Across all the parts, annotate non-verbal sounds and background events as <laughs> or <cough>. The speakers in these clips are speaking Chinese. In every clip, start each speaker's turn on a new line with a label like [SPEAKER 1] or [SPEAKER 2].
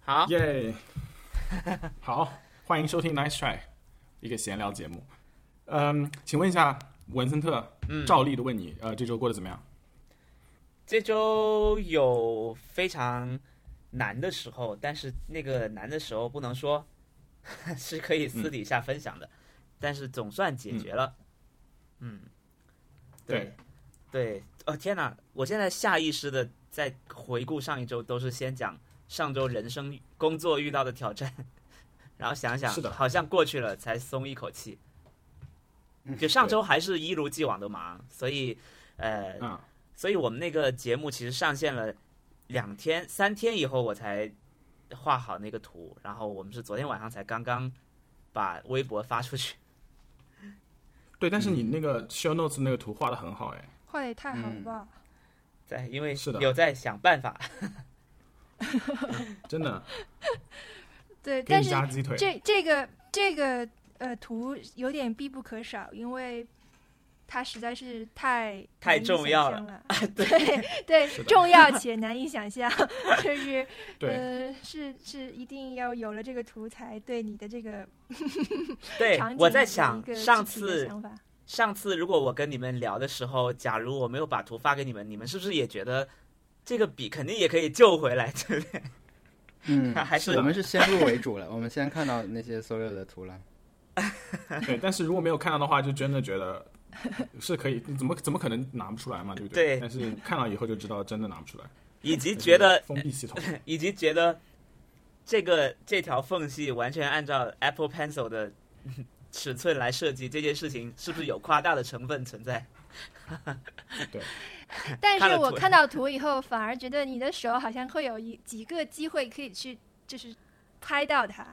[SPEAKER 1] 好，
[SPEAKER 2] 耶、好，欢迎收听 Nice Try，一个闲聊节目。嗯，请问一下，文森特，
[SPEAKER 1] 嗯
[SPEAKER 2] 照例的问你，呃，这周过得怎么样？
[SPEAKER 1] 这周有非常难的时候，但是那个难的时候不能说， <laughs> 是可以私底下分享的，但是总算解决了。嗯，对，对，哦天哪！我现在下意识的在回顾上一周，都是先讲上周人生工作遇到的挑战， <laughs> 然后想想
[SPEAKER 2] 是的
[SPEAKER 1] 好像过去了，才松一口气。就上周还是一如既往的忙，所以呃，
[SPEAKER 2] 嗯，
[SPEAKER 1] 所以我们那个节目其实上线了两天、三天以后，我才画好那个图，然后我们是昨天晚上才刚刚把微博发出去。 <laughs>
[SPEAKER 2] 对，但是你那个 show notes 那个图画的很好，哎，
[SPEAKER 3] 画的也太好了
[SPEAKER 1] 嗯
[SPEAKER 3] 吧？
[SPEAKER 1] 在，因为
[SPEAKER 2] 是的
[SPEAKER 1] 有在想办
[SPEAKER 3] <laughs>
[SPEAKER 1] 法，
[SPEAKER 2] 真的，
[SPEAKER 1] 嗯呃
[SPEAKER 3] 对，
[SPEAKER 2] 给
[SPEAKER 3] 但
[SPEAKER 2] 你
[SPEAKER 3] 是
[SPEAKER 2] 加鸡腿。
[SPEAKER 3] 这这个这个呃图有点必不可少，因为它实在是太
[SPEAKER 1] 太
[SPEAKER 3] 难以
[SPEAKER 1] 重要
[SPEAKER 3] 想象了。
[SPEAKER 1] <laughs> 对
[SPEAKER 3] 对对，重要且难以
[SPEAKER 1] <laughs>
[SPEAKER 3] 想象，就是
[SPEAKER 2] 对，
[SPEAKER 3] 呃是是一定要有了这个图才对你的这个
[SPEAKER 1] 对
[SPEAKER 3] 场
[SPEAKER 1] 哎
[SPEAKER 3] 景，
[SPEAKER 1] 我在
[SPEAKER 3] 有
[SPEAKER 1] 想
[SPEAKER 3] 一个
[SPEAKER 1] 上
[SPEAKER 3] 具体的
[SPEAKER 1] 次
[SPEAKER 3] 想法
[SPEAKER 1] 上次如果我跟你们聊的时候，假如我没有把图发给你们，你们是不是也觉得这个笔肯定也可以救回来？对不对？
[SPEAKER 4] 嗯，
[SPEAKER 1] <laughs> 还是
[SPEAKER 4] 我们是先入为主了，我们先看到那些所有的
[SPEAKER 1] <laughs>
[SPEAKER 4] 图了。
[SPEAKER 1] 呃
[SPEAKER 2] 对，但是如果没有看到的话，就真的觉得是可以，怎么怎么可能拿不出来嘛，对不
[SPEAKER 1] 对
[SPEAKER 2] 但是看到以后就知道真的拿不出来。
[SPEAKER 1] 以及
[SPEAKER 2] 就是
[SPEAKER 1] 觉得
[SPEAKER 2] 封闭系
[SPEAKER 1] <laughs>
[SPEAKER 2] 统，
[SPEAKER 1] 以及觉得这个这条缝隙完全按照 Apple Pencil 的 <laughs> 嗯尺寸来设计，这件事情是不是有夸大的成分存在？
[SPEAKER 3] 但
[SPEAKER 1] 看
[SPEAKER 3] 是
[SPEAKER 1] 了
[SPEAKER 3] 我
[SPEAKER 1] 图
[SPEAKER 3] 看到图以后，反而觉得你的手好像会有一几个机会可以去，就是拍到它。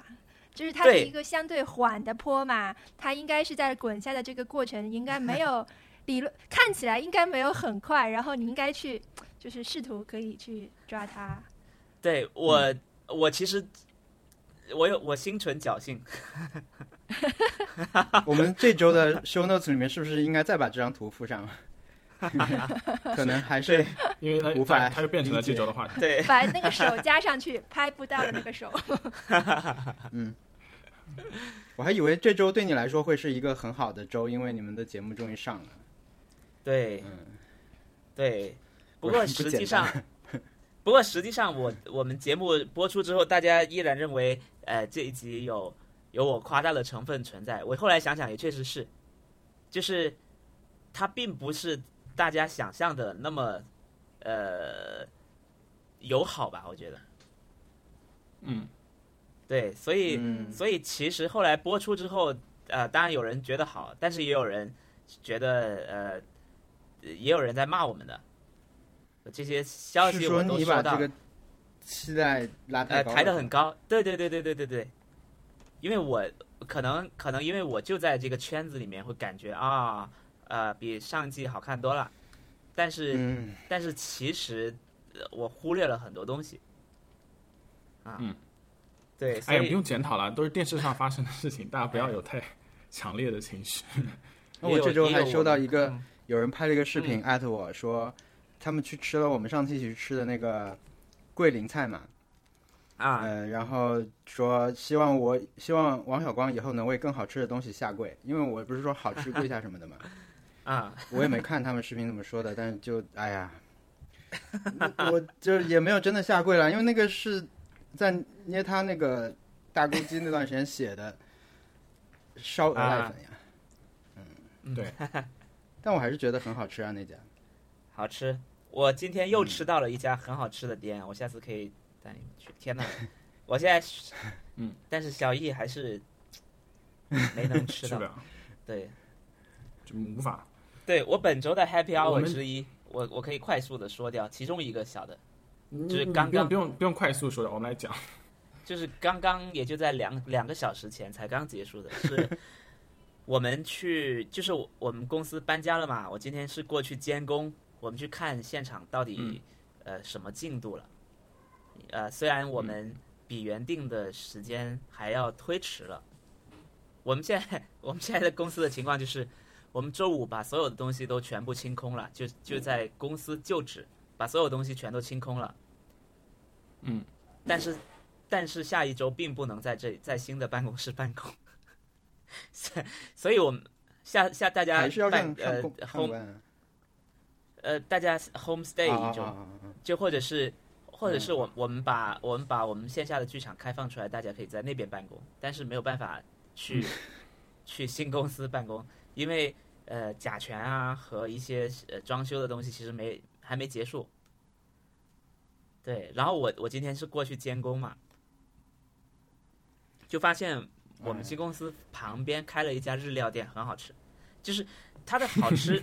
[SPEAKER 3] 就是它是
[SPEAKER 1] 对
[SPEAKER 3] 一个相对缓的坡嘛，它应该是在滚下的这个过程，应该没
[SPEAKER 1] <laughs>
[SPEAKER 3] 有理论看起来应该没有很快，然后你应该去就是试图可以去
[SPEAKER 1] <laughs>
[SPEAKER 3] 抓它。
[SPEAKER 1] 对我，我其实我有我心存侥幸，
[SPEAKER 4] 我们这周的 show notes 里面是不是应该再把这张图附上？
[SPEAKER 1] <laughs>
[SPEAKER 4] 可能还是
[SPEAKER 2] 因为它
[SPEAKER 4] 无法
[SPEAKER 2] 它它就变成了
[SPEAKER 4] 理解
[SPEAKER 2] 这周的话题。
[SPEAKER 1] 对，
[SPEAKER 3] 把那个手加上去，拍不到的那
[SPEAKER 1] <laughs>
[SPEAKER 3] 个手。
[SPEAKER 4] 我还以为这周对你来说会是一个很好的周，因为你们的节目终于上了。
[SPEAKER 1] 对，
[SPEAKER 4] 嗯，
[SPEAKER 1] 对，不
[SPEAKER 4] 果
[SPEAKER 1] 过
[SPEAKER 4] 然不
[SPEAKER 1] 实
[SPEAKER 4] 简
[SPEAKER 1] 际上， <laughs> 不过实际上我我们节目播出之后，大家依然认为，呃，这一集有有我夸大的成分存在。我后来想想，也确实是，就是它并不是大家想象的那么，呃，友好吧？我觉得，
[SPEAKER 2] 嗯，
[SPEAKER 1] 对，所以。
[SPEAKER 4] 嗯
[SPEAKER 1] 所以其实后来播出之后，呃，当然有人觉得好，但是也有人觉得呃，也有人在骂我们的。这些消
[SPEAKER 4] 是
[SPEAKER 1] 息我
[SPEAKER 4] 说
[SPEAKER 1] 都
[SPEAKER 4] 你
[SPEAKER 1] 收
[SPEAKER 4] 把
[SPEAKER 1] 到，
[SPEAKER 4] 这个期待拉
[SPEAKER 1] 呃，
[SPEAKER 4] 太高了，
[SPEAKER 1] 抬得很高。对对对对对对对，因为我可能可能因为我就在这个圈子里面，会感觉啊，呃，比上一季好看多了。但是、
[SPEAKER 4] 嗯，
[SPEAKER 1] 但是其实呃我忽略了很多东西。啊，
[SPEAKER 2] 嗯
[SPEAKER 1] 对，所
[SPEAKER 2] 哎
[SPEAKER 1] 以、
[SPEAKER 2] 呀，不用检讨了，都是电视上发生的事情，大家不要有太强烈的情绪。
[SPEAKER 4] 那
[SPEAKER 1] 也
[SPEAKER 4] 我
[SPEAKER 1] 有
[SPEAKER 4] 这周
[SPEAKER 1] 也
[SPEAKER 4] 还
[SPEAKER 1] 有
[SPEAKER 4] 收
[SPEAKER 1] 我
[SPEAKER 4] 到
[SPEAKER 1] 们
[SPEAKER 4] 一个
[SPEAKER 1] 嗯
[SPEAKER 4] 有人拍了一个视频艾特我说，他们去吃了我们上次一起去吃的那个桂林菜嘛，
[SPEAKER 1] 啊，
[SPEAKER 4] 呃，然后说希望我希望王小光以后能为更好吃的东西下跪，因为我不是说好吃跪下什
[SPEAKER 1] <laughs>
[SPEAKER 4] 么的嘛，
[SPEAKER 1] 啊，
[SPEAKER 4] 我也没看他们视频怎么说的，但是就哎呀，我我就也没有真的下跪了，因为那个是在捏他那个大公鸡那段时间写的烧鹅
[SPEAKER 1] 啊
[SPEAKER 4] 濑粉呀，嗯，
[SPEAKER 2] 对，
[SPEAKER 4] 但我还是觉得很好吃啊那家，
[SPEAKER 1] 好吃。我今天
[SPEAKER 2] 嗯
[SPEAKER 1] 又吃到了一家很好吃的店，啊我下次可以带你们去。天
[SPEAKER 2] <laughs>
[SPEAKER 1] 哪，我现在是，
[SPEAKER 2] 嗯，
[SPEAKER 1] <laughs> 但是小易
[SPEAKER 2] <laughs>
[SPEAKER 1] 还是没能吃
[SPEAKER 2] 去
[SPEAKER 1] 到
[SPEAKER 2] 不。了，
[SPEAKER 1] 对，
[SPEAKER 2] 就无法。
[SPEAKER 1] 对我本周的 Happy
[SPEAKER 2] 我
[SPEAKER 1] Hour
[SPEAKER 2] 们
[SPEAKER 1] 之一，我我可以快速的说掉其中一个小的，
[SPEAKER 2] 你
[SPEAKER 1] 就是
[SPEAKER 2] 你
[SPEAKER 1] 刚
[SPEAKER 2] 不用
[SPEAKER 1] 刚
[SPEAKER 2] 不用不用快速说的，我们来讲。
[SPEAKER 1] 就是刚刚也就在两两个小时前才刚
[SPEAKER 2] <laughs>
[SPEAKER 1] 结束的，是我们去，就是我我们公司搬家了嘛，我今天是过去监工，我们去看现场到底、呃什么进度了。呃，虽然我们比原定的时间还要推迟了，我们现在 <laughs> 我们现在的公司的情况就是，我们周五把所有的东西都全部清空了，就就在公司旧址把所有东西全都清空了。
[SPEAKER 2] 嗯，
[SPEAKER 1] 但是但是下一周并不能在这里在新的办公室办公， <laughs> 所所以我们下下大家
[SPEAKER 4] 还是要
[SPEAKER 1] 办
[SPEAKER 4] 上
[SPEAKER 1] 呃
[SPEAKER 4] 上公上
[SPEAKER 1] home
[SPEAKER 4] 班啊
[SPEAKER 1] 呃大家 home stay
[SPEAKER 4] 啊嗯
[SPEAKER 1] 一周，
[SPEAKER 4] 啊啊啊啊
[SPEAKER 1] 就或者是或者是我我们把我们把我们线下的剧场开放出来，大家可以在那边办公，但是没有办法
[SPEAKER 4] <laughs>
[SPEAKER 1] 去去新公司办公，因为呃甲醛啊和一些呃装修的东西其实没还没结束。对，然后我我今天是过去监工嘛，就发现我们新
[SPEAKER 4] 哎
[SPEAKER 1] 公司旁边开了一家日料店，很好吃，就是它的好吃，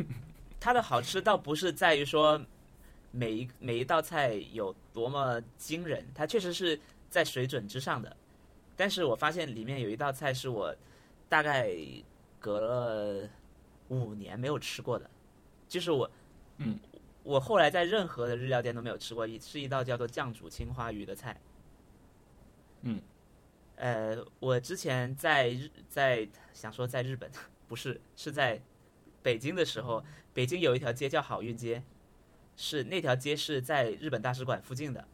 [SPEAKER 1] 它的好吃倒不是在于说每一每一道菜有多么惊人，它确实是在水准之上的。但是我发现里面有一道菜是我大概隔了五年没有吃过的，就是我，
[SPEAKER 2] 嗯，
[SPEAKER 1] 我后来在任何的日料店都没有吃过，一是一道叫做酱煮青花鱼的菜。
[SPEAKER 2] 嗯，
[SPEAKER 1] 呃，我之前在日在想说在日本 <laughs> 不是是在北京的时候，北京有一条街叫好运街，是那条街是在日本大使馆附近的，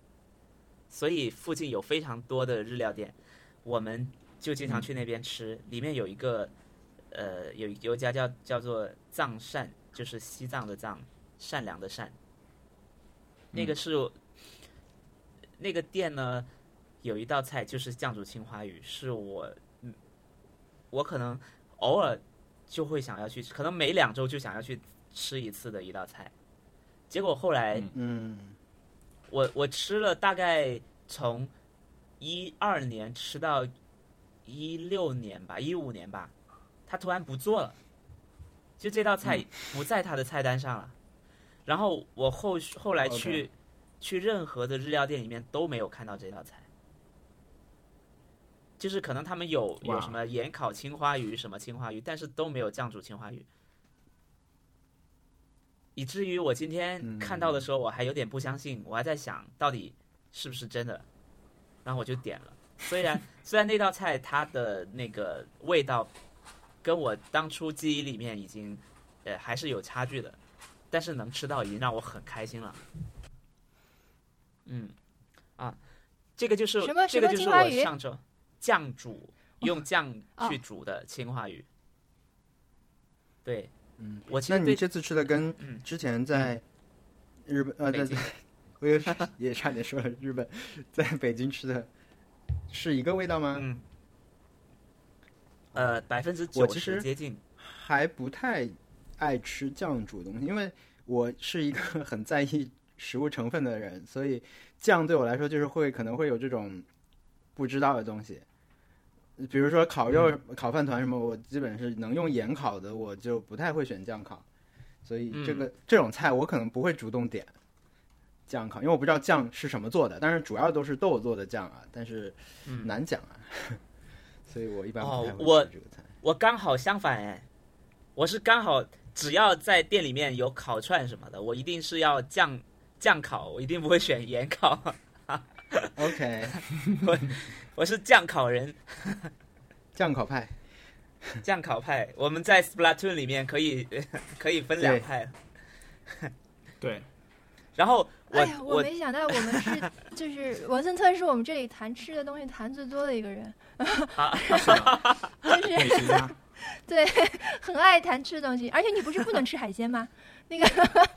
[SPEAKER 1] 所以附近有非常多的日料店，我们就经常去那边吃。里面有一个，呃，有有一家叫叫做藏善，就是西藏的藏，善良的善。那个是、那个店呢，有一道菜就是酱煮青花鱼，是我，嗯我可能偶尔就会想要去吃，可能每两周就想要去吃一次的一道菜。结果后来
[SPEAKER 2] 嗯
[SPEAKER 4] 嗯，
[SPEAKER 1] 我我吃了大概从一二年吃到一六年吧，一五年吧，他突然不做了，就这道菜不在他的菜单上了。然后我后续后来去去任何的日料店里面都没有看到这道菜，就是可能他们有有
[SPEAKER 2] 哇
[SPEAKER 1] 什么盐烤青花鱼什么青花鱼，但是都没有酱煮青花鱼。以至于我今
[SPEAKER 4] 嗯
[SPEAKER 1] 天看到的时候，我还有点不相信，我还在想到底是不是真的，然后我就点了。虽然虽然那道菜它的那个味道跟我当初记忆里面已经呃还是有差距的，但是能吃到已经让我很开心了。嗯，啊，这个就是
[SPEAKER 3] 什么
[SPEAKER 1] 这个
[SPEAKER 3] 什么
[SPEAKER 1] 就是
[SPEAKER 3] 青花
[SPEAKER 1] 我
[SPEAKER 3] 鱼
[SPEAKER 1] 上周酱煮用酱
[SPEAKER 3] 哦
[SPEAKER 1] 去煮的青花鱼。对，
[SPEAKER 4] 嗯，
[SPEAKER 1] 我其
[SPEAKER 4] 那
[SPEAKER 1] 实
[SPEAKER 4] 你
[SPEAKER 1] 对
[SPEAKER 4] 这次吃的跟
[SPEAKER 1] 嗯
[SPEAKER 4] 之前在日本呃
[SPEAKER 1] 北
[SPEAKER 4] 在
[SPEAKER 1] 京，
[SPEAKER 4] <laughs> 我也是也差点说了日本，在北京吃的是一个味道吗？
[SPEAKER 1] 嗯，呃，百分之
[SPEAKER 4] 我
[SPEAKER 1] 九
[SPEAKER 4] 其
[SPEAKER 1] 十
[SPEAKER 4] 实
[SPEAKER 1] 接近，
[SPEAKER 4] 还不太爱吃酱煮的东西，因为我是一个 <laughs> 很在意食物成分的人，所以酱对我来说就是会可能会有这种不知道的东西。比如说烤肉、
[SPEAKER 1] 嗯
[SPEAKER 4] 烤饭团什么，我基本是能用盐烤的，我就不太会选酱烤，所以这
[SPEAKER 1] 嗯
[SPEAKER 4] 个、这种菜我可能不会主动点酱烤，因为我不知道酱是什么做的，但是主要都是豆做的酱啊，但是
[SPEAKER 1] 嗯，
[SPEAKER 4] 难讲啊， <laughs> 所以我一般
[SPEAKER 1] 哦
[SPEAKER 4] 不太
[SPEAKER 1] 我
[SPEAKER 4] 会吃这个菜。
[SPEAKER 1] 我刚好相反哎，我是刚好只要在店里面有烤串什么的，我一定是要酱酱烤，我一定不会选盐烤， <laughs>
[SPEAKER 4] OK，
[SPEAKER 1] 我是酱
[SPEAKER 2] <laughs>
[SPEAKER 1] 烤人，
[SPEAKER 4] 酱烤派。
[SPEAKER 1] 酱烤派。我们在 Splatoon 里面可以 <laughs> 可以分两
[SPEAKER 4] 对
[SPEAKER 1] 派，
[SPEAKER 2] 对，
[SPEAKER 1] <laughs> 然后我、
[SPEAKER 3] 哎呀，我
[SPEAKER 1] 我
[SPEAKER 3] 没想到我们是 <laughs> 就是文森特是我们这里谈吃的东西谈最多的一个人，
[SPEAKER 1] <laughs>
[SPEAKER 3] 就是
[SPEAKER 2] 美食家，
[SPEAKER 3] 对，很爱谈吃的东西。 <laughs> 而且你不是不能吃海
[SPEAKER 2] <laughs>
[SPEAKER 3] 鲜吗？那个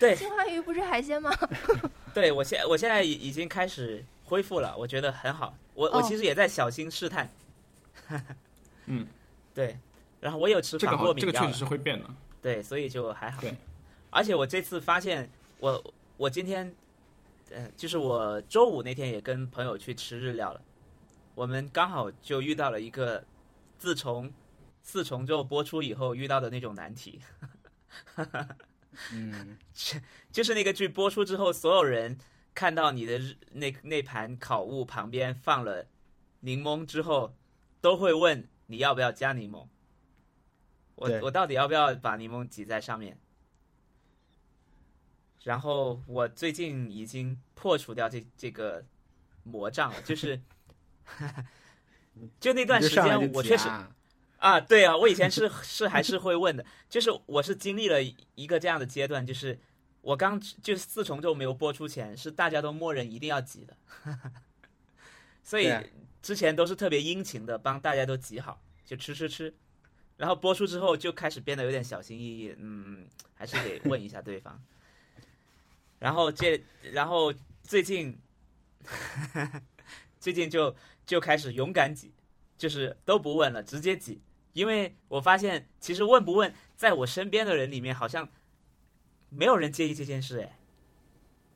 [SPEAKER 1] 对
[SPEAKER 3] <laughs> 青花鱼不是海鲜吗？
[SPEAKER 1] 对我现我现在已已经开始恢复了，我觉得很好。我、我
[SPEAKER 3] 哦
[SPEAKER 1] 其实也在小心试探， <laughs>
[SPEAKER 2] 嗯，
[SPEAKER 1] 对。然后我有吃
[SPEAKER 2] 这个
[SPEAKER 1] 防过
[SPEAKER 2] 好，
[SPEAKER 1] 敏
[SPEAKER 2] 这
[SPEAKER 1] 药
[SPEAKER 2] 个
[SPEAKER 1] 了，
[SPEAKER 2] 确实是会变的。
[SPEAKER 1] 对，所以就还好
[SPEAKER 2] 对。
[SPEAKER 1] 而且我这次发现，我我今天，呃，就是我周五那天也跟朋友去吃日料了，我们刚好就遇到了一个，自从四重奏播出以后遇到的那种难题，
[SPEAKER 4] 嗯，
[SPEAKER 1] <laughs> 就是那个剧播出之后，所有人看到你的日那那盘烤物旁边放了柠檬之后，都会问你要不要加柠檬。我
[SPEAKER 4] 对
[SPEAKER 1] 我到底要不要把柠檬挤在上面？然后我最近已经破除掉这这个魔障
[SPEAKER 4] <laughs>
[SPEAKER 1] 了，就是就那段
[SPEAKER 4] 你就
[SPEAKER 1] 时
[SPEAKER 4] 上来
[SPEAKER 1] 间
[SPEAKER 4] 就
[SPEAKER 1] 我
[SPEAKER 4] 挤
[SPEAKER 1] 确实
[SPEAKER 4] 啊
[SPEAKER 1] 啊，对啊，我以前是是还是会问的，就是我是经历了一个这样的阶段，就是我刚就是四重奏没有播出前，是大家都默认一定要挤的，所以
[SPEAKER 4] 对啊
[SPEAKER 1] 之前都是特别殷勤的帮大家都挤好，就吃吃吃。然后播出之后就开始变得有点小心翼翼，嗯，还是得问一下对方。 <laughs> 然后这，然后最近， <laughs> 最近就就开始勇敢挤，就是都不问了，直接挤。因为我发现，其实问不问，在我身边的人里面，好像没有人介意这件事，哎，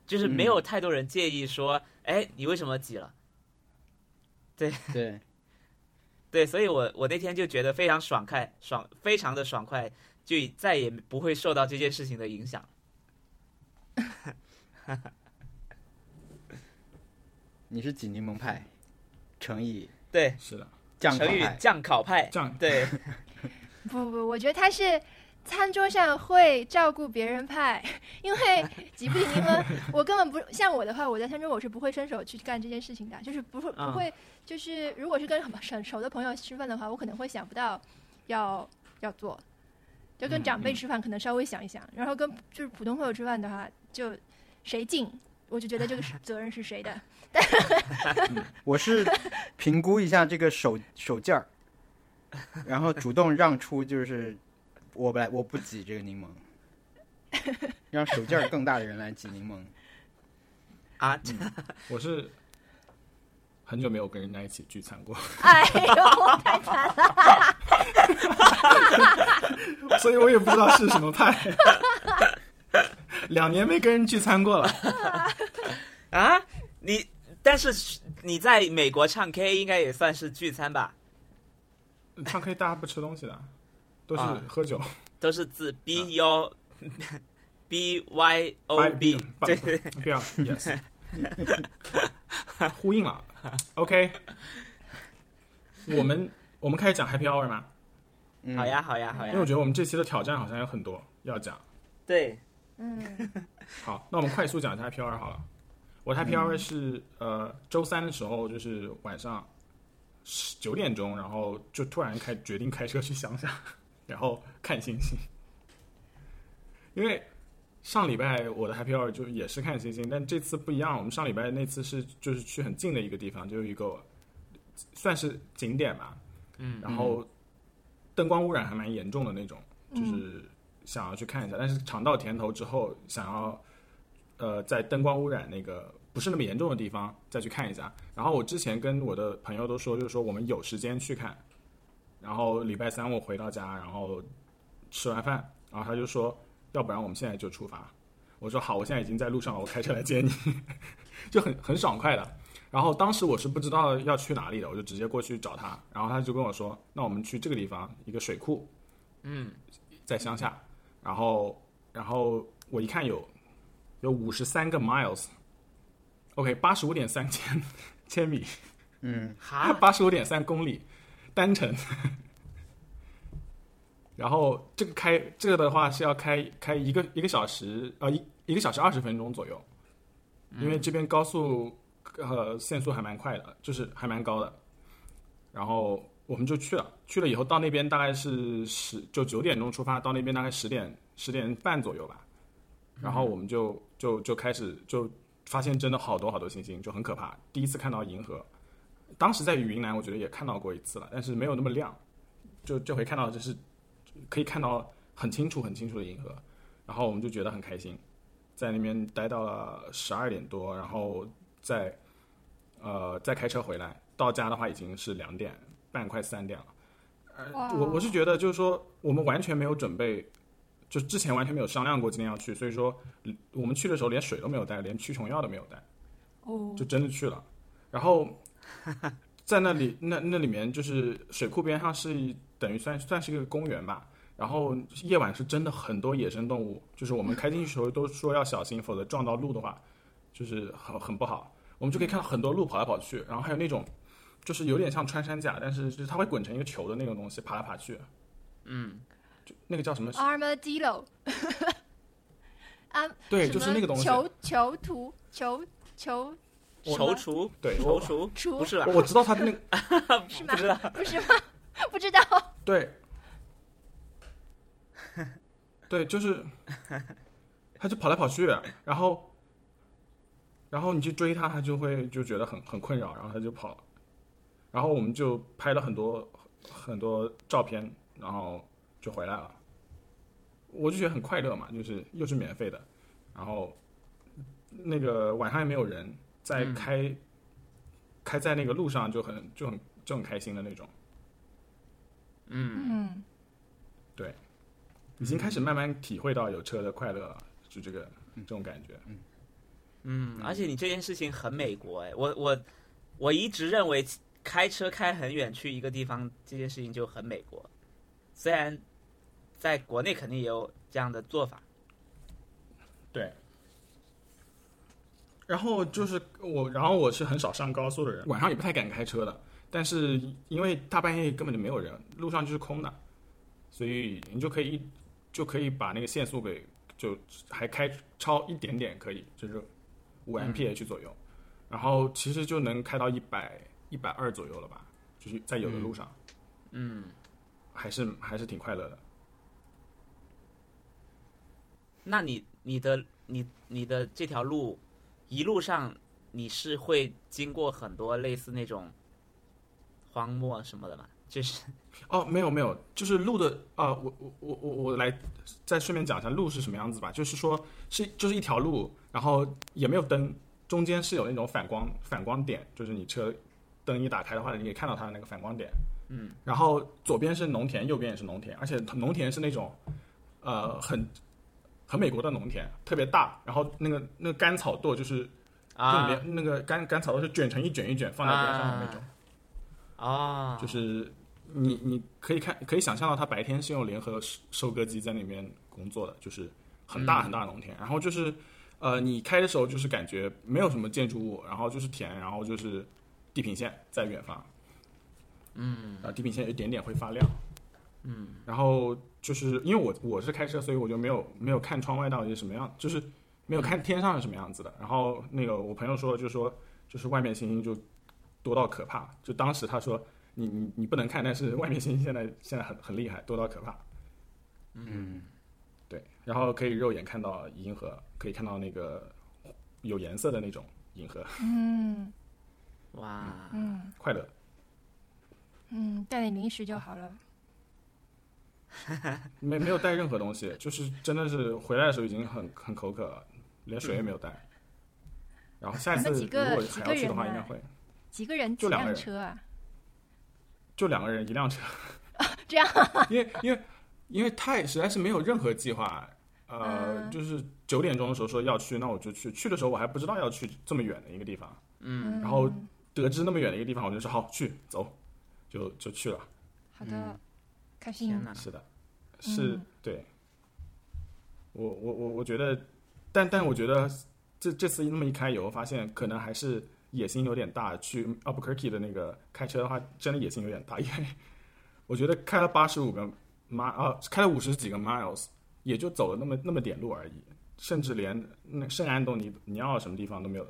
[SPEAKER 1] 就是没有太多人介意说，哎、你为什么挤了？
[SPEAKER 4] <laughs> 对，
[SPEAKER 1] 对，所以我我那天就觉得非常爽快，爽非常的爽快，就再也不会受到这件事情的影响。
[SPEAKER 4] 你是挤柠檬派，乘以
[SPEAKER 1] 对，
[SPEAKER 2] 是的，
[SPEAKER 4] 酱烤
[SPEAKER 1] 成语
[SPEAKER 4] 派，
[SPEAKER 1] 酱烤派，
[SPEAKER 2] 这样
[SPEAKER 1] 对，
[SPEAKER 3] 不不，我觉得他是餐桌上会照顾别人派， <laughs> 因为挤不挤柠
[SPEAKER 2] <laughs>
[SPEAKER 3] 檬，我根本不像我的话，我在餐桌我是不会伸手去干这件事情的，就是不会
[SPEAKER 2] 啊
[SPEAKER 1] 嗯
[SPEAKER 3] 不会，就是如果是跟很很熟的朋友吃饭的话，我可能会想不到要要做，就跟
[SPEAKER 2] 嗯
[SPEAKER 3] 长辈
[SPEAKER 2] 嗯
[SPEAKER 3] 吃饭可能稍微想一想，然后跟就是普通朋友吃饭的话，就谁敬。我就觉得这
[SPEAKER 2] <laughs>
[SPEAKER 3] 个是责任是谁的？
[SPEAKER 4] 我是评估一下这个手手劲儿，然后主动让出，就是我本来我不挤这个柠檬，让手劲儿更大的人来挤柠檬。
[SPEAKER 1] 啊，
[SPEAKER 2] 我是很久没有跟人家一起聚餐
[SPEAKER 1] <laughs>
[SPEAKER 2] 过，
[SPEAKER 3] 哎 <laughs> 呦，太惨了！
[SPEAKER 2] 所以我也不知道是什么派。 <laughs> 两年没跟人聚餐过了，
[SPEAKER 1] 啊，你但是你在美国唱 K 应该也算是聚餐吧？
[SPEAKER 2] 唱 K 大家不吃东西的，都是
[SPEAKER 1] 啊
[SPEAKER 2] 喝酒。
[SPEAKER 1] 都是自 B U B Y O
[SPEAKER 2] 白
[SPEAKER 1] B，对对对，
[SPEAKER 2] 不要 yes，呼应了。OK，我们我们开始讲 Happy Hour 嘛，
[SPEAKER 4] 嗯、
[SPEAKER 1] <laughs> 好呀，好呀好
[SPEAKER 2] 因为我
[SPEAKER 1] 呀，
[SPEAKER 2] 觉得我们这期的挑战好像有很多要讲。
[SPEAKER 1] 对，
[SPEAKER 3] 嗯，
[SPEAKER 2] 好，那我们快速讲一下 Happy Hour 好了。我
[SPEAKER 1] 嗯
[SPEAKER 2] 的 Happy Hour 是、呃周三的时候，就是晚上十九点钟，然后就突然开决定开车去乡下， <laughs> 然后看星星。因为上礼拜我的 Happy Hour 就也是看星星，但这次不一样。我们上礼拜那次是就是去很近的一个地方，就是一个算是景点吧，
[SPEAKER 1] 嗯
[SPEAKER 2] 然后灯光污染还蛮严重的那种，就是
[SPEAKER 1] 嗯
[SPEAKER 2] 想要去看一下，但是尝到甜头之后，想要呃在灯光污染那个不是那么严重的地方再去看一下。然后我之前跟我的朋友都说，就是说我们有时间去看。然后礼拜三我回到家，然后吃完饭，然后他就说，要不然我们现在就出发。我说好，我现在已经在路上了，我开车来接你， <laughs> 就很很爽快的。然后当时我是不知道要去哪里的，我就直接过去找他，然后他就跟我说，那我们去这个地方一个水库，
[SPEAKER 1] 嗯，
[SPEAKER 2] 在乡下，然后然后我一看有有五十三个 miles，OK，八十五点三千千米，
[SPEAKER 4] 嗯，
[SPEAKER 1] 哈，
[SPEAKER 2] 八十五点三公里单程。 <laughs> 然后这个开这个的话是要开开一个一个小时呃一一个小时二十分钟左右，因为这边高速呃限速还蛮快的，就是还蛮高的。然后我们就去了，去了以后到那边大概是十就九点钟出发，到那边大概十点十点半左右吧。然后我们就就就开始就发现真的好多好多星星，就很可怕。第一次看到银河，当时在云南，我觉得也看到过一次了，但是没有那么亮。就这回看到就是可以看到很清楚、很清楚的银河，然后我们就觉得很开心，在那边待到了十二点多，然后再呃再开车回来，到家的话已经是两点半，快三点了。呃
[SPEAKER 3] 哇
[SPEAKER 2] 我我是觉得就是说，我们完全没有准备，就之前完全没有商量过今天要去，所以说嗯我们去的时候连水都没有带，连驱虫药都没有带。
[SPEAKER 3] 哦，
[SPEAKER 2] 就真的去了。然后在那里，那那里面就是水库边上是一等于算算是一个公园吧。然后夜晚是真的很多野生动物，就是我们开进去的时候都说要小心，否则撞到鹿的话，就是很很不好。我们就可以看到很多鹿跑来跑去，然后还有那种就是有点像穿山甲，但是就是它会滚成一个球的那种东西，爬来爬去。
[SPEAKER 1] 嗯，
[SPEAKER 2] 就那个叫什么？
[SPEAKER 3] <laughs> Armadillo，啊，
[SPEAKER 2] 对，
[SPEAKER 3] 什
[SPEAKER 2] 就是
[SPEAKER 3] 么
[SPEAKER 2] 那个东西。
[SPEAKER 3] 囚囚徒，囚囚
[SPEAKER 1] 踌躇，
[SPEAKER 2] 对，
[SPEAKER 1] 踌
[SPEAKER 2] 我
[SPEAKER 1] 躇，
[SPEAKER 3] <laughs> 厨
[SPEAKER 1] 不是吧
[SPEAKER 2] 我？我知道它那个
[SPEAKER 3] 是
[SPEAKER 1] <laughs>
[SPEAKER 3] 吗
[SPEAKER 1] 不？知道，
[SPEAKER 3] 不是吗？ <laughs> 不知道。
[SPEAKER 2] 对， <laughs> 对，就是，他就跑来跑去，然后然后你去追他，他就会就觉得很很困扰，然后他就跑了。然后我们就拍了很多很多照片，然后就回来了。我就觉得很快乐嘛，就是又是免费的，然后那个晚上也没有人，在开、开在那个路上就很就很就很开心的那种。
[SPEAKER 1] 嗯，
[SPEAKER 3] 嗯，
[SPEAKER 2] 对，已经开始慢慢体会到有车的快乐了，就这个这种感觉。
[SPEAKER 1] 嗯，而且你这件事情很美国哎，我我我一直认为开车开很远去一个地方这件事情就很美国，虽然在国内肯定也有这样的做法。
[SPEAKER 2] 对。然后就是我，然后我是很少上高速的人，晚上也不太敢开车的。但是因为大半夜根本就没有人，路上就是空的，所以你就可以就可以把那个限速给就还开超一点点，可以就是五 mph 左右，然后其实就能开到一百一百二左右了吧，就是在有的路上，嗯，还是还是挺快乐的。
[SPEAKER 1] 那你你的你你的这条路一路上你是会经过很多类似那种荒漠什么的吗？就是
[SPEAKER 2] 哦，没有没有，就是路的啊、我我我我我来再顺便讲一下路是什么样子吧。就是说，是就是一条路，然后也没有灯，中间是有那种反光反光点，就是你车灯一打开的话，你可以看到它的那个反光点。嗯。然后左边是农田，右边也是农田，而且农田是那种呃很很美国的农田，特别大，然后那个那个干草垛就是用
[SPEAKER 1] 啊
[SPEAKER 2] 连、那个干干草垛是卷成一卷一卷放在边上的那种。
[SPEAKER 1] 啊，
[SPEAKER 2] 就是你你可以看可以想象到，他白天是用联合收收割机在那边工作的，就是很大很大的农田。然后就是呃，你开的时候就是感觉没有什么建筑物，然后就是田，然后就是地平线在远方，嗯，啊，地平线有一点点会发亮，嗯，然后就是因为我我是开车，所以我就没有没有看窗外到底是什么样，就是没有看天上是什么样子的。然后那个我朋友说，就是说就是外面星星就多到可怕，就当时他说你你你不能看，但是外面星星现在现在很很厉害，多到可怕。
[SPEAKER 4] 嗯，
[SPEAKER 2] 对，然后可以肉眼看到银河，可以看到那个有颜色的那种银河，
[SPEAKER 3] 嗯
[SPEAKER 1] 哇，
[SPEAKER 3] 嗯
[SPEAKER 2] 快乐。
[SPEAKER 3] 嗯，带点零食就好了。
[SPEAKER 2] 没没有带任何东西，就是真的是回来的时候已经很很口渴了，连水也没有带。然后下一次
[SPEAKER 3] 你们几
[SPEAKER 2] 如
[SPEAKER 3] 个
[SPEAKER 2] 果还要去的话，
[SPEAKER 3] 几个人啊
[SPEAKER 2] 应该会
[SPEAKER 3] 几个人？几
[SPEAKER 2] 就两个
[SPEAKER 3] 辆
[SPEAKER 2] 人
[SPEAKER 3] 车啊？
[SPEAKER 2] 就两个人一辆车，
[SPEAKER 3] <laughs> 这样
[SPEAKER 2] <laughs> 因为因为因为太实在是没有任何计划，呃，
[SPEAKER 3] 嗯
[SPEAKER 2] 就是九点钟的时候说要去，那我就去。去的时候我还不知道要去这么远的一个地方，
[SPEAKER 3] 嗯
[SPEAKER 2] 然后得知那么远的一个地方，我就说好去走，就就去了。
[SPEAKER 3] 好
[SPEAKER 2] 嗯
[SPEAKER 3] 的，开心啊
[SPEAKER 1] 天。哪，
[SPEAKER 2] 是的，是、对。我我我我觉得，但但我觉得这这次那么一开油，发现可能还是野心有点大。去啊 Albuquerque 的那个开车的话，真的野心有点大，因为我觉得开了八十五个 mile 啊，开了五十几个 miles，也就走了那么那么点路而已，甚至连那圣安东尼尼奥什么地方都没有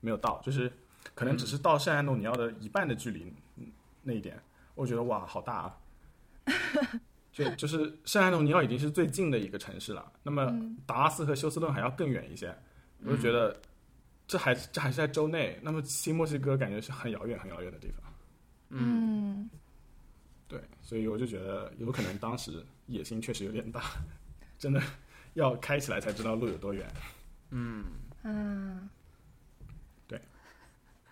[SPEAKER 2] 没有到，就是可能只是到圣安东尼奥的一半的距离、嗯那一点，我觉得哇，好大啊！就就是圣安东尼奥已经是最近的一个城市了，那么达拉斯和休斯顿还要更远一些，我就觉得这还这还是在州内，那么新墨西哥感觉是很遥远很遥远的地方，
[SPEAKER 3] 嗯，
[SPEAKER 2] 对，所以我就觉得有可能当时野心确实有点大，真的要开起来才知道路有多远。
[SPEAKER 3] 嗯，
[SPEAKER 2] 对，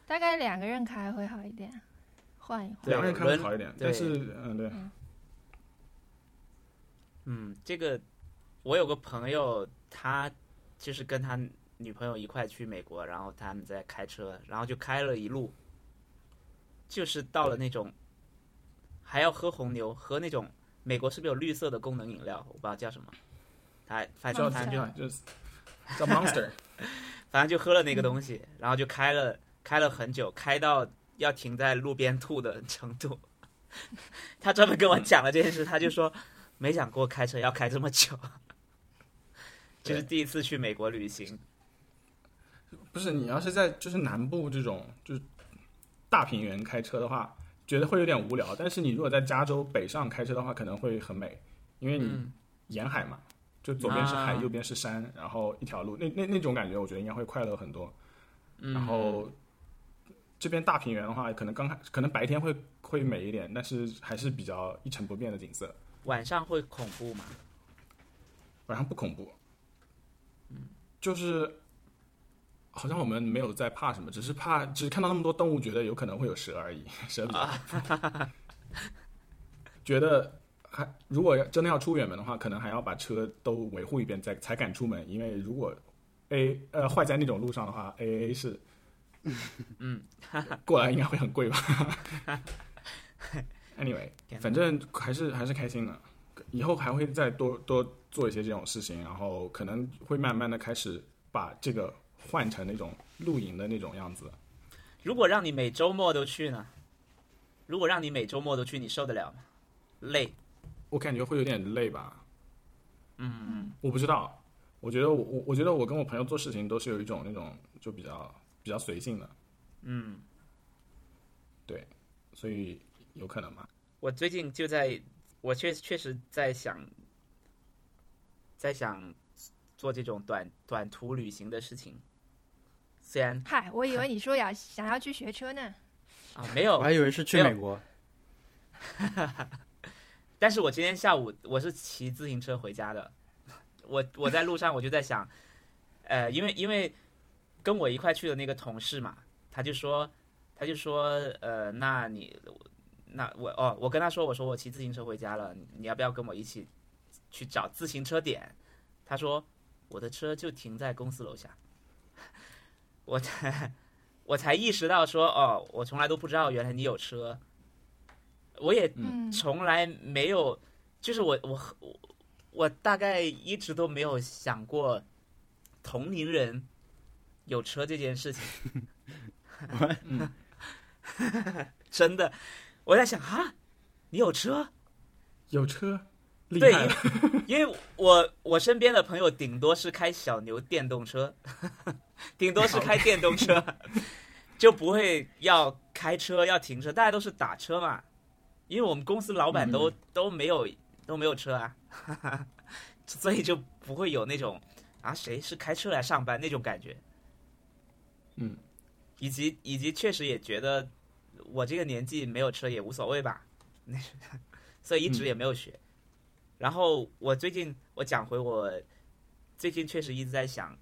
[SPEAKER 3] 大概两个人开会好一点，换一换。
[SPEAKER 1] 对
[SPEAKER 2] 两个人开会
[SPEAKER 1] 轮
[SPEAKER 2] 好一点，
[SPEAKER 1] 对
[SPEAKER 2] 但是嗯对，
[SPEAKER 1] 嗯，这个我有个朋友，他就是跟他女朋友一块去美国，然后他们在开车，然后就开了一路，就是到了那种还要喝红牛，喝那种美国是不是有绿色的功能饮料？我不知道叫什么，他反
[SPEAKER 2] 叫
[SPEAKER 1] 正
[SPEAKER 3] 嗯
[SPEAKER 1] 他
[SPEAKER 2] 这样就是叫 Monster，
[SPEAKER 1] 反正就喝了那个东西，然后就开了开了很久，开到要停在路边吐的程度。 <laughs> 他专门跟我讲了这件事，他就说没想过开车要开这么久，这是第一次去美国旅行。
[SPEAKER 2] 不是你要是在就是南部这种就是大平原开车的话，觉得会有点无聊。但是你如果在加州北上开车的话，可能会很美，因为你
[SPEAKER 1] 嗯
[SPEAKER 2] 沿海嘛，就左边是海，
[SPEAKER 1] 啊
[SPEAKER 2] 右边是山，然后一条路，那那那种感觉，我觉得应该会快乐很多。然
[SPEAKER 1] 嗯，
[SPEAKER 2] 后这边大平原的话，可能刚开可能白天会会美一点，但是还是比较一成不变的景色，
[SPEAKER 1] 晚上会恐怖吗？
[SPEAKER 2] 晚上不恐怖。嗯，就是好像我们没有在怕什么，只是怕只是看到那么多动物，觉得有可能会有蛇而已，蛇比较恐怖。
[SPEAKER 1] <laughs>
[SPEAKER 2] 觉得还如果要真的要出远门的话，可能还要把车都维护一遍再才敢出门，因为如果 A 呃坏在那种路上的话，A A 是
[SPEAKER 1] 嗯，
[SPEAKER 2] <laughs> 过来应该会很
[SPEAKER 1] <laughs>
[SPEAKER 2] 贵吧。anyway，
[SPEAKER 1] 天哪
[SPEAKER 2] 反正还是还是开心的，以后还会再多多做一些这种事情，然后可能会慢慢的开始把这个换成那种露营的那种样子。
[SPEAKER 1] 如果让你每周末都去呢？如果让你每周末都去，你受得了吗？累，
[SPEAKER 2] 我感觉会有点累吧。嗯，我不知道，我觉得我我我觉得我跟我朋友做事情都是有一种那种就比较比较随性的，
[SPEAKER 1] 嗯，
[SPEAKER 2] 对，所以有可能嘛。
[SPEAKER 1] 我最近就在，我确确实在想，在想做这种短短途旅行的事情。虽然
[SPEAKER 3] 嗨，我以为你说要想要去学车呢。
[SPEAKER 1] 啊没
[SPEAKER 4] 我
[SPEAKER 1] 有，
[SPEAKER 4] 还以为是去
[SPEAKER 1] 没有
[SPEAKER 4] 美国，
[SPEAKER 1] 但是我今天下午我是骑自行车回家的，我我在路上我就在想， <laughs> 呃，因为因为跟我一块去的那个同事嘛，他就说他就说呃，那你那我哦，我跟他说我说我骑自行车回家了，你你要不要跟我一起去找自行车点？他说我的车就停在公司楼下， <laughs> 我才我才意识到说哦，我从来都不知道原来你有车，我也
[SPEAKER 3] 嗯
[SPEAKER 1] 从来没有，就是我我我我大概一直都没有想过同龄人有车这件事情。 <laughs> 真的，我在想啊，你有车？
[SPEAKER 2] 有车，厉
[SPEAKER 1] 对
[SPEAKER 2] 害了，
[SPEAKER 1] <laughs> 因为我我身边的朋友顶多是开小牛电动车， <laughs> 顶多是开电动车， <laughs> 就不会要开车要停车，大家都是打车嘛。因为我们公司老板都、都没有都没有车啊， <laughs> 所以就不会有那种啊谁是开车来上班那种感觉。
[SPEAKER 2] 嗯，
[SPEAKER 1] 以及以及确实也觉得我这个年纪没有车也无所谓吧， <laughs> 那所以一直也没有学。然后我最近我讲回我最近确实一直在想，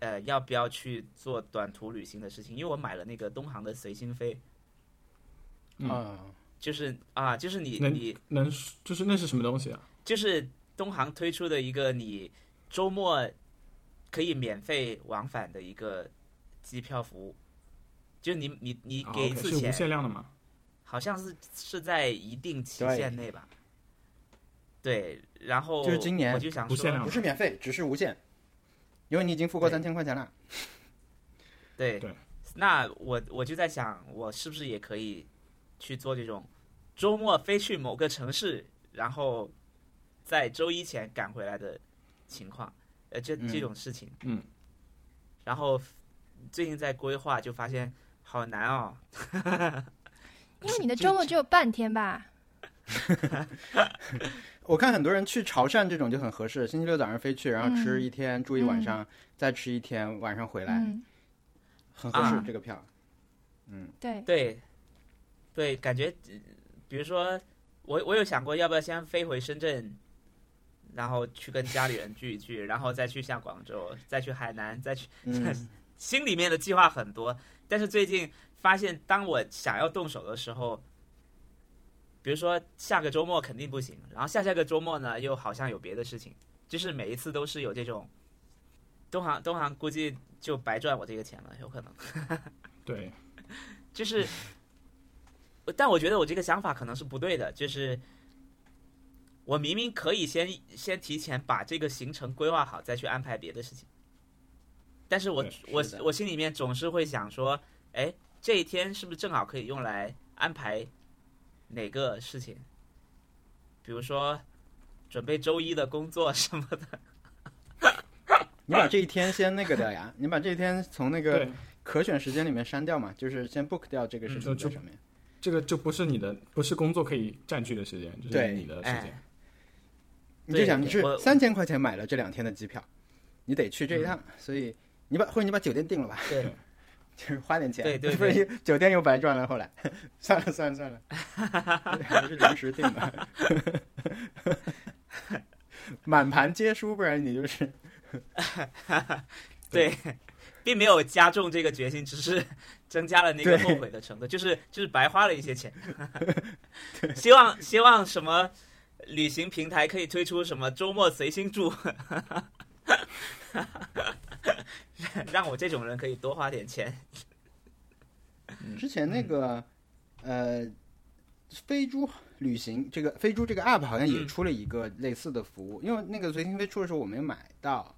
[SPEAKER 1] 呃，要不要去做短途旅行的事情，因为我买了那个东航的随心飞，
[SPEAKER 2] 嗯
[SPEAKER 4] 啊，
[SPEAKER 1] 就是啊，就是你
[SPEAKER 2] 能
[SPEAKER 1] 你
[SPEAKER 2] 能就是那是什么东西啊？
[SPEAKER 1] 就是东航推出的一个你周末可以免费往返的一个机票服务，就你你你
[SPEAKER 2] 啊
[SPEAKER 1] 给一
[SPEAKER 2] OK，
[SPEAKER 1] 次
[SPEAKER 2] 是
[SPEAKER 1] 钱
[SPEAKER 2] 无，限量的吗？
[SPEAKER 1] 好像是是在一定期
[SPEAKER 4] 对
[SPEAKER 1] 限内吧。对，然后
[SPEAKER 4] 就是今年
[SPEAKER 1] 我就想
[SPEAKER 2] 无限
[SPEAKER 1] 说，
[SPEAKER 2] 量
[SPEAKER 4] 不是免费，只是无限，因为你已经付过
[SPEAKER 2] 对
[SPEAKER 4] 三千块钱了。
[SPEAKER 1] 对，
[SPEAKER 2] 对
[SPEAKER 1] 那我我就在想，我是不是也可以去做这种周末飞去某个城市，然后在周一前赶回来的情况，呃，这
[SPEAKER 4] 嗯
[SPEAKER 1] 这种事情，
[SPEAKER 2] 嗯
[SPEAKER 1] 然后最近在规划，就发现好难哦，
[SPEAKER 3] 因为你的周末只有半天吧？
[SPEAKER 4] 我看很多人去潮汕这种就很合适，星期六早上飞去，然后吃
[SPEAKER 3] 嗯
[SPEAKER 4] 一天，住一晚上，再吃一天，晚上回来，
[SPEAKER 3] 嗯，
[SPEAKER 4] 很合适
[SPEAKER 1] 啊
[SPEAKER 4] 这个
[SPEAKER 1] <laughs>
[SPEAKER 4] 票。嗯，
[SPEAKER 3] 对，
[SPEAKER 1] 对，对，感觉，呃比如说，我我有想过，要不要先飞回深圳，然后去跟家里人聚一聚，然后再去下广州，再去海南，再去。
[SPEAKER 4] 嗯，
[SPEAKER 1] 心里面的计划很多，但是最近发现，当我想要动手的时候，比如说下个周末肯定不行，然后下下个周末呢又好像有别的事情，就是每一次都是有这种，东航东航估计就白赚我这个钱了，有可能。
[SPEAKER 2] 对，
[SPEAKER 1] 就是，但我觉得我这个想法可能是不对的，就是我明明可以先先提前把这个行程规划好，再去安排别的事情，但是我
[SPEAKER 2] 对
[SPEAKER 1] 我
[SPEAKER 4] 是的
[SPEAKER 1] 我心里面总是会想说，哎，这一天是不是正好可以用来安排哪个事情？比如说准备周一的工作什么的，
[SPEAKER 4] 你把这一天先那个掉呀，你把这一天从那个
[SPEAKER 2] 对，
[SPEAKER 4] 可选时间里面删掉嘛，就是先 book 掉这个事情
[SPEAKER 2] 嗯就
[SPEAKER 4] 在上面。
[SPEAKER 2] 这个就不是你的，不是工作可以占据的时间，这是
[SPEAKER 4] 对
[SPEAKER 2] 你的时间
[SPEAKER 1] 哎。，
[SPEAKER 4] 你就想你是
[SPEAKER 1] 我
[SPEAKER 4] 三千块钱买了
[SPEAKER 2] 嗯
[SPEAKER 4] 这两天的机票，你得去这一趟，所以你把或者你把酒店定了吧。 <laughs>
[SPEAKER 1] 对，
[SPEAKER 4] 就是花点钱，
[SPEAKER 1] 对对
[SPEAKER 4] 不是酒店又白赚了。后来 <laughs> 算了算
[SPEAKER 1] <laughs>
[SPEAKER 4] 了算了，还是临时订的， <laughs> 满盘皆输，不然你就是
[SPEAKER 1] 对，并没有加重这个决心，只是增加了那个后悔的程度，就是就是白花了一些钱。希望希望什么旅行平台可以推出什么周末随心住， <laughs> 让我这种人可以多花点钱。
[SPEAKER 4] 之前
[SPEAKER 1] 嗯
[SPEAKER 4] 那个呃飞猪旅行这个飞猪这个 app 好像也
[SPEAKER 1] 嗯
[SPEAKER 4] 出了一个类似的服务，因为那个随心飞出的时候我没买到，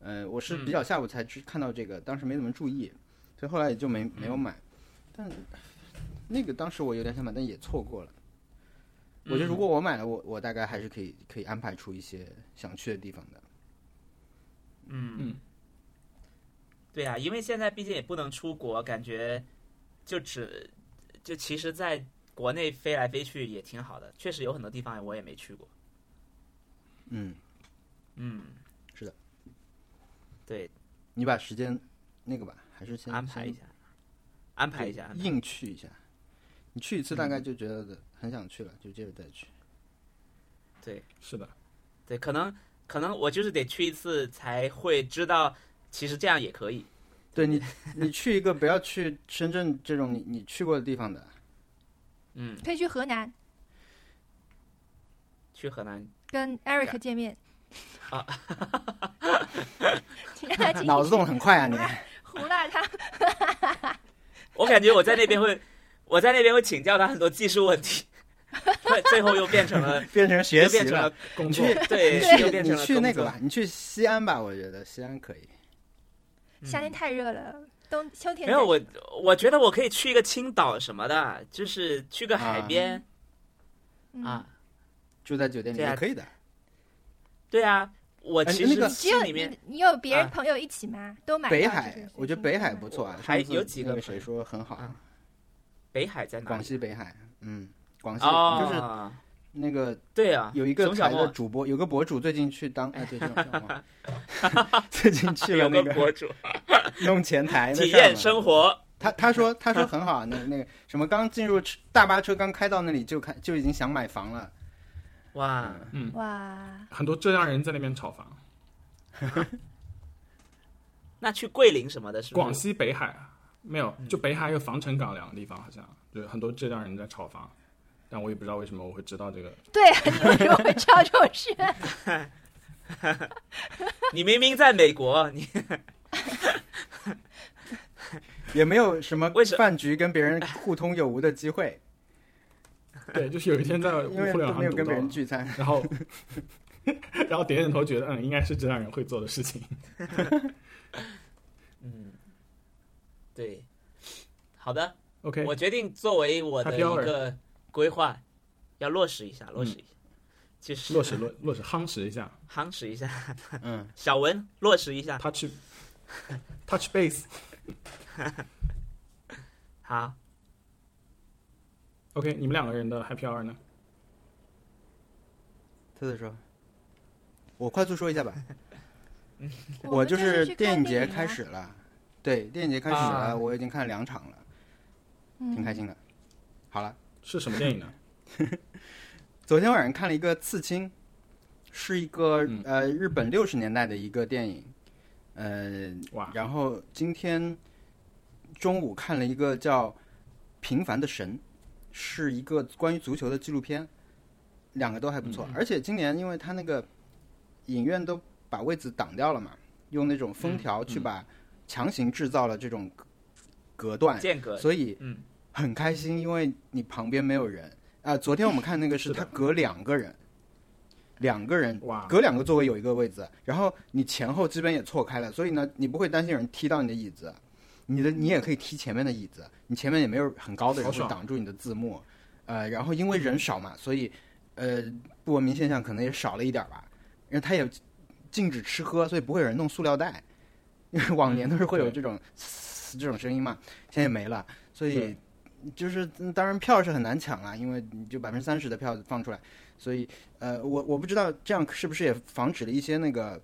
[SPEAKER 4] 呃，我是
[SPEAKER 1] 嗯
[SPEAKER 4] 比较下午才知看到这个，当时没怎么注意，所以后来也就没
[SPEAKER 1] 嗯
[SPEAKER 4] 没有买。但那个当时我有点想买，但也错过了。我
[SPEAKER 1] 嗯
[SPEAKER 4] 觉得如果我买了，我我大概还是可以可以安排出一些想去的地方的。
[SPEAKER 1] 对啊，因为现在毕竟也不能出国，感觉就只就其实在国内飞来飞去也挺好的，确实有很多地方我也没去过。
[SPEAKER 4] 嗯，
[SPEAKER 1] 嗯，
[SPEAKER 4] 是的，
[SPEAKER 1] 对，
[SPEAKER 4] 你把时间那个吧，还是先
[SPEAKER 1] 安排一
[SPEAKER 4] 先
[SPEAKER 1] 下，安排一下，嗯安排
[SPEAKER 4] 硬去一下。你去一次大概就觉得很想去了，就接着再去。
[SPEAKER 2] 是的，
[SPEAKER 1] 对，可能可能我就是得去一次才会知道，其实这样也可以。
[SPEAKER 4] 对你，你去一个不要去深圳这种你你去过的地
[SPEAKER 1] <laughs>
[SPEAKER 4] 方的，
[SPEAKER 1] 嗯，
[SPEAKER 3] 可以去河南
[SPEAKER 1] 去河南，
[SPEAKER 3] 跟 Eric 见面。
[SPEAKER 1] 啊，
[SPEAKER 3] <laughs> 请让他进
[SPEAKER 4] 脑子动得很快啊
[SPEAKER 1] <laughs>
[SPEAKER 4] 你。
[SPEAKER 3] 胡辣他。
[SPEAKER 1] 我感觉我在那边会，我在那边会请教他很多技术问题， <laughs> 最后又变成了，
[SPEAKER 4] 变成学
[SPEAKER 1] 又
[SPEAKER 4] 习
[SPEAKER 1] 变成了，
[SPEAKER 2] 工
[SPEAKER 4] 去
[SPEAKER 2] 作
[SPEAKER 4] <laughs>
[SPEAKER 1] 对，又变
[SPEAKER 4] 你
[SPEAKER 1] 成了
[SPEAKER 4] 去
[SPEAKER 1] 工
[SPEAKER 4] 那个
[SPEAKER 1] 作
[SPEAKER 4] 吧，你去西安吧，我觉得西安可以。
[SPEAKER 3] 夏天太热了，冬秋天
[SPEAKER 1] 嗯没有
[SPEAKER 3] 再
[SPEAKER 1] 我，我觉得我可以去一个青岛什么的，就是去
[SPEAKER 4] 啊
[SPEAKER 1] 个海边
[SPEAKER 3] 嗯
[SPEAKER 1] 啊。
[SPEAKER 4] 住在酒店里
[SPEAKER 1] 对啊
[SPEAKER 4] 也可以的，
[SPEAKER 1] 对啊，我
[SPEAKER 4] 哎
[SPEAKER 1] 其
[SPEAKER 4] 那
[SPEAKER 1] 实
[SPEAKER 4] 个
[SPEAKER 3] 只有
[SPEAKER 1] 心里面
[SPEAKER 3] 你，你有别人
[SPEAKER 1] 啊
[SPEAKER 3] 朋友一起吗？都买
[SPEAKER 4] 北
[SPEAKER 3] 到这
[SPEAKER 4] 海
[SPEAKER 3] 个，
[SPEAKER 4] 我觉
[SPEAKER 3] 水
[SPEAKER 4] 得北
[SPEAKER 3] 晶
[SPEAKER 4] 海
[SPEAKER 3] 宫
[SPEAKER 4] 不
[SPEAKER 3] 吗
[SPEAKER 4] 错啊。
[SPEAKER 1] 还
[SPEAKER 4] 上次
[SPEAKER 1] 有几个
[SPEAKER 4] 那个
[SPEAKER 1] 朋
[SPEAKER 4] 谁
[SPEAKER 1] 友
[SPEAKER 4] 说很好，
[SPEAKER 1] 啊北海在哪
[SPEAKER 4] 广
[SPEAKER 1] 里？
[SPEAKER 4] 西北海，嗯，广西、就是
[SPEAKER 1] 哦，
[SPEAKER 4] 那个
[SPEAKER 1] 对啊，
[SPEAKER 4] 有一个
[SPEAKER 1] 熊小
[SPEAKER 4] 台的
[SPEAKER 1] 莫
[SPEAKER 4] 主播，有个博主最近去当，哎，对，熊小莫
[SPEAKER 1] <laughs>
[SPEAKER 4] 最近去了
[SPEAKER 1] 有
[SPEAKER 4] 那
[SPEAKER 1] 个
[SPEAKER 4] 个
[SPEAKER 1] 博主
[SPEAKER 4] <laughs> 弄前台的
[SPEAKER 1] 体
[SPEAKER 4] 事儿
[SPEAKER 1] 验
[SPEAKER 4] 嘛
[SPEAKER 1] 生活，
[SPEAKER 4] 他他说他说很好，那那个什么刚进入车大巴车刚开到那里就开就已经想买房了，
[SPEAKER 1] 哇，
[SPEAKER 4] 嗯
[SPEAKER 3] 哇，
[SPEAKER 2] 很多浙江人在那边炒房，
[SPEAKER 1] 那去桂林什么的，是不是
[SPEAKER 2] 广西北海没有，
[SPEAKER 4] 嗯
[SPEAKER 2] 就北海有防城港两个地方，好像就是很多浙江人在炒房，但我也不知道为什么我会知道这
[SPEAKER 4] <laughs>
[SPEAKER 2] 个。
[SPEAKER 3] 对啊， <laughs> 你为什么会知道这种事？
[SPEAKER 1] 你明明在美国，你
[SPEAKER 4] 也没有什么
[SPEAKER 1] 为什
[SPEAKER 4] 饭局跟别人互通有无的机会，
[SPEAKER 2] 对，就是有一天在呃互
[SPEAKER 4] 因为
[SPEAKER 2] 联
[SPEAKER 4] 都
[SPEAKER 2] 网
[SPEAKER 4] 没
[SPEAKER 2] 上
[SPEAKER 4] 有
[SPEAKER 2] 读
[SPEAKER 4] 跟别
[SPEAKER 2] 到
[SPEAKER 4] 人
[SPEAKER 2] 了，
[SPEAKER 4] 聚餐。
[SPEAKER 2] 然后然后点点头，觉得嗯，应该是浙江人会做的
[SPEAKER 4] <laughs>
[SPEAKER 2] 事情。
[SPEAKER 1] 对，好的，
[SPEAKER 2] OK，
[SPEAKER 1] 我决定作为我的
[SPEAKER 2] Happy
[SPEAKER 1] 一
[SPEAKER 2] hour
[SPEAKER 1] 个规划，要落实一下，
[SPEAKER 4] 嗯
[SPEAKER 1] 落实一下，就是
[SPEAKER 2] 落实落落实夯实一下
[SPEAKER 1] 夯实一下。
[SPEAKER 4] 嗯，
[SPEAKER 1] 小文落实
[SPEAKER 4] 啊
[SPEAKER 1] 一下，
[SPEAKER 2] ，touch touch base。
[SPEAKER 1] 好，
[SPEAKER 2] OK，你们两个人的 Happy Hour 呢？
[SPEAKER 4] 特特说，我快速说一下吧，
[SPEAKER 3] 们
[SPEAKER 4] 就
[SPEAKER 3] 就是去看
[SPEAKER 4] 电影
[SPEAKER 3] 电
[SPEAKER 4] 节
[SPEAKER 3] 影啊
[SPEAKER 4] 开始了，对，电影节开始
[SPEAKER 1] 啊
[SPEAKER 4] 了，我已经看了两场了，
[SPEAKER 3] 嗯
[SPEAKER 4] 挺开心的。好了，
[SPEAKER 2] 是什么电影
[SPEAKER 4] <laughs>
[SPEAKER 2] 呢？
[SPEAKER 4] 昨天晚上看了一个《刺青》，是一个
[SPEAKER 2] 嗯
[SPEAKER 4] 呃日本六十年代的一个电影，呃，
[SPEAKER 2] 哇，
[SPEAKER 4] 然后今天中午看了一个叫《平凡的神》，是一个关于足球的纪录片，两个都还不
[SPEAKER 2] 嗯
[SPEAKER 4] 错。而且今年因为它那个影院都把位子挡掉了嘛，用那种
[SPEAKER 2] 嗯
[SPEAKER 4] 封条去把强行制造了这种隔隔断，
[SPEAKER 1] 间隔
[SPEAKER 4] 哎所以
[SPEAKER 1] 嗯
[SPEAKER 4] 很开心，因为你旁边没有人。啊、昨天我们看那个是
[SPEAKER 2] 是的
[SPEAKER 4] 它隔两个人，两个人
[SPEAKER 2] 哇
[SPEAKER 4] 隔两个座位有一个位置，然后你前后基本也错开了，所以呢，你不会担心有人踢到你的椅子，你的
[SPEAKER 2] 嗯
[SPEAKER 4] 你也可以踢前面的椅子，你前面也没有很高的人
[SPEAKER 2] 好
[SPEAKER 4] 会
[SPEAKER 2] 爽
[SPEAKER 4] 挡住你的字幕，呃，然后因为人少
[SPEAKER 2] <laughs>
[SPEAKER 4] 嘛，所以呃不文明现象可能也少了一点儿吧，因为他也禁止吃喝，所以不会有人弄塑料袋，因为往年都是会有
[SPEAKER 2] 对
[SPEAKER 4] 这种嘶这种声音嘛，现在也没了，所以
[SPEAKER 2] 对
[SPEAKER 4] 就是嗯当然票是很难抢啦，因为你就百分之三十的票放出来，所以呃，我我不知道这样是不是也防止了一些那个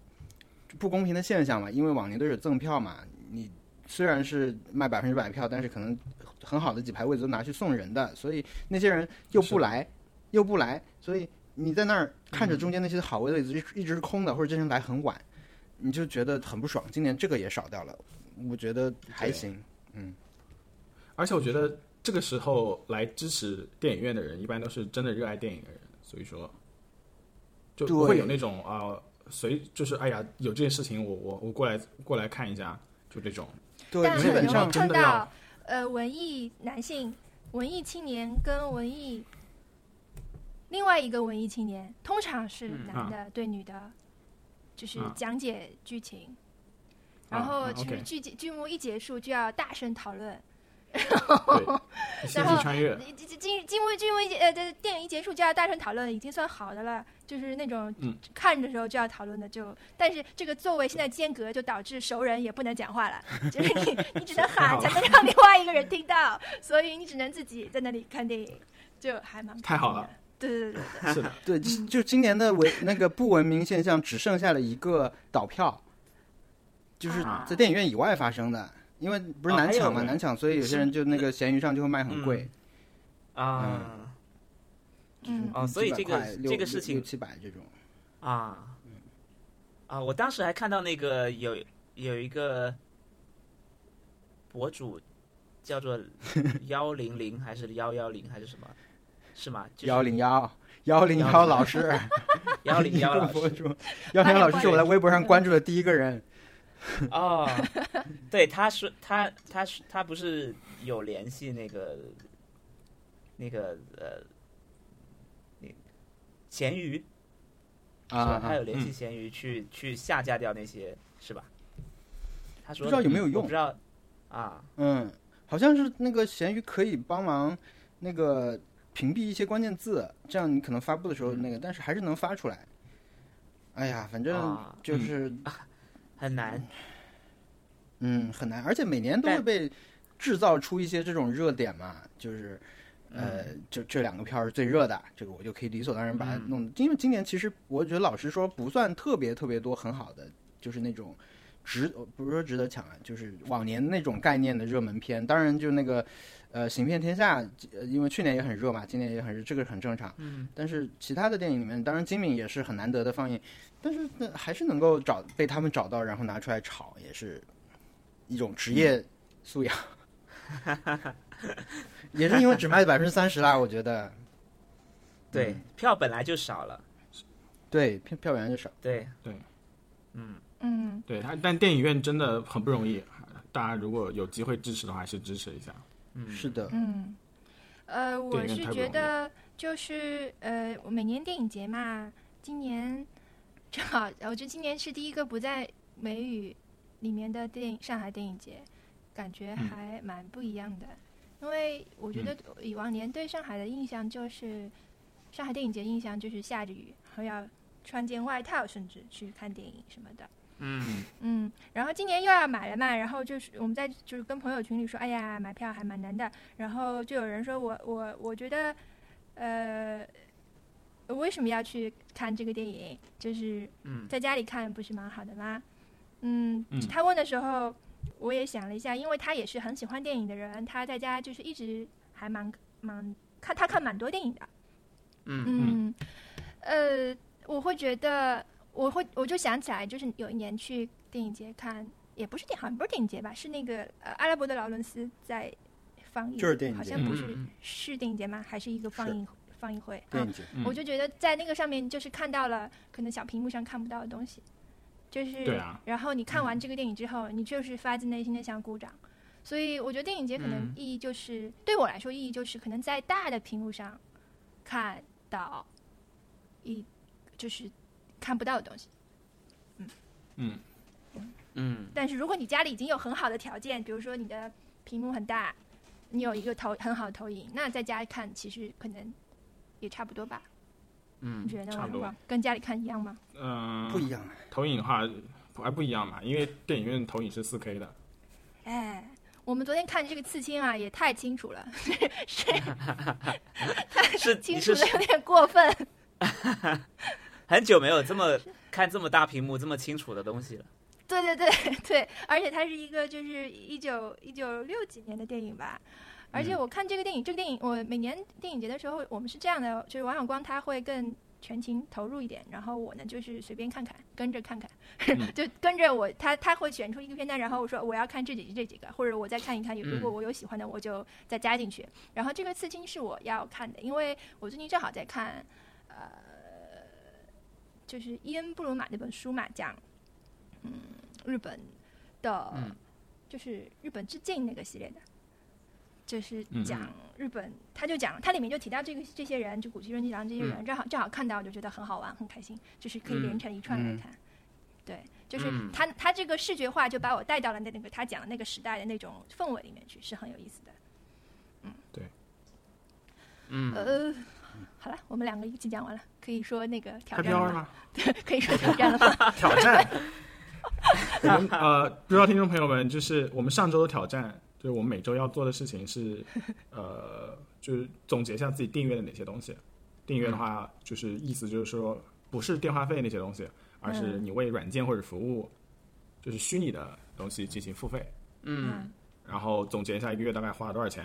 [SPEAKER 4] 不公平的现象嘛？因为往年都有赠票嘛，你虽然是卖百分之百票，但是可能很好的几排位置都拿去送人的，所以那些人又不来，又不来，所以你在那儿看着中间那些好位置一直一直是空的，或者这些人来很晚，你就觉得很不爽。今年这个也少掉了，我觉得还行，嗯。
[SPEAKER 2] 而且我觉得这个时候来支持电影院的人，一般都是真的热爱电影的人，所以说就不会有那种啊、随就是哎呀有这件事情我我我过来过来看一下，就这种。
[SPEAKER 4] 对，
[SPEAKER 3] 但
[SPEAKER 4] 基
[SPEAKER 3] 很
[SPEAKER 4] 本
[SPEAKER 3] 容易
[SPEAKER 4] 上
[SPEAKER 2] 真
[SPEAKER 3] 看
[SPEAKER 2] 的要
[SPEAKER 3] 到，呃，文艺男性、文艺青年跟文艺另外一个文艺青年，通常是
[SPEAKER 1] 嗯
[SPEAKER 3] 男的对女的，就是
[SPEAKER 2] 啊
[SPEAKER 3] 讲解剧情，
[SPEAKER 2] 啊
[SPEAKER 3] 然后
[SPEAKER 2] 啊
[SPEAKER 3] 就是
[SPEAKER 2] OK
[SPEAKER 3] 剧集剧目一结束就要大声讨论，
[SPEAKER 2] 对，
[SPEAKER 3] <laughs>
[SPEAKER 2] 星际穿越，
[SPEAKER 3] 这这剧剧目剧目一结呃，这电影一结束就要大声讨论，已经算好的了。就是那种
[SPEAKER 2] 嗯
[SPEAKER 3] 看的时候就要讨论的，就但是这个座位现在间隔就导致熟人也不能讲话了， <laughs> 就是你你只能
[SPEAKER 2] <laughs> 啊
[SPEAKER 3] 喊才能让另外一个人听到，所以你只能自己在那里看电影，就还蛮
[SPEAKER 2] 太好了。
[SPEAKER 3] 对对对对对，
[SPEAKER 2] 是的，
[SPEAKER 4] 对，就
[SPEAKER 1] 嗯
[SPEAKER 4] 就今年的文那个不文明现象只剩下了一个倒票，就是
[SPEAKER 3] 啊
[SPEAKER 4] 在电影院以外发生的，因为不是
[SPEAKER 1] 啊
[SPEAKER 4] 难
[SPEAKER 1] 还有
[SPEAKER 4] 抢嘛，
[SPEAKER 1] 呢
[SPEAKER 4] 难抢，所以有些人就那个闲鱼上就会卖很贵，
[SPEAKER 1] 啊
[SPEAKER 3] 嗯
[SPEAKER 2] 啊
[SPEAKER 1] 哦所以
[SPEAKER 4] 几
[SPEAKER 1] 这
[SPEAKER 4] 百块
[SPEAKER 1] 个
[SPEAKER 4] 六
[SPEAKER 1] 这个事情
[SPEAKER 4] 六七百这种，
[SPEAKER 1] 啊啊！我当时还看到那个有有一个博主叫
[SPEAKER 4] <laughs>
[SPEAKER 1] 做幺零零还是幺幺零还是什么，是吗？
[SPEAKER 4] 幺零幺幺零幺老
[SPEAKER 1] <laughs>
[SPEAKER 4] 师，
[SPEAKER 1] 幺
[SPEAKER 4] <laughs>
[SPEAKER 1] 零幺老
[SPEAKER 4] 博
[SPEAKER 1] 师
[SPEAKER 4] 主，幺零幺老师是我在微博上关注的第一个人，
[SPEAKER 1] 哦，对，他说他他是他不是有联系那个那个呃，那咸鱼
[SPEAKER 4] 啊
[SPEAKER 1] 是吧？
[SPEAKER 4] 啊，
[SPEAKER 1] 他
[SPEAKER 4] 啊
[SPEAKER 1] 有联系咸鱼去、去下架掉那些是吧？他说
[SPEAKER 4] 不知道有没有
[SPEAKER 1] 嗯我
[SPEAKER 4] 用
[SPEAKER 1] 不知道啊，
[SPEAKER 4] 嗯，好像是那个闲鱼可以帮忙那个屏蔽一些关键字，这样你可能发布的时候那个，但是还是能发出来。哎呀，反正
[SPEAKER 1] 啊
[SPEAKER 4] 就是
[SPEAKER 1] 很难。
[SPEAKER 4] 嗯很难，而且每年都会
[SPEAKER 1] 但
[SPEAKER 4] 被制造出一些这种热点嘛，就是呃，
[SPEAKER 1] 嗯
[SPEAKER 4] 就这两个片儿是最热的，这个我就可以理所当然把它弄。因为今年其实我觉得老实说不算特别特别多很好的，就是那种值呃不是说值得抢啊，就是往年那种概念的热门片。当然就那个呃《行骗天下》呃，因为去年也很热嘛，今年也很热，这个很正常。
[SPEAKER 1] 嗯，
[SPEAKER 4] 但是其他的电影里面，当然《金敏》也是很难得的放映，但是那还是能够找被他们找到，然后拿出来炒，也是一种职
[SPEAKER 2] 嗯
[SPEAKER 4] 业素
[SPEAKER 2] <laughs>
[SPEAKER 4] 养。也是因为只卖百分之三十啦，我觉得。
[SPEAKER 1] 对，
[SPEAKER 4] 嗯
[SPEAKER 1] 票本来就少了，
[SPEAKER 4] 对，票票源就少。
[SPEAKER 1] 对，
[SPEAKER 3] 嗯，
[SPEAKER 2] 对他，但电影院真的很不容易。大家如果有机会支持的话，还是支持一下。
[SPEAKER 1] 嗯，
[SPEAKER 4] 是的，
[SPEAKER 3] 嗯，呃，我
[SPEAKER 2] 电影
[SPEAKER 3] 是
[SPEAKER 2] 院太不
[SPEAKER 3] 觉
[SPEAKER 2] 容易
[SPEAKER 3] 得就是呃，我每年电影节嘛，今年正好，我觉得今年是第一个不在美语里面的电影上海电影节，感觉
[SPEAKER 2] 嗯
[SPEAKER 3] 还蛮不一样的。因为我觉得以往年对上海的印象就是，上海电影节印象就是下着雨，然后要穿件外套，甚至去看电影什么的。
[SPEAKER 1] 嗯
[SPEAKER 3] 嗯，然后今年又要买了嘛，然后就是我们在就是跟朋友群里说，哎呀，买票还蛮难的。然后就有人说我我我觉得，呃，我为什么要去看这个电影？就是
[SPEAKER 1] 嗯
[SPEAKER 3] 在家里看不是蛮好的吗？嗯
[SPEAKER 2] 嗯，
[SPEAKER 3] 他问的时候，我也想了一下，因为他也是很喜欢电影的人，他在家就是一直还蛮蛮看他看蛮多电影的。
[SPEAKER 1] 嗯
[SPEAKER 3] 嗯，呃，我会觉得，我会我就想起来，就是有一年去电影节看，也不是电，好像不是电影节吧，是那个呃阿拉伯的劳伦斯在放映，
[SPEAKER 4] 就是电影
[SPEAKER 3] 好
[SPEAKER 4] 节
[SPEAKER 3] 像不是、
[SPEAKER 1] 嗯
[SPEAKER 3] 是电影节吗？还是一个放
[SPEAKER 4] 是
[SPEAKER 3] 映放映会？
[SPEAKER 4] 电
[SPEAKER 3] 啊
[SPEAKER 4] 影节，
[SPEAKER 2] 嗯
[SPEAKER 3] 我就觉得在那个上面就是看到了可能小屏幕上看不到的东西，就是
[SPEAKER 2] 对啊
[SPEAKER 3] 然后你看
[SPEAKER 1] 嗯
[SPEAKER 3] 完这个电影之后，你就是发自内心的想鼓掌。所以我觉得电影节可能
[SPEAKER 1] 嗯
[SPEAKER 3] 意义就是、对我来说意义就是可能在大的屏幕上看到一就是看不到的东西。
[SPEAKER 2] 嗯，
[SPEAKER 1] 嗯
[SPEAKER 3] 但是如果你家里已经有很好的条件，比如说你的屏幕很大，你有一个投很好的投影，那在家看其实可能也差不多吧。
[SPEAKER 1] 嗯
[SPEAKER 3] 你觉得
[SPEAKER 2] 差不多
[SPEAKER 3] 呢？跟家里看一样吗？
[SPEAKER 2] 嗯、
[SPEAKER 4] 不一样啊。
[SPEAKER 2] 投影的话还不一样嘛，因为电影院投影是四 K 的。
[SPEAKER 3] 哎，我们昨天看这个刺青啊，也太清楚了，是
[SPEAKER 1] 是
[SPEAKER 3] <laughs> 清
[SPEAKER 1] 你
[SPEAKER 3] 楚
[SPEAKER 1] 是
[SPEAKER 3] 的有点过分。 <laughs>
[SPEAKER 1] 很久没有这么看这么大屏幕这么清楚的东西了。
[SPEAKER 3] 对对对对，而且它是一个就是一九一九六几年的电影吧。
[SPEAKER 1] 嗯
[SPEAKER 3] 而且我看这个电影，这个电影我每年电影节的时候，我们是这样的，就是王小光他会更全情投入一点，然后我呢就是随便看看，跟着
[SPEAKER 1] <laughs>
[SPEAKER 3] 看看，就跟着我他他会选出一个片段，然后我说我要看这几这几个，或者我再看一看，
[SPEAKER 1] 嗯
[SPEAKER 3] 有如果我有喜欢的我就再加进去。然后这个《刺青》是我要看的，因为我最近正好在看，呃，就是伊恩布鲁马那本书嘛，讲嗯日本的，
[SPEAKER 1] 嗯
[SPEAKER 3] 就是日本致敬那个系列的。就是
[SPEAKER 1] 嗯
[SPEAKER 3] 讲日本，他就讲，他里面就提到这个这些人，就古籍润吉郎这些
[SPEAKER 1] 嗯
[SPEAKER 3] 人，正好正好看到，我就觉得很好玩，很开心，就是可以连成一串来看。对，就是
[SPEAKER 1] 嗯
[SPEAKER 3] 他他这个视觉化就把我带到了那那个他讲的那个时代的那种氛围里面去，是很有意思的。嗯，
[SPEAKER 2] 对。
[SPEAKER 1] 嗯
[SPEAKER 3] 呃，好了，我们两个一起讲完了，可以说那个挑
[SPEAKER 2] 开
[SPEAKER 3] 战
[SPEAKER 2] 标
[SPEAKER 3] 了
[SPEAKER 2] 了
[SPEAKER 3] 吗？
[SPEAKER 2] 吗？
[SPEAKER 3] <laughs> 可以说挑战了吗？
[SPEAKER 2] 挑战。我们呃，不知道听众朋友们，就是我们上周的挑战，就是我们每周要做的事情是，呃，就是总结一下自己订阅的哪些东西。订阅的话，就是意思就是说，不是电话费那些东西，而是你为软件或者服务，就是虚拟的东西进行付费。
[SPEAKER 1] <laughs> 嗯
[SPEAKER 2] 然后总结一下一个月大概花了多少钱，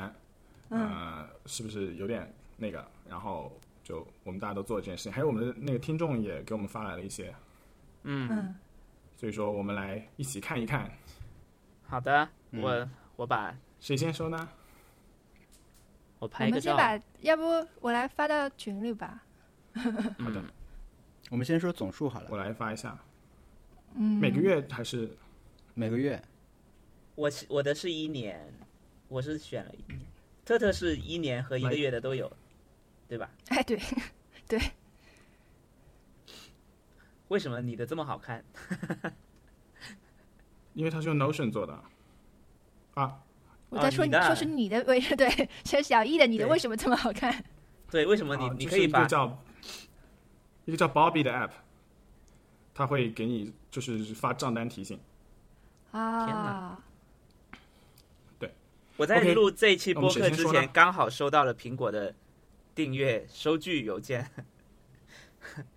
[SPEAKER 3] 嗯
[SPEAKER 2] 呃，是不是有点那个？然后就我们大家都做了这件事情，还有我们的那个听众也给我们发来了一些
[SPEAKER 1] 嗯，
[SPEAKER 3] 嗯，
[SPEAKER 2] 所以说，我们来一起看一看，
[SPEAKER 1] 好的，
[SPEAKER 4] 嗯
[SPEAKER 1] 我我把
[SPEAKER 2] 谁先说呢？
[SPEAKER 1] 我
[SPEAKER 3] 我
[SPEAKER 1] 拍一
[SPEAKER 3] 们
[SPEAKER 1] 个
[SPEAKER 3] 先
[SPEAKER 1] 照，
[SPEAKER 3] 把，要不我来发到群里吧。 <laughs>
[SPEAKER 2] 好的，
[SPEAKER 4] <laughs> 我们先说总数好了，
[SPEAKER 2] 我来发一下。
[SPEAKER 3] 嗯，
[SPEAKER 2] 每个月还是
[SPEAKER 4] 每个月
[SPEAKER 1] 我是我的是一年，我是选了一年，特特是一年和一个月的都有，对吧？
[SPEAKER 3] 哎，对，
[SPEAKER 1] 为什么你的这么好看？
[SPEAKER 2] 因为它是用 Notion 做的啊，
[SPEAKER 3] 我
[SPEAKER 1] 啊
[SPEAKER 3] 在说
[SPEAKER 1] 你
[SPEAKER 3] 你，
[SPEAKER 1] 的
[SPEAKER 3] 说是你的为 <laughs> 对，说小易的你的
[SPEAKER 1] 对
[SPEAKER 3] 为什么这么好看？
[SPEAKER 1] 对，为什么你、
[SPEAKER 2] 啊
[SPEAKER 1] 你
[SPEAKER 2] 这
[SPEAKER 1] 可
[SPEAKER 2] 是
[SPEAKER 1] 以
[SPEAKER 2] 一个
[SPEAKER 1] 把
[SPEAKER 2] 叫一个叫 Bobby 的 App，它会给你就是发账单提醒。
[SPEAKER 1] 哪
[SPEAKER 3] 啊，
[SPEAKER 1] 我在
[SPEAKER 2] OK，
[SPEAKER 1] 录这一期
[SPEAKER 2] 我们
[SPEAKER 1] 播
[SPEAKER 2] 谁
[SPEAKER 1] 客
[SPEAKER 2] 先
[SPEAKER 1] 之
[SPEAKER 2] 说
[SPEAKER 1] 前
[SPEAKER 2] 呢，
[SPEAKER 1] 刚好收到了苹果的订阅收据邮件，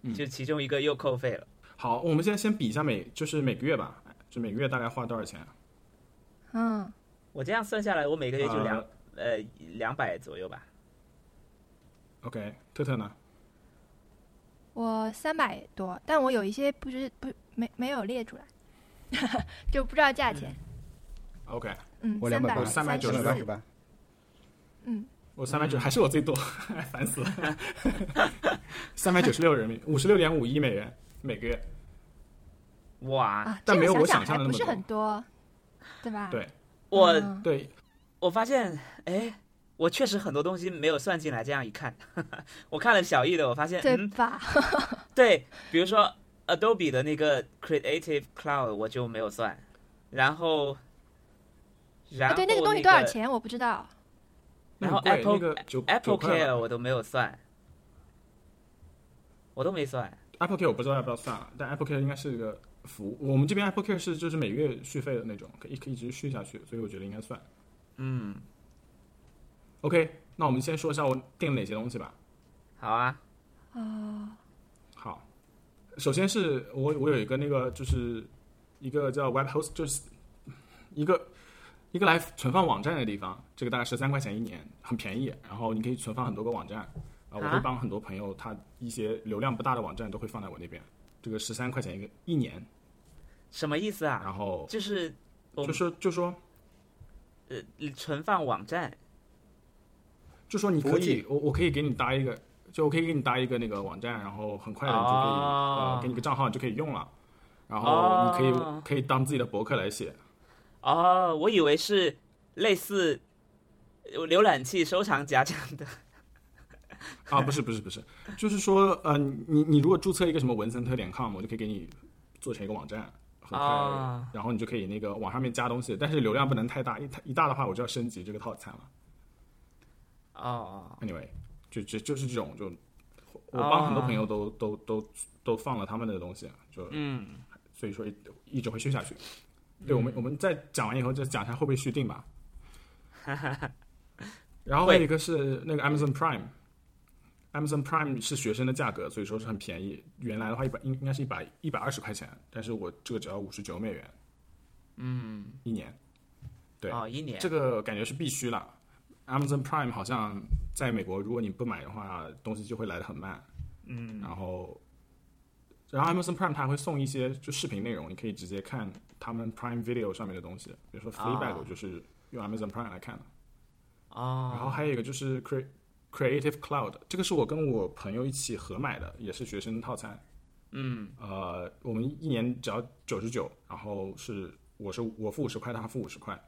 [SPEAKER 2] 嗯
[SPEAKER 1] <laughs> 就其中一个又扣费了。
[SPEAKER 2] 好，我们现在先比一下每就是每个月吧，就每个月大概花多少钱？
[SPEAKER 3] 嗯，
[SPEAKER 1] 我这样算下来，我每个月就两
[SPEAKER 2] 呃
[SPEAKER 1] 呃两百左右吧。
[SPEAKER 2] OK，特特呢？
[SPEAKER 3] 我三百多，但我有一些不知不没没有列出来， <laughs> 就不知道价钱。
[SPEAKER 2] OK，
[SPEAKER 3] 嗯，
[SPEAKER 4] 我
[SPEAKER 3] 三
[SPEAKER 4] 200
[SPEAKER 3] 百
[SPEAKER 2] 三百九
[SPEAKER 3] 十
[SPEAKER 2] 十
[SPEAKER 4] 200是
[SPEAKER 3] 四，
[SPEAKER 4] 吧？
[SPEAKER 3] 嗯，
[SPEAKER 2] 我三百九还是我最多， <laughs> 烦死了。三百九十六人民币，五十六点五一美元每个月。
[SPEAKER 1] 哇，
[SPEAKER 3] 啊，这
[SPEAKER 2] 但
[SPEAKER 3] 个
[SPEAKER 2] 没有我想
[SPEAKER 3] 想
[SPEAKER 2] 象
[SPEAKER 3] 还
[SPEAKER 2] 的那
[SPEAKER 3] 不
[SPEAKER 2] 么
[SPEAKER 3] 是
[SPEAKER 2] 多
[SPEAKER 3] 很多，对吧？
[SPEAKER 2] 对
[SPEAKER 1] 我、
[SPEAKER 3] 嗯
[SPEAKER 2] 对，
[SPEAKER 1] 我发现，哎，我确实很多东西没有算进来。这样一看， <laughs> 我看了小易的，我发现，
[SPEAKER 3] 对
[SPEAKER 1] 嗯，
[SPEAKER 3] 吧？
[SPEAKER 1] 对，比如说 Adobe 的那个 Creative Cloud 我就没有算，然后，然
[SPEAKER 3] 啊，
[SPEAKER 1] 后、
[SPEAKER 3] 对，
[SPEAKER 1] 那
[SPEAKER 3] 那个东西多少？钱我不知道。
[SPEAKER 1] 然后
[SPEAKER 2] 那很贵
[SPEAKER 1] Apple
[SPEAKER 2] 那个九
[SPEAKER 1] Apple
[SPEAKER 2] 九块
[SPEAKER 1] Care
[SPEAKER 2] 吧
[SPEAKER 1] 我都没有算，我都没算。
[SPEAKER 2] Apple Care 我不知道要不要算啊，但 Apple Care 应该是一个服务。我们这边 Apple Care 是就是每月续费的那种，可以可以一直续下去，所以我觉得应该算。
[SPEAKER 1] 嗯，
[SPEAKER 2] OK，那我们先说一下我订了哪些东西吧。
[SPEAKER 1] 好啊，
[SPEAKER 3] 啊，
[SPEAKER 2] 好，首先是我我有一个那个就是一个叫 Web Host，就是一个一个来存放网站的地方，这个大概十三块钱一年，很便宜。然后你可以存放很多个网站，啊、我会
[SPEAKER 1] 啊
[SPEAKER 2] 帮很多朋友，他一些流量不大的网站都会放在我那边。这个十三块钱一个一年，
[SPEAKER 1] 什么意思啊？
[SPEAKER 2] 然后
[SPEAKER 1] 就是我
[SPEAKER 2] 就
[SPEAKER 1] 们
[SPEAKER 2] 说就说
[SPEAKER 1] 呃存放网站
[SPEAKER 2] 就说你
[SPEAKER 4] 服
[SPEAKER 2] 可
[SPEAKER 4] 务
[SPEAKER 2] 以
[SPEAKER 4] 器，
[SPEAKER 2] 我我可以给你搭一个，就我可以给你搭一个那个网站，然后很快的你就可以、
[SPEAKER 1] 哦
[SPEAKER 2] 呃给你个账号，你就可以用了。然后
[SPEAKER 1] 哦
[SPEAKER 2] 你可以、可以当自己的博客来写，
[SPEAKER 1] 哦，我以为是类似呃浏览器收藏夹这样的。
[SPEAKER 2] 啊，不是不是不是，就是说，呃，你你如果注册一个什么文森特点 com，我就可以给你做成一个网站，很快，
[SPEAKER 1] 啊
[SPEAKER 2] 然后你就可以那个往上面加东西，但是流量不能太大，一太一大的话我就要升级这个套餐了。
[SPEAKER 1] 哦，
[SPEAKER 2] Anyway，就就就是这种，就我帮很多朋友都、都都都放了他们的东西，啊就
[SPEAKER 1] 哦嗯，
[SPEAKER 2] 所以说一一直会续下去。对，我们我们再讲完以后再讲一下会不会续订
[SPEAKER 1] <laughs>
[SPEAKER 2] 吧。然后还有一个是那个 Amazon Prime，Amazon Amazon Prime 是学生的价格，所以说是很便宜。原来的话一百应应该是一百一百二十块钱，但是我这个只要五十九美元
[SPEAKER 1] 嗯，
[SPEAKER 2] 一年，对
[SPEAKER 1] 哦，一年
[SPEAKER 2] 这个感觉是必须了。Amazon Prime 好像在美国，如果你不买的话，东西就会来的很慢。嗯，然后，然后 Amazon Prime 它还会送一些就视频内容，你可以直接看他们 Prime Video 上面的东西，比如说 Fleabag，
[SPEAKER 1] 啊
[SPEAKER 2] 我就是用 Amazon Prime 来看的。然后
[SPEAKER 1] 哦，
[SPEAKER 2] 还有一个就是 Cre Creative Cloud，这个是我跟我朋友一起合买的，也是学生套餐。
[SPEAKER 1] 嗯，
[SPEAKER 2] 呃，我们一年只要九十九，然后是我是我付五十块，他付五十块。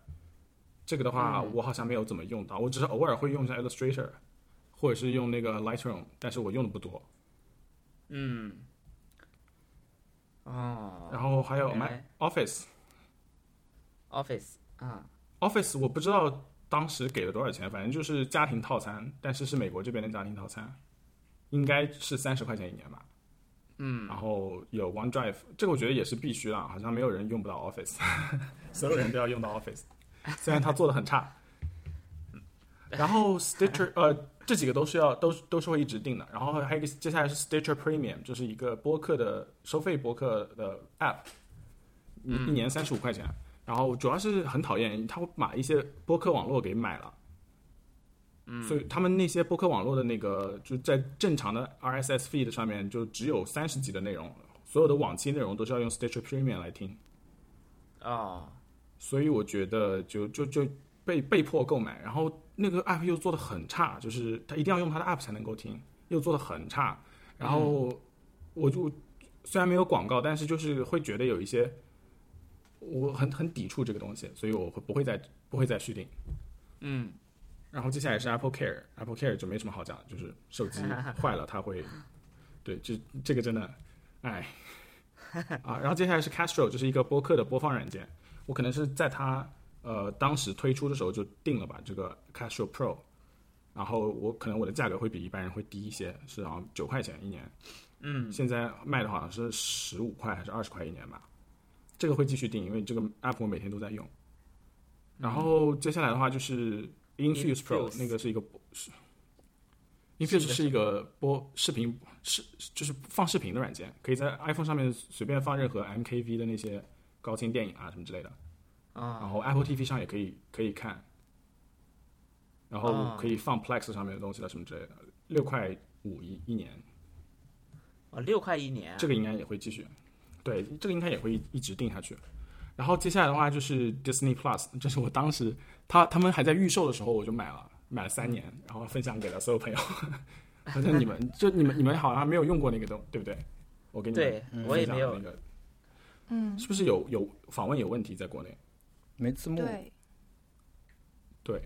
[SPEAKER 2] 这个的话，
[SPEAKER 1] 嗯
[SPEAKER 2] 我好像没有怎么用到，我只是偶尔会用一下 Illustrator，或者是用那个 Lightroom，但是我用的不多。
[SPEAKER 1] 嗯，哦
[SPEAKER 2] 然后还有
[SPEAKER 1] 原
[SPEAKER 2] My
[SPEAKER 1] 来
[SPEAKER 2] Office，Office
[SPEAKER 1] ，Office 啊，
[SPEAKER 2] 我不知道当时给了多少钱，反正就是家庭套餐，但是是美国这边的家庭套餐，应该是三十块钱一年吧。嗯，然后有 OneDrive，这个我觉得也是必须啦，好像没有人用不到 Office，所有人都要用到 Office，虽然它做的很差。然后 Stitcher 呃，这几个都是要都是都是会一直定的。然后还有一个接下来是 Stitcher Premium，就是一个播客的收费播客的 App，一一年三十五块钱。然后主要是很讨厌，他会把一些播客网络给买了。嗯，所以他们那些播客网络的那个，就在正常的 RSS feed 上面，就只有三十集的内容，所有的往期内容都是要用 Stitcher Premium 来听。
[SPEAKER 1] 哦，
[SPEAKER 2] 所以我觉得就就就被被迫购买，然后那个 app 又做的很差，就是它一定要用它的 app 才能够听，又做的很差，然后我就虽然没有广告，但是就是会觉得有一些我很很抵触这个东西，所以我会不会再不会再续订。
[SPEAKER 1] 嗯，
[SPEAKER 2] 然后接下来是 Apple Care，Apple Care 就没什么好讲，就是手机坏了它会，对，这这个真的，哎， <laughs> 啊，然后接下来是 Castro，就是一个播客的播放软件，我可能是在它呃当时推出的时候就定了吧，这个 Castro Pro，然后我可能我的价格会比一般人会低一些，是好像九块钱一年，嗯，现在卖的好像是十五块还是二十块一年吧，这个会继续定，因为这个 app 我每天都在用。然后接下来的话就是 Infuse Pro，
[SPEAKER 1] Infuse
[SPEAKER 2] 那个是一个播是 Infuse 是一个播视频是就是放视频的软件，可以在 iPhone 上面随便放任何 MKV 的那些高清电影啊什么之类的。
[SPEAKER 1] 啊
[SPEAKER 2] 然后 Apple TV 上也可以可以看，然后可以放 Plex 上面的东西了什么之类的，六块五一一年，
[SPEAKER 1] 哦，六块一年啊，
[SPEAKER 2] 这个应该也会继续，对，这个应该也会一直定下去。然后接下来的话就是 Disney Plus，这是我当时他他们还在预售的时候我就买了，买了三年，然后分享给了所有朋友。 <laughs> 反正你们就你们你们好像没有用过那个东，对不对？我给你们
[SPEAKER 1] 对我也
[SPEAKER 2] 分享
[SPEAKER 1] 没有
[SPEAKER 2] 那个，
[SPEAKER 3] 嗯，
[SPEAKER 2] 是不是有有访问有问题在国内？
[SPEAKER 4] 没字幕，
[SPEAKER 3] 对，
[SPEAKER 2] 对。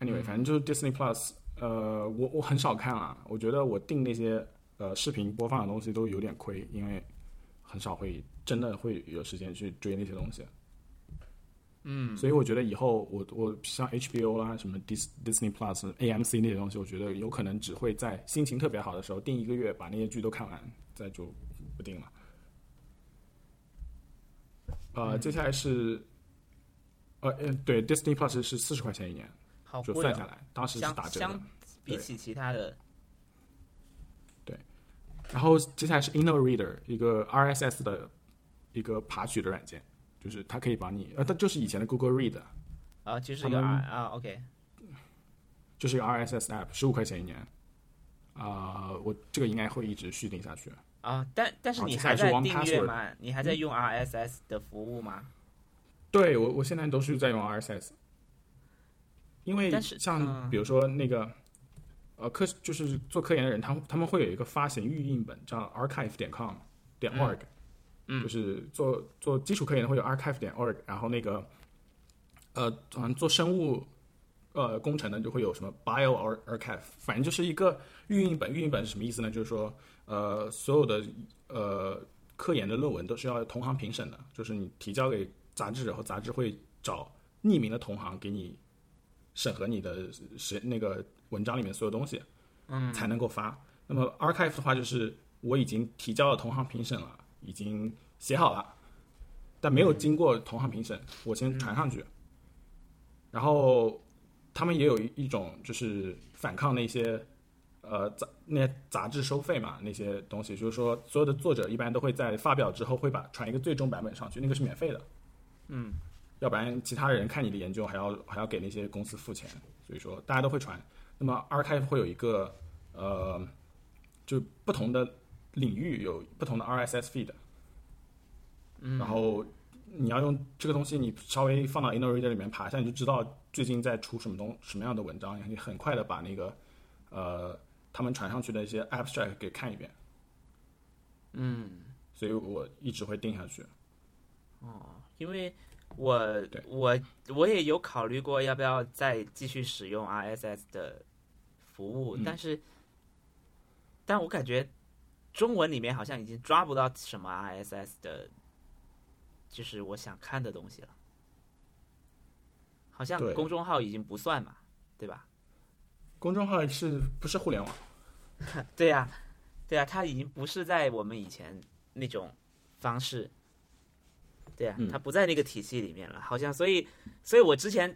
[SPEAKER 2] Anyway，反正就是 Disney Plus，呃，我我很少看啊，我觉得我订那些呃视频播放的东西都有点亏，因为很少会真的会有时间去追那些东西。嗯，所以我觉得以后我我像 HBO 啦、什么 Dis Disney Plus、AMC 那些东西，我觉得有可能只会在心情特别好的时候订一个月，把那些剧都看完，再就不订了。呃，接下来是呃，呃对，Disney Plus 是四十块钱一年，
[SPEAKER 1] 好
[SPEAKER 2] 就
[SPEAKER 1] 贵
[SPEAKER 2] 算下
[SPEAKER 1] 哦，
[SPEAKER 2] 来，当时是打折
[SPEAKER 1] 相
[SPEAKER 2] 的
[SPEAKER 1] 相。比起其他的，
[SPEAKER 2] 然后接下来是 Inno Reader，一个 RSS 的一个爬取的软件，就是它可以把你，呃，它就是以前的 Google Read，
[SPEAKER 1] 啊，就是
[SPEAKER 2] 他
[SPEAKER 1] 有
[SPEAKER 2] 们
[SPEAKER 1] 啊啊，OK，
[SPEAKER 2] 就是一个 RSS app，十五块钱一年。啊、我这个应该会一直续订下去。
[SPEAKER 1] 啊，但但是
[SPEAKER 2] 好
[SPEAKER 1] 你
[SPEAKER 2] 接下
[SPEAKER 1] 还
[SPEAKER 2] 来是
[SPEAKER 1] 在
[SPEAKER 2] One
[SPEAKER 1] 订阅
[SPEAKER 2] Password 嗯
[SPEAKER 1] 吗？你还在用 RSS 的服务吗？
[SPEAKER 2] 对我，我现在都是在用 RSS，因为
[SPEAKER 1] 但是
[SPEAKER 2] 像
[SPEAKER 1] 嗯
[SPEAKER 2] 比如说那个，呃，科就是做科研的人，他们他们会有一个发行预印本，叫 archive 点 com 点 org，、
[SPEAKER 1] 嗯
[SPEAKER 2] 就是做做基础科研的会有 archive 点 org，然后那个，呃，好像做生物。呃，工程呢就会有什么 bio ar- archive，反正就是一个预印本。预印本是什么意思呢？就是说，呃，所有的呃科研的论文都是要同行评审的，就是你提交给杂志，然后杂志会找匿名的同行给你审核你的是那个文章里面所有东西，嗯，才能够发。那么 archive 的话，就是我已经提交了同行评审了，已经写好了，但没有经过同行评审，我先传上去。然后他们也有一一种就是反抗那些呃杂那些杂志收费嘛，那些东西，就是说所有的作者一般都会在发表之后会把传一个最终版本上去，那个是免费的，
[SPEAKER 1] 嗯，
[SPEAKER 2] 要不然其他人看你的研究还要还要给那些公司付钱，所以说大家都会传。那么 archive 会有一个呃，就不同的领域有不同的 RSS feed，
[SPEAKER 1] 嗯
[SPEAKER 2] 然后你要用这个东西，你稍微放到 InnoReader 里面爬一下，你就知道最近在出什么东什么样的文章，你很快的把那个呃他们传上去的一些 abstract 给看一遍。
[SPEAKER 1] 嗯。
[SPEAKER 2] 所以我一直会定下去。
[SPEAKER 1] 因为我
[SPEAKER 2] 对
[SPEAKER 1] 我我也有考虑过要不要再继续使用 RSS 的服务，
[SPEAKER 2] 嗯
[SPEAKER 1] 但是，但我感觉中文里面好像已经抓不到什么 RSS 的，就是我想看的东西了。好像
[SPEAKER 2] 对
[SPEAKER 1] 公众号已经不算嘛，对吧？
[SPEAKER 2] 公众号是不是互联网？
[SPEAKER 1] 对呀、对呀、它已经不是在我们以前那种方式，对呀、
[SPEAKER 2] 嗯
[SPEAKER 1] 它不在那个体系里面了，好像，所以，所以我之前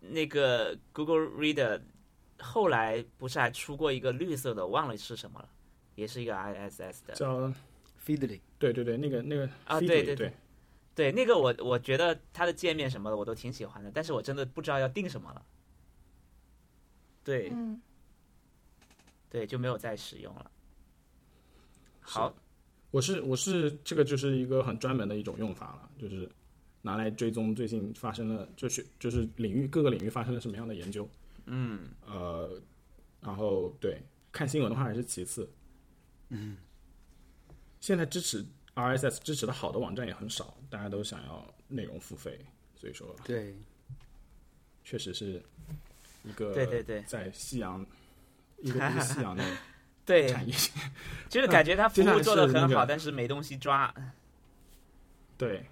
[SPEAKER 1] 那个 Google Reader 后来不是还出过一个绿色的，忘了是什么了，也是一个 ISS 的，
[SPEAKER 2] 叫
[SPEAKER 4] Feedly，
[SPEAKER 2] 对对对，那个那个
[SPEAKER 1] 啊
[SPEAKER 2] Feedly，
[SPEAKER 1] 对
[SPEAKER 2] 对
[SPEAKER 1] 对对对，那个我我觉得它的界面什么的我都挺喜欢的，但是我真的不知道要定什么了，对
[SPEAKER 3] 嗯，
[SPEAKER 1] 对，就没有再使用了。好，
[SPEAKER 2] 我是我是这个就是一个很专门的一种用法了，就是拿来追踪最近发生了就是就是领域各个领域发生了什么样的研究。嗯，呃，然后对看新闻的话还是其次。嗯，现在支持 RSS 支持的好的网站也很少，大家都想要内容付费，所以说
[SPEAKER 4] 对，
[SPEAKER 2] 确实是一个
[SPEAKER 1] 对对对
[SPEAKER 2] 在夕阳一个一个夕阳的
[SPEAKER 1] <laughs> 对，
[SPEAKER 2] 产业。
[SPEAKER 1] 就是感觉他服
[SPEAKER 2] 接下
[SPEAKER 1] 务
[SPEAKER 2] 来
[SPEAKER 1] 做的
[SPEAKER 2] 是
[SPEAKER 1] 很
[SPEAKER 2] 那
[SPEAKER 1] 好，
[SPEAKER 2] 个
[SPEAKER 1] 但是没东西抓。
[SPEAKER 2] 对，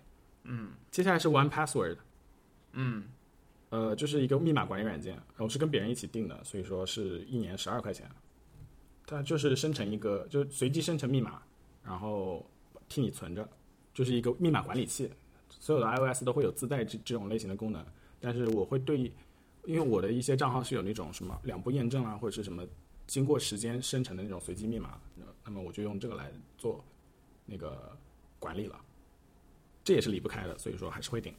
[SPEAKER 2] 嗯，接下来是 One Password，
[SPEAKER 1] 嗯
[SPEAKER 2] 呃，就是一个密码管理软件，呃我是跟别人一起订的，所以说是一年十二块钱。它就是生成一个，就是随机生成密码，然后替你存着，就是一个密码管理器。所有的 iOS 都会有自带这这种类型的功能，但是我会对，因为我的一些账号是有那种什么两步验证啊，或者是什么经过时间生成的那种随机密码，那那么我就用这个来做那个管理了，这也是离不开的，所以说还是会顶。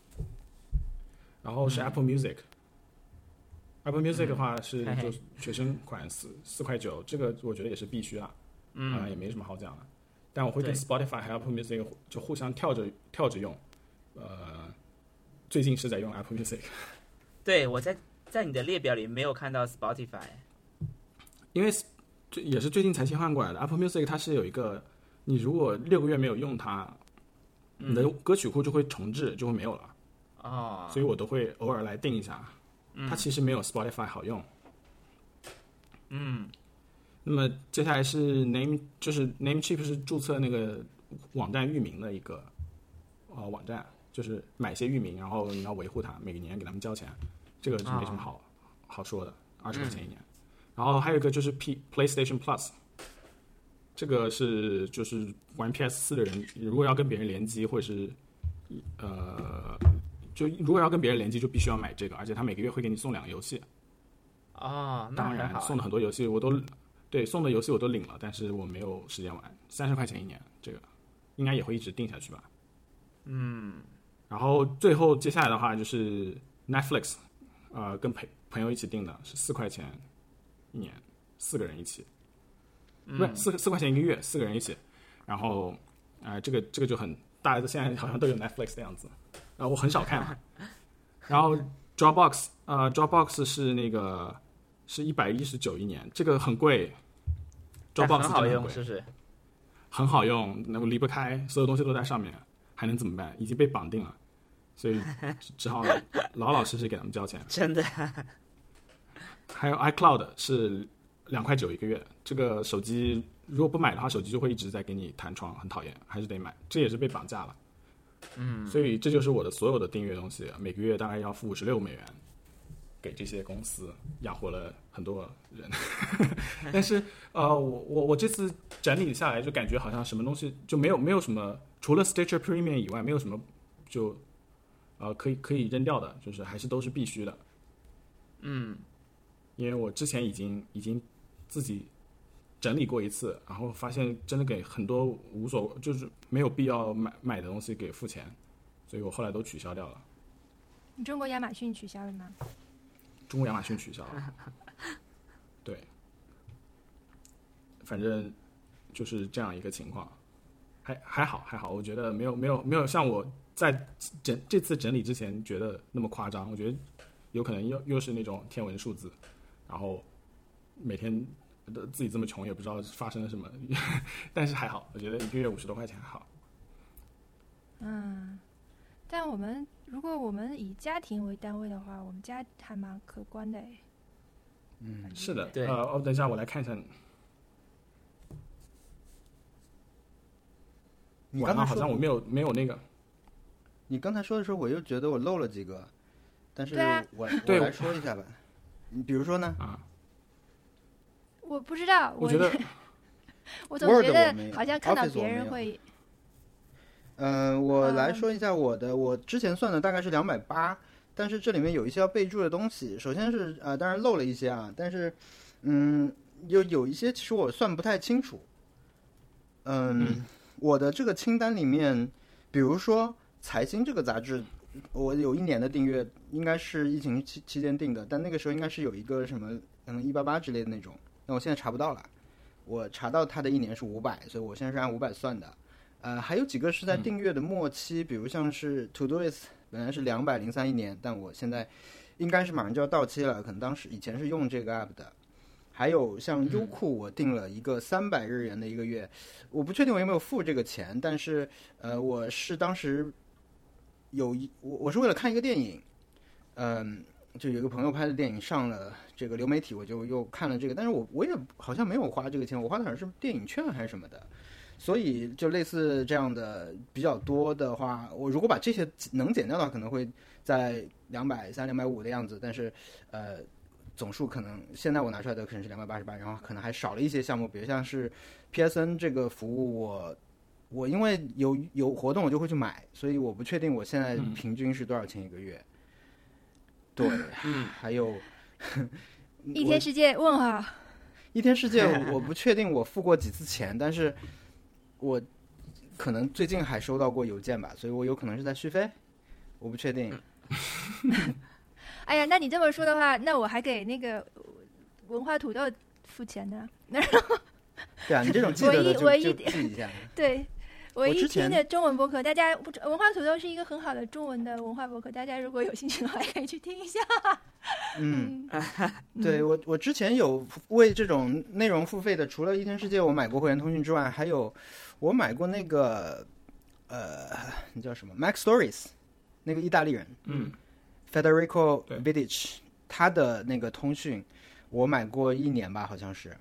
[SPEAKER 2] 然后是
[SPEAKER 1] 嗯
[SPEAKER 2] Apple Music。Apple Music 的话是
[SPEAKER 1] 嘿嘿
[SPEAKER 2] 就是学生款四四块九，这个我觉得也是必须啊，
[SPEAKER 1] 嗯
[SPEAKER 2] 好像也没什么好讲的。但我会跟
[SPEAKER 1] 对
[SPEAKER 2] Spotify 和 Apple Music 就互相跳着跳着用，呃，最近是在用 Apple Music，
[SPEAKER 1] 对我在在你的列表里没有看到 Spotify。
[SPEAKER 2] 因为这也是最近才切换过来的。Apple Music 它是有一个，你如果六个月没有用它，你的歌曲库就会重置，就会没有了。
[SPEAKER 1] 哦，
[SPEAKER 2] 所以我都会偶尔来定一下。它其实没有 Spotify 好用。
[SPEAKER 1] 嗯，
[SPEAKER 2] 那么接下来是 Name，就是 Namecheap 是注册那个网站域名的一个呃网站，就是买一些域名，然后你要维护它，每年给他们交钱，这个是没什么好、好说的，二十块钱一年。然后还有一个就是 P PlayStation Plus，这个是就是玩 PS 四的人，如果要跟别人联机或者是呃，就如果要跟别人联机，就必须要买这个，而且他每个月会给你送两个游戏。
[SPEAKER 1] 哦，那
[SPEAKER 2] 当
[SPEAKER 1] 很
[SPEAKER 2] 然，
[SPEAKER 1] 好
[SPEAKER 2] 送
[SPEAKER 1] 啊。
[SPEAKER 2] 的很多游戏我都对送的游戏我都领了，但是我没有时间玩，三十块钱一年，这个应该也会一直定下去吧。嗯，然后最后接下来的话就是 Netflix，呃，跟朋朋友一起订的是四块钱一年，四个人一起，
[SPEAKER 1] 嗯
[SPEAKER 2] 不是四四块钱一个月，四个人一起，然后啊、呃这个这个就很大家都现在好像都有 Netflix 的样子，啊、我很少看啊，然
[SPEAKER 1] <laughs>
[SPEAKER 2] 后 Dropbox，呃，Dropbox 是那个是一百一十九一年，这个很贵
[SPEAKER 1] 但
[SPEAKER 2] ，Dropbox
[SPEAKER 1] 很好
[SPEAKER 2] 真的
[SPEAKER 1] 用，
[SPEAKER 2] 贵
[SPEAKER 1] 是不是？
[SPEAKER 2] 很好用，那我离不开，所有东西都在上面，还能怎么办？已经被绑定了，所以只好老老实实给他们交钱。
[SPEAKER 1] <laughs> 真的，
[SPEAKER 2] 还有 iCloud 是两块九一个月，这个手机如果不买的话，手机就会一直在给你弹窗，很讨厌，还是得买，这也是被绑架了。嗯，所以这就是我的所有的订阅东西，每个月大概要付五十六美元给这些公司，养活了很多人。 <laughs> 但是呃，我我我这次整理下来，就感觉好像什么东西就没有没有什么，除了 Stitcher Premium 以外，没有什么就呃可以可以扔掉的，就是还是都是嗯必须的。因为我之前已经已经自己整理过一次，然后发现真的给很多无所就是没有必要买买的东西给付钱，所以我后来都取消掉了。
[SPEAKER 3] 你中国亚马逊取消了吗？
[SPEAKER 2] 中国亚马逊取消
[SPEAKER 4] <laughs>
[SPEAKER 2] 了。对，反正就是这样一个情况，还还好还好，我觉得没有没有没有像我在整这次整理之前觉得那么夸张，我觉得有可能又又是那种天文数字，然后每天呃自己这么穷也不知道发生了什么， <laughs> 但是还好，我觉得一个月五十多块钱还好。
[SPEAKER 3] 嗯，但我们如果我们以家庭为单位的话，我们家还蛮可观的诶。
[SPEAKER 4] 嗯，
[SPEAKER 2] 是的，
[SPEAKER 1] 对
[SPEAKER 2] 呃，哦，等一下我来看一下，
[SPEAKER 4] 你
[SPEAKER 2] 晚
[SPEAKER 4] 刚
[SPEAKER 2] 上
[SPEAKER 4] 才
[SPEAKER 2] 好
[SPEAKER 4] 说
[SPEAKER 2] 像我没有没有那个，
[SPEAKER 4] 你刚才说的时候，我又觉得我漏了几个，但是
[SPEAKER 3] 对啊
[SPEAKER 4] 我
[SPEAKER 2] 对
[SPEAKER 4] 我来说一下吧。你比如说呢？
[SPEAKER 3] 我不知道，
[SPEAKER 2] 我
[SPEAKER 3] 我
[SPEAKER 2] 觉得
[SPEAKER 3] 我总
[SPEAKER 4] Word
[SPEAKER 3] 觉
[SPEAKER 4] 我没
[SPEAKER 3] 得
[SPEAKER 4] 有
[SPEAKER 3] 好像看到
[SPEAKER 4] Office
[SPEAKER 3] 别
[SPEAKER 4] 我没
[SPEAKER 3] 人
[SPEAKER 4] 有
[SPEAKER 3] 会，
[SPEAKER 4] 嗯，我来
[SPEAKER 3] 嗯
[SPEAKER 4] 说一下我的，我之前算的大概是两百八，但是这里面有一些要备注的东西。首先是呃，当然漏了一些啊，但是嗯，有有一些其实我算不太清楚。嗯，我的这个清单里面，比如说《财经》这个杂志，我有一年的订阅，应该是疫情期期间订的，但那个时候应该是有一个什么嗯一八八之类的那种，那我现在查不到了。我查到它的一年是五百，所以我现在是按五百算的。呃，还有几个是在订阅的末期，比如像是 To Doist，本来是两百零三一年，但我现在应该是马上就要到期了，可能当时以前是用这个 app 的。还有像优酷，我订了一个三百日元的一个月，我不确定我有没有付这个钱，但是呃，我是当时有一我我是为了看一个电影，嗯、就有一个朋友拍的电影上了这个流媒体，我就又看了这个，但是我我也好像没有花这个钱，我花的好像是电影券还是什么的，所以就类似这样的比较多的话，我如果把这些能减掉的话，可能会在两百三、两百五的样子，但是呃，总数可能现在我拿出来的可能是两百八十八，然后可能还少了一些项目，比如像是 PSN 这个服务我。我因为有有活动，我就会去买，所以我不确定我现在平均是多少钱一个月。对，还有
[SPEAKER 3] 一
[SPEAKER 4] 我
[SPEAKER 3] 天世界问号，
[SPEAKER 4] 一天世界，我不确定我付过几次钱，但是我可能最近还收到过邮件吧，所以我有可能是在续费，我不确定。
[SPEAKER 3] 哎呀，那你这么说的话，那我还给那个文化土豆付钱呢。 <laughs>
[SPEAKER 4] 对啊，你这种记得的
[SPEAKER 3] 唯
[SPEAKER 4] 就
[SPEAKER 3] 一
[SPEAKER 4] 就
[SPEAKER 3] 唯一
[SPEAKER 4] 记一下。
[SPEAKER 3] 对，我
[SPEAKER 4] 之
[SPEAKER 3] 一
[SPEAKER 4] 前
[SPEAKER 3] 听的中文播客，大家不知文化土豆是一个很好的中文的文化播客，大家如果有兴趣的话，可以去听一下。 <laughs>
[SPEAKER 4] 嗯，对我我之前有为这种内容付费的，除了一天世界我买过会员通讯之外，还有我买过那个呃，那叫什么 Max Stories，那个意大利人，
[SPEAKER 2] 嗯
[SPEAKER 4] Federico
[SPEAKER 2] 对
[SPEAKER 4] Vidic 他的那个通讯，我买过一年吧，好像是，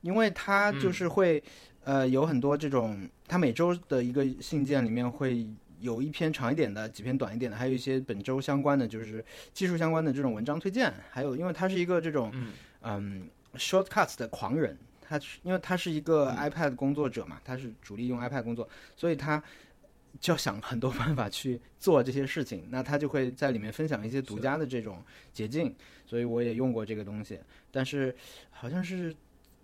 [SPEAKER 4] 因为他
[SPEAKER 2] 嗯
[SPEAKER 4] 就是会、呃有很多这种，他每周的一个信件里面会有一篇长一点的，几篇短一点的，还有一些本周相关的，就是技术相关的这种文章推荐，还有因为他是一个这种嗯 shortcuts 的狂人，他是因为他是一个 iPad 工作者嘛，他是主力用 iPad 工作，所以他就要想很多办法去做这些事情， <laughs> 那他就会在里面分享一些独家的这种捷径，所以我也用过这个东西，但是好像是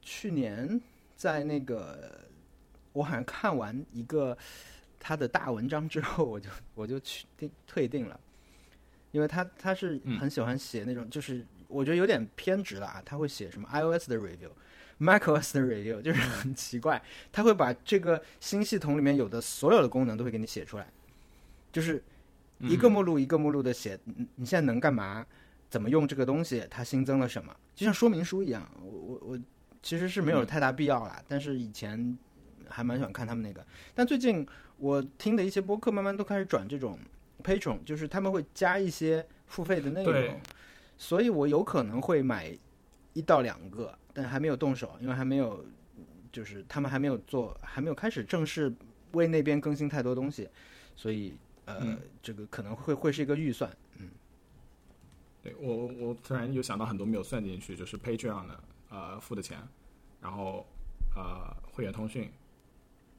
[SPEAKER 4] 去年在那个我好像看完一个他的大文章之后，我就我就去定退订了，因为他他是很喜欢写那种，就是我觉得有点偏执了啊，他会写什么 iOS 的 review。macOS 的 review 就是很奇怪，他会把这个新系统里面有的所有的功能都会给你写出来，就是一个目录一个目录的写，你你现在能干嘛，怎么用这个东西，它新增了什么，就像说明书一样。我我我其实是没有太大必要啦，但是以前还蛮喜欢看他们那个，但最近我听的一些播客慢慢都开始转这种 patron，就是他们会加一些付费的内
[SPEAKER 2] 对
[SPEAKER 4] 容，所以我有可能会买一到两个，但还没有动手，因为还没有，就是他们还没有做，还没有开始正式为那边更新太多东西，所以呃，这个可能会会是一个预算。
[SPEAKER 2] 对我我我突然有想到很多没有算进去，就是 Patreon 的呃付的钱，然后呃会员通讯，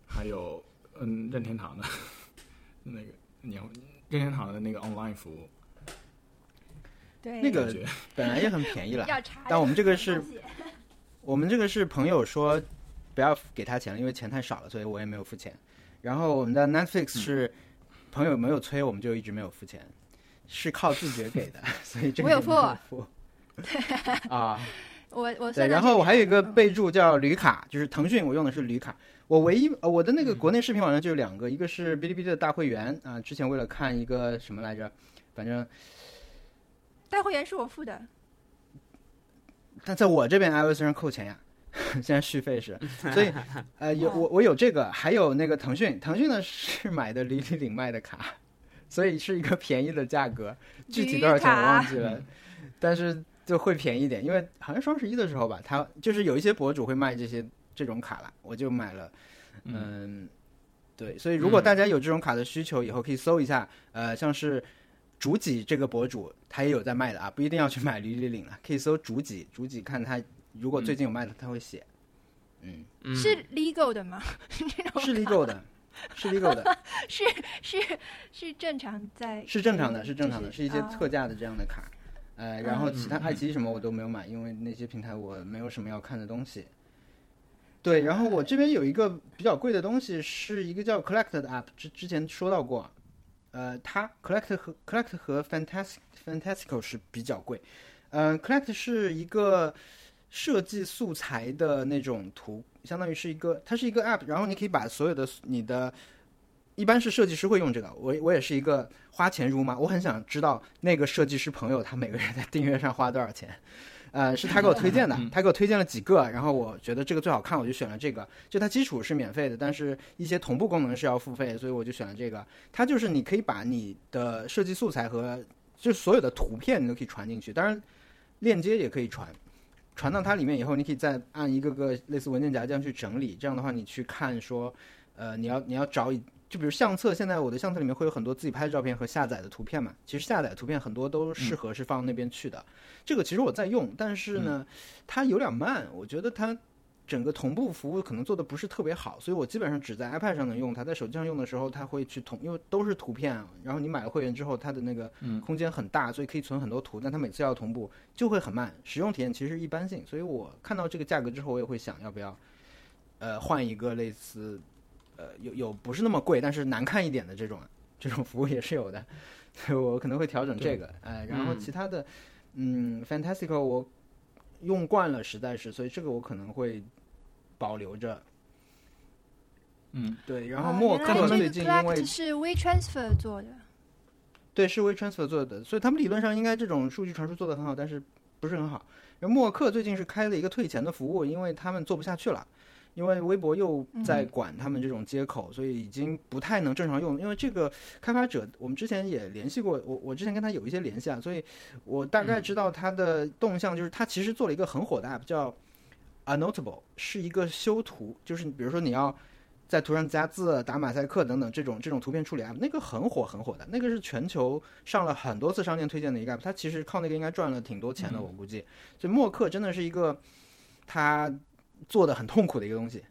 [SPEAKER 2] 还有嗯任天堂的 <laughs> 那个年任天堂的那个 online 服务，
[SPEAKER 3] 对，
[SPEAKER 4] 那
[SPEAKER 2] 感
[SPEAKER 4] 个
[SPEAKER 2] 觉
[SPEAKER 4] 本来也很便宜了，
[SPEAKER 3] 要查，
[SPEAKER 4] 但我们这个是我们这个是朋友说不要给他钱了，因为钱太少了，所以我也没有付钱。然后我们的 Netflix 是朋友没有催，我们就一直没有付钱，是靠自觉给的，所以这个
[SPEAKER 3] 我有
[SPEAKER 4] 就没付。啊，
[SPEAKER 3] 我我
[SPEAKER 4] 对，
[SPEAKER 3] 算到
[SPEAKER 4] 然后
[SPEAKER 3] 这
[SPEAKER 4] 我还有一个
[SPEAKER 3] 嗯
[SPEAKER 4] 备注叫驴卡，就是腾讯我用的是驴卡。我唯一呃我的那个国内视频网站就有两个，一个是哔哩哔哩的大会员啊、之前为了看一个什么来着，反正
[SPEAKER 3] 大会员是我付的，
[SPEAKER 4] 但在我这边 iOS 上扣钱呀， <laughs> 现在续费是，所以呃有我我有这个，还有那个腾讯，腾讯呢是买的李李领麦的卡，所以是一个便宜的价格，具体多少钱我忘记了，但是就会便宜一点，因为好像双十一的时候吧，它就是有一些博主会卖这些这种卡啦，我就买了，嗯。对，所以如果大家有这种卡的需求，以后可以搜一下，呃，像是竹己这个博主，他也有在卖的啊，不一定要去买驴李领了，可以搜竹己，竹己看他如果最近有卖的，他会写，嗯，
[SPEAKER 1] 嗯
[SPEAKER 3] 是 legal 的吗？
[SPEAKER 4] 是 legal 的，是 legal 的，
[SPEAKER 3] 是是是正常在
[SPEAKER 4] 是正常的，是正常的，
[SPEAKER 3] 就是
[SPEAKER 4] 一些
[SPEAKER 3] 啊
[SPEAKER 4] 特价的这样的卡，呃，然后
[SPEAKER 1] 嗯
[SPEAKER 4] 其他爱奇艺什么我都没有买，因为那些平台我没有什么要看的东西。对，然后我这边有一个比较贵的东西，是一个叫 Collect 的 app，之之前说到过，呃，它 Collect 和 Collect 和 Fantastic Fantastical 是比较贵，嗯、c o l l e c t 是一个设计素材的那种图，相当于是一个，它是一个 app，然后你可以把所有的你的，一般是设计师会用这个，我我也是一个花钱如麻，我很想知道那个设计师朋友他每个人在订阅上花多少钱。 <laughs> 呃，是他给我推荐的，他给我推荐了几个，然后我觉得这个最好看，我就选了这个。就它基础是免费的，但是一些同步功能是要付费，所以我就选了这个。它就是你可以把你的设计素材和就是所有的图片你都可以传进去，当然链接也可以传，传到它里面以后，你可以再按一个个类似文件夹这样去整理。这样的话，你去看说，呃，你要你要找一，就比如相册，现在我的相册里面会有很多自己拍的照片和下载的图片嘛。其实下载的图片很多都适合是放那边去的。这个其实我在用，但是呢，它有点慢，我觉得它。整个同步服务可能做的不是特别好，所以我基本上只在 iPad 上能用它，在手机上用的时候，它会去同，因为都是图片，啊然后你买了会员之后，它的那个空间很大，所以可以存很多图，但它每次要同步就会很慢，使用体验其实一般性，所以我看到这个价格之后，我也会想要不要，呃，换一个类似，呃，有有不是那么贵，但是难看一点的这种 <laughs> 这种服务也是有的， <laughs> 所以我可能会调整这个，呃，然后其他的，嗯 f a n t a s t i c 我用惯了，实在是，所以这个我可能会保留着。
[SPEAKER 2] 嗯，
[SPEAKER 4] 对，然后
[SPEAKER 3] 啊
[SPEAKER 4] 默
[SPEAKER 3] 原
[SPEAKER 4] 克
[SPEAKER 3] 来这
[SPEAKER 4] 最
[SPEAKER 3] 个
[SPEAKER 4] 近因为
[SPEAKER 3] collect 是 WeTransfer 做的，
[SPEAKER 4] 对，是 WeTransfer 做的，所以他们理论上应该这种数据传输做得很好，但是不是很好。然后默克最近是开了一个退钱的服务，因为他们做不下去了，因为微博又在管他们这种接口，所以已经不太能正常用。因为这个开发者，我们之前也联系过，我我之前跟他有一些联系啊，所以我大概知道他的动向，就是他其实做了一个很火的 app 叫 Annotable，是一个修图，就是比如说你要。在图上加字、打马赛克等等这种这种图片处理啊 app，那个很火很火的，那个是全球上了很多次商店推荐的一个 app，它其实靠那个应该赚了挺多钱的，我估计。所以默克真的是一个他做的很痛苦的一个东西。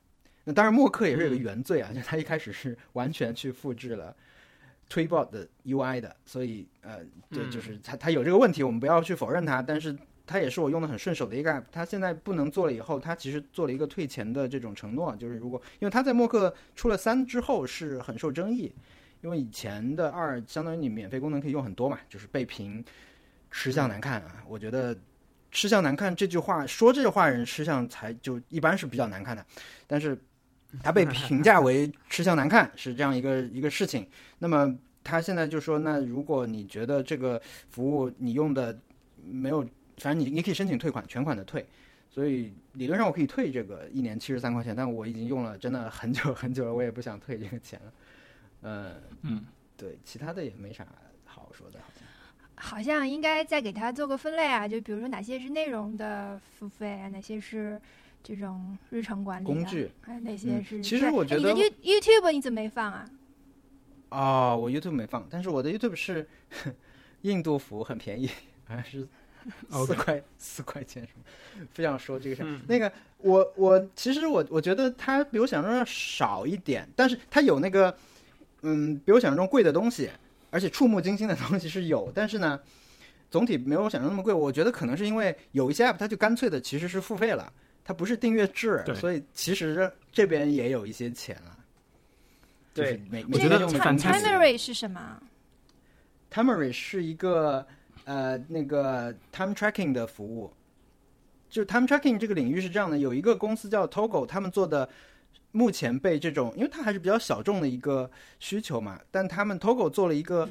[SPEAKER 4] 那当然，默克也是有个原罪啊，就他一开始是 <laughs> 完全去复制了 t w e e b o t 的 UI 的，所以呃，对，就是他他有这个问题，我们不要去否认它，但是它也是我用的很顺手的一个 app。它现在不能做了以后，它其实做了一个退钱的这种承诺，就是如果因为它在默克出了三之后是很受争议，因为以前的二相当于你免费功能可以用很多嘛，就是被评吃相难看啊，我觉得。吃相难看这句话，说这话人吃相才就一般是比较难看的，但是他被评价为吃相难看是这样一个一个事情。那么他现在就说，那如果你觉得这个服务你用的没有，反正你你可以申请退款，全款的退。所以理论上我可以退这个一年七十三块钱，但我已经用了真的很久很久了，我也不想退这个钱了。呃，
[SPEAKER 2] 嗯，
[SPEAKER 4] 对，其他的也没啥好说的，好像。
[SPEAKER 3] 好像应该再给它做个分类啊，就比如说哪些是内容的付费啊，哪些是这种日程管理的
[SPEAKER 4] 工具，
[SPEAKER 3] 还有哪些
[SPEAKER 4] 嗯
[SPEAKER 3] 是对。
[SPEAKER 4] 其实我
[SPEAKER 3] 哎
[SPEAKER 4] 觉
[SPEAKER 3] 你
[SPEAKER 4] 得
[SPEAKER 3] 的 You YouTube 你怎么没放啊？
[SPEAKER 4] 哦，我 YouTube 没放，但是我的 YouTube 是 <laughs> 印度服，很便宜，好像是四
[SPEAKER 2] <laughs> OK 嗯
[SPEAKER 4] 块 <laughs> 四块钱什么，不想说这个事儿。那个我我其实我我觉得它比我想象中要少一点，但是它有那个嗯比我想象中贵的东西，而且触目惊心的东西是有，但是呢。总体没有我想象那么贵，我觉得可能是因为有一些 app 它就干脆的其实是付费了，它它不是订阅制
[SPEAKER 2] 对，
[SPEAKER 4] 所以其实这边也有一些钱了。就是
[SPEAKER 1] 对
[SPEAKER 4] 每
[SPEAKER 2] 我
[SPEAKER 4] 每
[SPEAKER 2] 觉
[SPEAKER 4] 天
[SPEAKER 2] 得
[SPEAKER 4] 用
[SPEAKER 2] 这
[SPEAKER 4] 的
[SPEAKER 2] 个反差
[SPEAKER 3] Timery 是什么？啊
[SPEAKER 4] Timery 是一个呃那个 time tracking 的服务，就 time tracking 这个领域是这样的，有一个公司叫 Togo，他们做的目前被这种，因为它还是比较小众的一个需求嘛，但他们 Togo 做了一个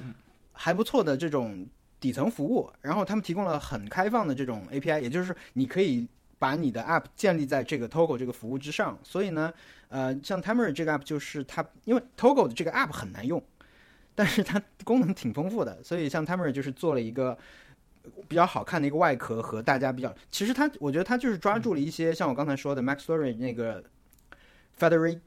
[SPEAKER 4] 还不错的这种底层服务，然后他们提供了很开放的这种 API，也就是你可以。把你的 app 建立在这个 Togo 这个服务之上，所以呢，呃，像 Timery 这个 app 就是它，因为 Togo 的这个 app 很难用，但是它功能挺丰富的，所以像 Timer 就是做了一个比较好看的一个外壳和大家比较，其实它我觉得它就是抓住了一些像我刚才说的 Max Story 那个 Federighi，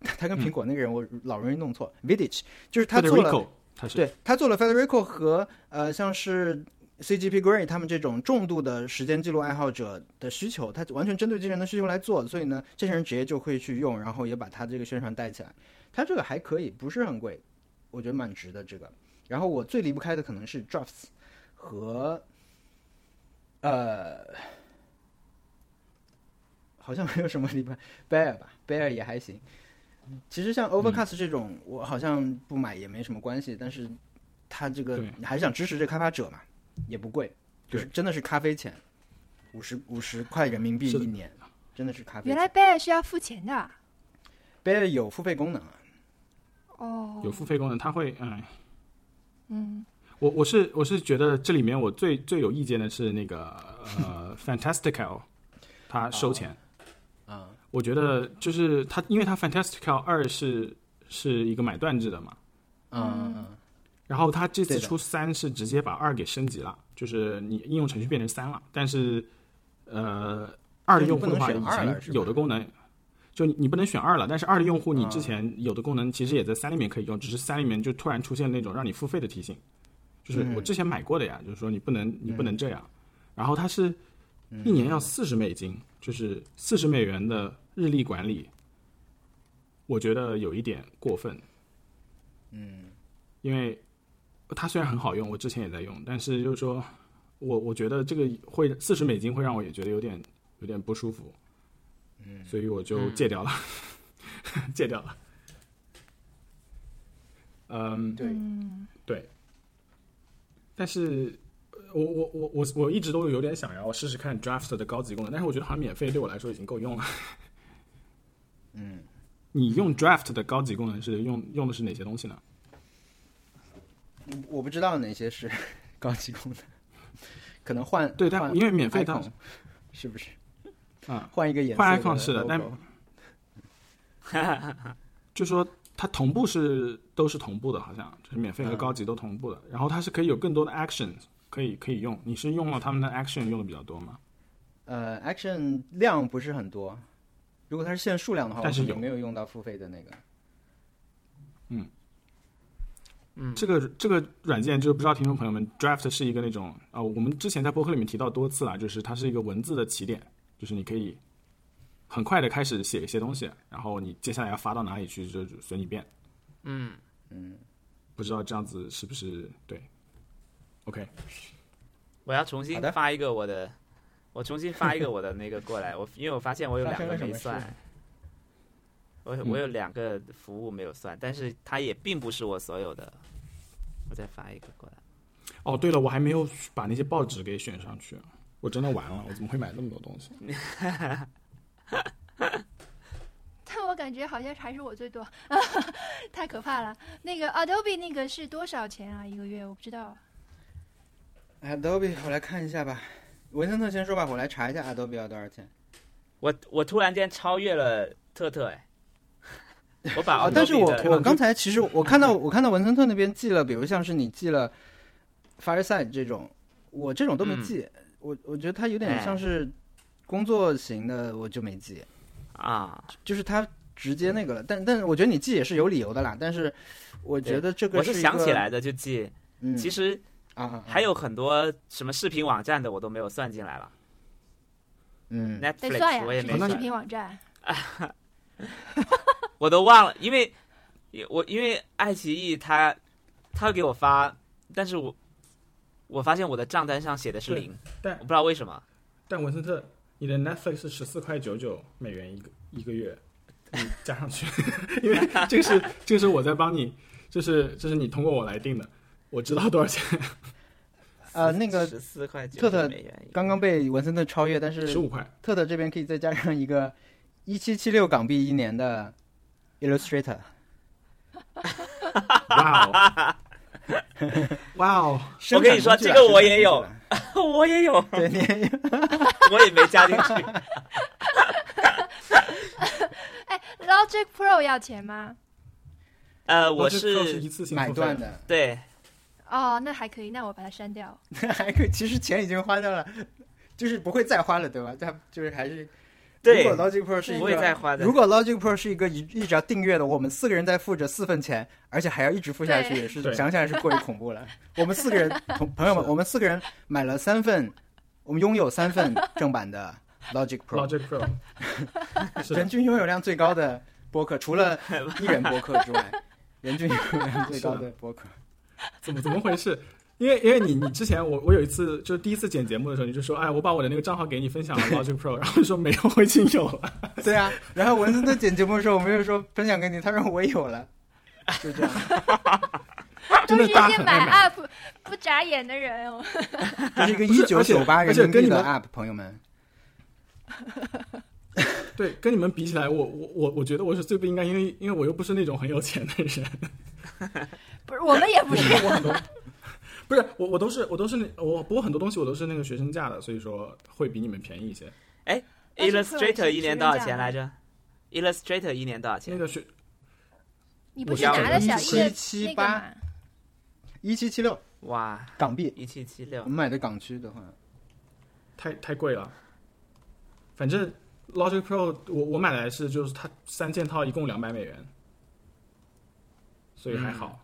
[SPEAKER 4] 他跟苹果那个人我老容易弄错 v i d i c 就是他做了
[SPEAKER 2] Federico，他是
[SPEAKER 4] 对他做了 Federico 和呃像是 CGP Grey 他们这种重度的时间记录爱好者的需求，他完全针对这些人的需求来做，所以呢，这些人直接就会去用，然后也把他这个宣传带起来。他这个还可以，不是很贵，我觉得蛮值的这个。然后我最离不开的可能是 Drops 和呃，好像没有什么离不开 <laughs> Bear 吧，Bear 也还行。其实像
[SPEAKER 2] 嗯
[SPEAKER 4] Overcast 这种，我好像不买也没什么关系，但是它这个
[SPEAKER 2] 对
[SPEAKER 4] 你还是想支持这开发者嘛，也不贵，就是真的是咖啡钱，五十五十块人民币
[SPEAKER 2] 是的
[SPEAKER 4] 一年，真的是咖啡
[SPEAKER 3] 原
[SPEAKER 4] 钱。
[SPEAKER 3] 来 Bear 是要付钱的 <laughs> 啊
[SPEAKER 4] Bear 有付费功能啊，
[SPEAKER 3] 哦。
[SPEAKER 2] 有付费功能，他会嗯，
[SPEAKER 3] 嗯，
[SPEAKER 2] 我我是我是觉得这里面我最最有意见的是那个呃
[SPEAKER 3] <laughs>
[SPEAKER 2] Fantastical，他收钱
[SPEAKER 3] 哦嗯
[SPEAKER 4] 啊，
[SPEAKER 2] 我觉得就是他，因为他 Fantastical 二是是一个买断制的嘛，
[SPEAKER 4] 嗯嗯
[SPEAKER 2] 然后他这次
[SPEAKER 4] 对的
[SPEAKER 2] 出三是直接把二给升级了，就是你应用程序变成三了，但是呃二的
[SPEAKER 4] 就
[SPEAKER 2] 用
[SPEAKER 4] 你不
[SPEAKER 2] 户的
[SPEAKER 4] 能
[SPEAKER 2] 话，以
[SPEAKER 4] 选二了
[SPEAKER 2] 前
[SPEAKER 4] 是吧
[SPEAKER 2] 有的功能。就你你不能选二了，但是二的用户你
[SPEAKER 4] 啊
[SPEAKER 2] 之前有的功能其实也在三里面可以用，只是三里面就突然出现那种让你付费的提醒，就是
[SPEAKER 4] 嗯
[SPEAKER 2] 我之前买过的呀，就是说你不能你不能这样。然后它是一年要四十美金，就是四十美元的日历管理，我觉得有一点过分。嗯，
[SPEAKER 4] 嗯
[SPEAKER 2] 因为它虽然很好用，我之前也在用，但是就是说我我觉得这个会四十美金会让我也觉得有点有点不舒服，嗯，所以我就戒掉了， <laughs> 戒掉了。嗯，
[SPEAKER 4] 嗯，对，
[SPEAKER 2] 对。但是呃我我我我我一直都有点想要试试看 Draft 的高级功能，但是我觉得好像免费对我来说已经够用了。
[SPEAKER 4] 嗯，
[SPEAKER 2] <laughs> 你用 Draft 的高级功能是用用的是哪些东西呢？
[SPEAKER 4] 我我不知道哪些是 <laughs> 高级功能，可能换
[SPEAKER 2] 对，但
[SPEAKER 4] 换
[SPEAKER 2] 因为免费它
[SPEAKER 4] icon 是不是？
[SPEAKER 2] 啊
[SPEAKER 4] 换一个颜色，
[SPEAKER 2] 换 icon 是的但就说它同步是都是同步的，好像就是免费和高级都同步的。然后它是可以有更多的 action 可以可以用。你是用了他们的 action 用的比较多吗？
[SPEAKER 4] 呃，action 量不是很多，如果它是限数量的话，
[SPEAKER 2] 但是
[SPEAKER 4] 我可
[SPEAKER 2] 有
[SPEAKER 4] 能没有用到付费的那个。
[SPEAKER 2] 这个这个软件就不知道听众朋友们，Draft 是一个那种啊、呃我们之前在博客里面提到多次了，就是它是一个文字的起点，就是你可以很快的开始写一些东西，然后你接下来要发到哪里去就就随你便。
[SPEAKER 1] 嗯，
[SPEAKER 2] 不知道这样子是不是对？OK，
[SPEAKER 1] 我要重新
[SPEAKER 4] 好的
[SPEAKER 1] 发一个我的，我重新发一个我的那个过来，我因为我发现我有
[SPEAKER 4] 发
[SPEAKER 1] 两
[SPEAKER 4] 生
[SPEAKER 1] 个
[SPEAKER 4] 了什
[SPEAKER 1] 没
[SPEAKER 4] 么事 <laughs>
[SPEAKER 1] 算，我
[SPEAKER 4] 嗯
[SPEAKER 1] 我有两个服务没有算，但是它也并不是我所有的，我再发一个过来。
[SPEAKER 2] 哦对了，我还没有把那些报纸给选上去，我真的完了，我怎么会买那么多东西？
[SPEAKER 3] 但我感觉好像还是我最多， <laughs> 太可怕了。那个 Adobe 那个是多少钱啊？一个月我不知道。
[SPEAKER 4] Adobe，我来看一下吧。文森特先说吧，我来查一下 Adobe 要多少钱。
[SPEAKER 1] 我我突然间超越了特特
[SPEAKER 4] <laughs>
[SPEAKER 1] 哎，我把 Adobe
[SPEAKER 4] 啊哦但是我
[SPEAKER 1] 的
[SPEAKER 4] 我刚才其实我看到我看到文森特那边记了，比如像是你记了 Fireside 这种，我这种都没
[SPEAKER 1] 嗯
[SPEAKER 4] 记。我我觉得它有点
[SPEAKER 1] 哎
[SPEAKER 4] 像是工作型的，我就没记。
[SPEAKER 1] 啊，
[SPEAKER 4] 就是它直接那个了，但但是我觉得你记也是有理由的啦。但是我觉得这个
[SPEAKER 1] 我是
[SPEAKER 4] 一
[SPEAKER 1] 想起
[SPEAKER 4] 个
[SPEAKER 1] 来，的就记，
[SPEAKER 4] 嗯，
[SPEAKER 1] 其
[SPEAKER 4] 实
[SPEAKER 1] 实
[SPEAKER 4] 啊啊，啊
[SPEAKER 1] 还有很多什么视频网站的我都没有算进来了
[SPEAKER 4] 嗯，
[SPEAKER 3] 得算
[SPEAKER 1] ，Netflix
[SPEAKER 3] 呀，
[SPEAKER 1] 我也
[SPEAKER 3] 这
[SPEAKER 1] 没
[SPEAKER 3] 是
[SPEAKER 2] 算
[SPEAKER 3] 视
[SPEAKER 1] 算，
[SPEAKER 3] 频网站。
[SPEAKER 1] 我都忘了，因为我因为爱奇艺它它要给我发，但是我我发现我的账单上写的是零，
[SPEAKER 2] 对
[SPEAKER 1] 我不知道为什么，
[SPEAKER 2] 但文森特，你的 Netflix 是十四块九九美元一个一个月，你加上去， <laughs> 因为这个是这个是我在帮你，这是这是你通过我来定的，我知道多少钱，
[SPEAKER 4] 呃，那个
[SPEAKER 1] 十四块九
[SPEAKER 4] 特特
[SPEAKER 1] 美元一个，
[SPEAKER 4] 刚刚被文森特超越，但是
[SPEAKER 2] 十五
[SPEAKER 4] <laughs>
[SPEAKER 2] 块。
[SPEAKER 4] 特特这边可以再加上一个一七七六港币一年的 Illustrator，
[SPEAKER 2] 哇哦，
[SPEAKER 4] <laughs>
[SPEAKER 2] 哇哦，
[SPEAKER 1] 我跟你说，
[SPEAKER 4] 生
[SPEAKER 1] 这
[SPEAKER 4] 产工具啊
[SPEAKER 1] 个我也有
[SPEAKER 4] 生，
[SPEAKER 1] <laughs> 我也有，
[SPEAKER 4] 产工具啊 <laughs> 对你
[SPEAKER 1] 我也没加进去。
[SPEAKER 3] Logic Pro 要钱吗？
[SPEAKER 4] <laughs>
[SPEAKER 1] 呃，我
[SPEAKER 2] 这这是
[SPEAKER 1] 是
[SPEAKER 2] 一次性
[SPEAKER 4] 买
[SPEAKER 2] 付费
[SPEAKER 4] 断，的，
[SPEAKER 1] 对，
[SPEAKER 3] 哦，那还可以，那我把它删掉。
[SPEAKER 4] 还可以，其实钱已经花掉了，就是不会再花了，对吧？它就是还是
[SPEAKER 1] 对
[SPEAKER 4] 如果 Logic Pro 是一
[SPEAKER 1] 不会再
[SPEAKER 4] 个，
[SPEAKER 1] 花的。
[SPEAKER 4] 如果 Logic Pro 是一个一一直要订阅的，我们四个人在付着四份钱，而且还要一直付下去，
[SPEAKER 3] 对
[SPEAKER 4] 也是
[SPEAKER 2] 对
[SPEAKER 4] 想想也是过于恐怖了。 <laughs> 我们四个人同朋友们，我们四个人买了三份，我们拥有三份正版的 Logic Pro，
[SPEAKER 2] Logic Pro，是
[SPEAKER 4] <laughs>
[SPEAKER 2] 的
[SPEAKER 4] 人均拥有量最高的播客，除 <laughs> 了艺人播客之 <laughs> 外，人均拥有量最高的播客。
[SPEAKER 2] 怎么怎么回事？因为因为你你之前我我有一次就是第一次剪节目的时候，你就说哎我把我的那个账号给你分享了 Logic Pro，然后说没有我已经有了，
[SPEAKER 4] 对啊，然后文森特剪节目的时候，我们就说分享给你，他说我有了，就这样。 <laughs>
[SPEAKER 2] 啊真的
[SPEAKER 3] 都是
[SPEAKER 2] 大家
[SPEAKER 3] 一些
[SPEAKER 2] 很
[SPEAKER 3] 买
[SPEAKER 2] 爱买，
[SPEAKER 3] UP 不眨眼的人，哦我
[SPEAKER 4] 这是一个
[SPEAKER 2] 不
[SPEAKER 4] 一
[SPEAKER 2] 是
[SPEAKER 4] 九
[SPEAKER 2] 而且
[SPEAKER 4] 九八
[SPEAKER 2] 而
[SPEAKER 4] 人
[SPEAKER 2] 且
[SPEAKER 4] 民
[SPEAKER 2] 跟
[SPEAKER 4] 币
[SPEAKER 2] 你
[SPEAKER 4] 的
[SPEAKER 2] 们
[SPEAKER 4] App，朋友们，
[SPEAKER 2] 对，跟你们比起来，我我我我觉得我是最不应该，因为因为我又不是那种很有钱的人，
[SPEAKER 3] 不是我们也不是。
[SPEAKER 2] <laughs> 我很多。 <laughs> 不是我，我都是我都是那我，不过很多东西我都是那个学生价的，所以说会比你们便宜一些。
[SPEAKER 1] Illustrator 一年多少钱来着？Illustrator 一年多少
[SPEAKER 2] 那
[SPEAKER 1] 钱？
[SPEAKER 2] 个学
[SPEAKER 3] 你不是
[SPEAKER 1] 我
[SPEAKER 3] 拿了小
[SPEAKER 2] 是
[SPEAKER 3] 艺的那个
[SPEAKER 4] 1778
[SPEAKER 3] 吗？
[SPEAKER 4] 一七七六
[SPEAKER 1] 哇，
[SPEAKER 4] 港币，
[SPEAKER 1] 一七七
[SPEAKER 4] 我
[SPEAKER 1] 六
[SPEAKER 4] 们，买的港区的话，
[SPEAKER 2] 太太贵了。反正 Logic Pro 我我买来是就是它三件套一共两百美元，所以还好。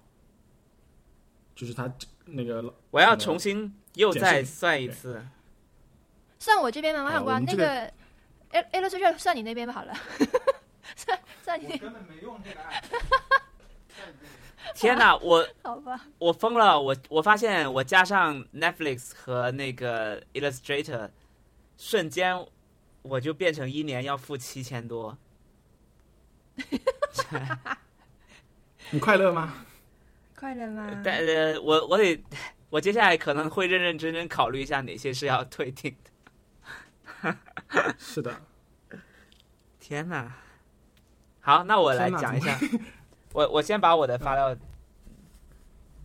[SPEAKER 2] 就是它那个
[SPEAKER 1] 我要重新又再
[SPEAKER 2] 减速
[SPEAKER 1] 算一次。
[SPEAKER 3] 算我这边吗？王
[SPEAKER 2] 好
[SPEAKER 3] 小
[SPEAKER 2] 我
[SPEAKER 3] 光，
[SPEAKER 2] 们
[SPEAKER 3] 那
[SPEAKER 2] 这个
[SPEAKER 3] 个 Ill- Illustrator 算你那边吧，好了， <laughs> 算算你那
[SPEAKER 4] 根本没用这个 app。
[SPEAKER 1] 天哪，我
[SPEAKER 3] 好吧。
[SPEAKER 1] 我疯了！我我发现我加上 Netflix 和那个 Illustrator，瞬间我就变成一年要付七千多。
[SPEAKER 2] 你快乐吗？
[SPEAKER 3] 快乐吗？
[SPEAKER 1] 但呃，我我得，我接下来可能会认认真真考虑一下哪些是要退订的。
[SPEAKER 2] 是的，
[SPEAKER 1] 天哪！好，那我来
[SPEAKER 2] 天哪
[SPEAKER 1] 讲一下，我我先把我的发到，
[SPEAKER 2] 嗯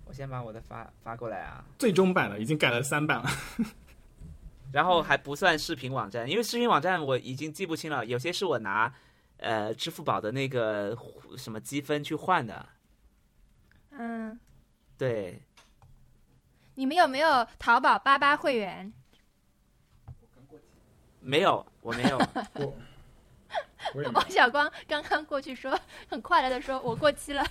[SPEAKER 1] 我先把我的发发过来啊，
[SPEAKER 2] 最终版了，已经改了三版了。
[SPEAKER 1] 然后还不算视频网站，因为视频网站我已经记不清了，有些是我拿呃支付宝的那个什么积分去换的，
[SPEAKER 3] 嗯，
[SPEAKER 1] 对，
[SPEAKER 3] 你们有没有淘宝八八会员？ <laughs>
[SPEAKER 1] 没有，我没有，
[SPEAKER 2] 我 <laughs> 我也没有
[SPEAKER 3] 王小光刚刚过去说，很快乐的说，我过期了。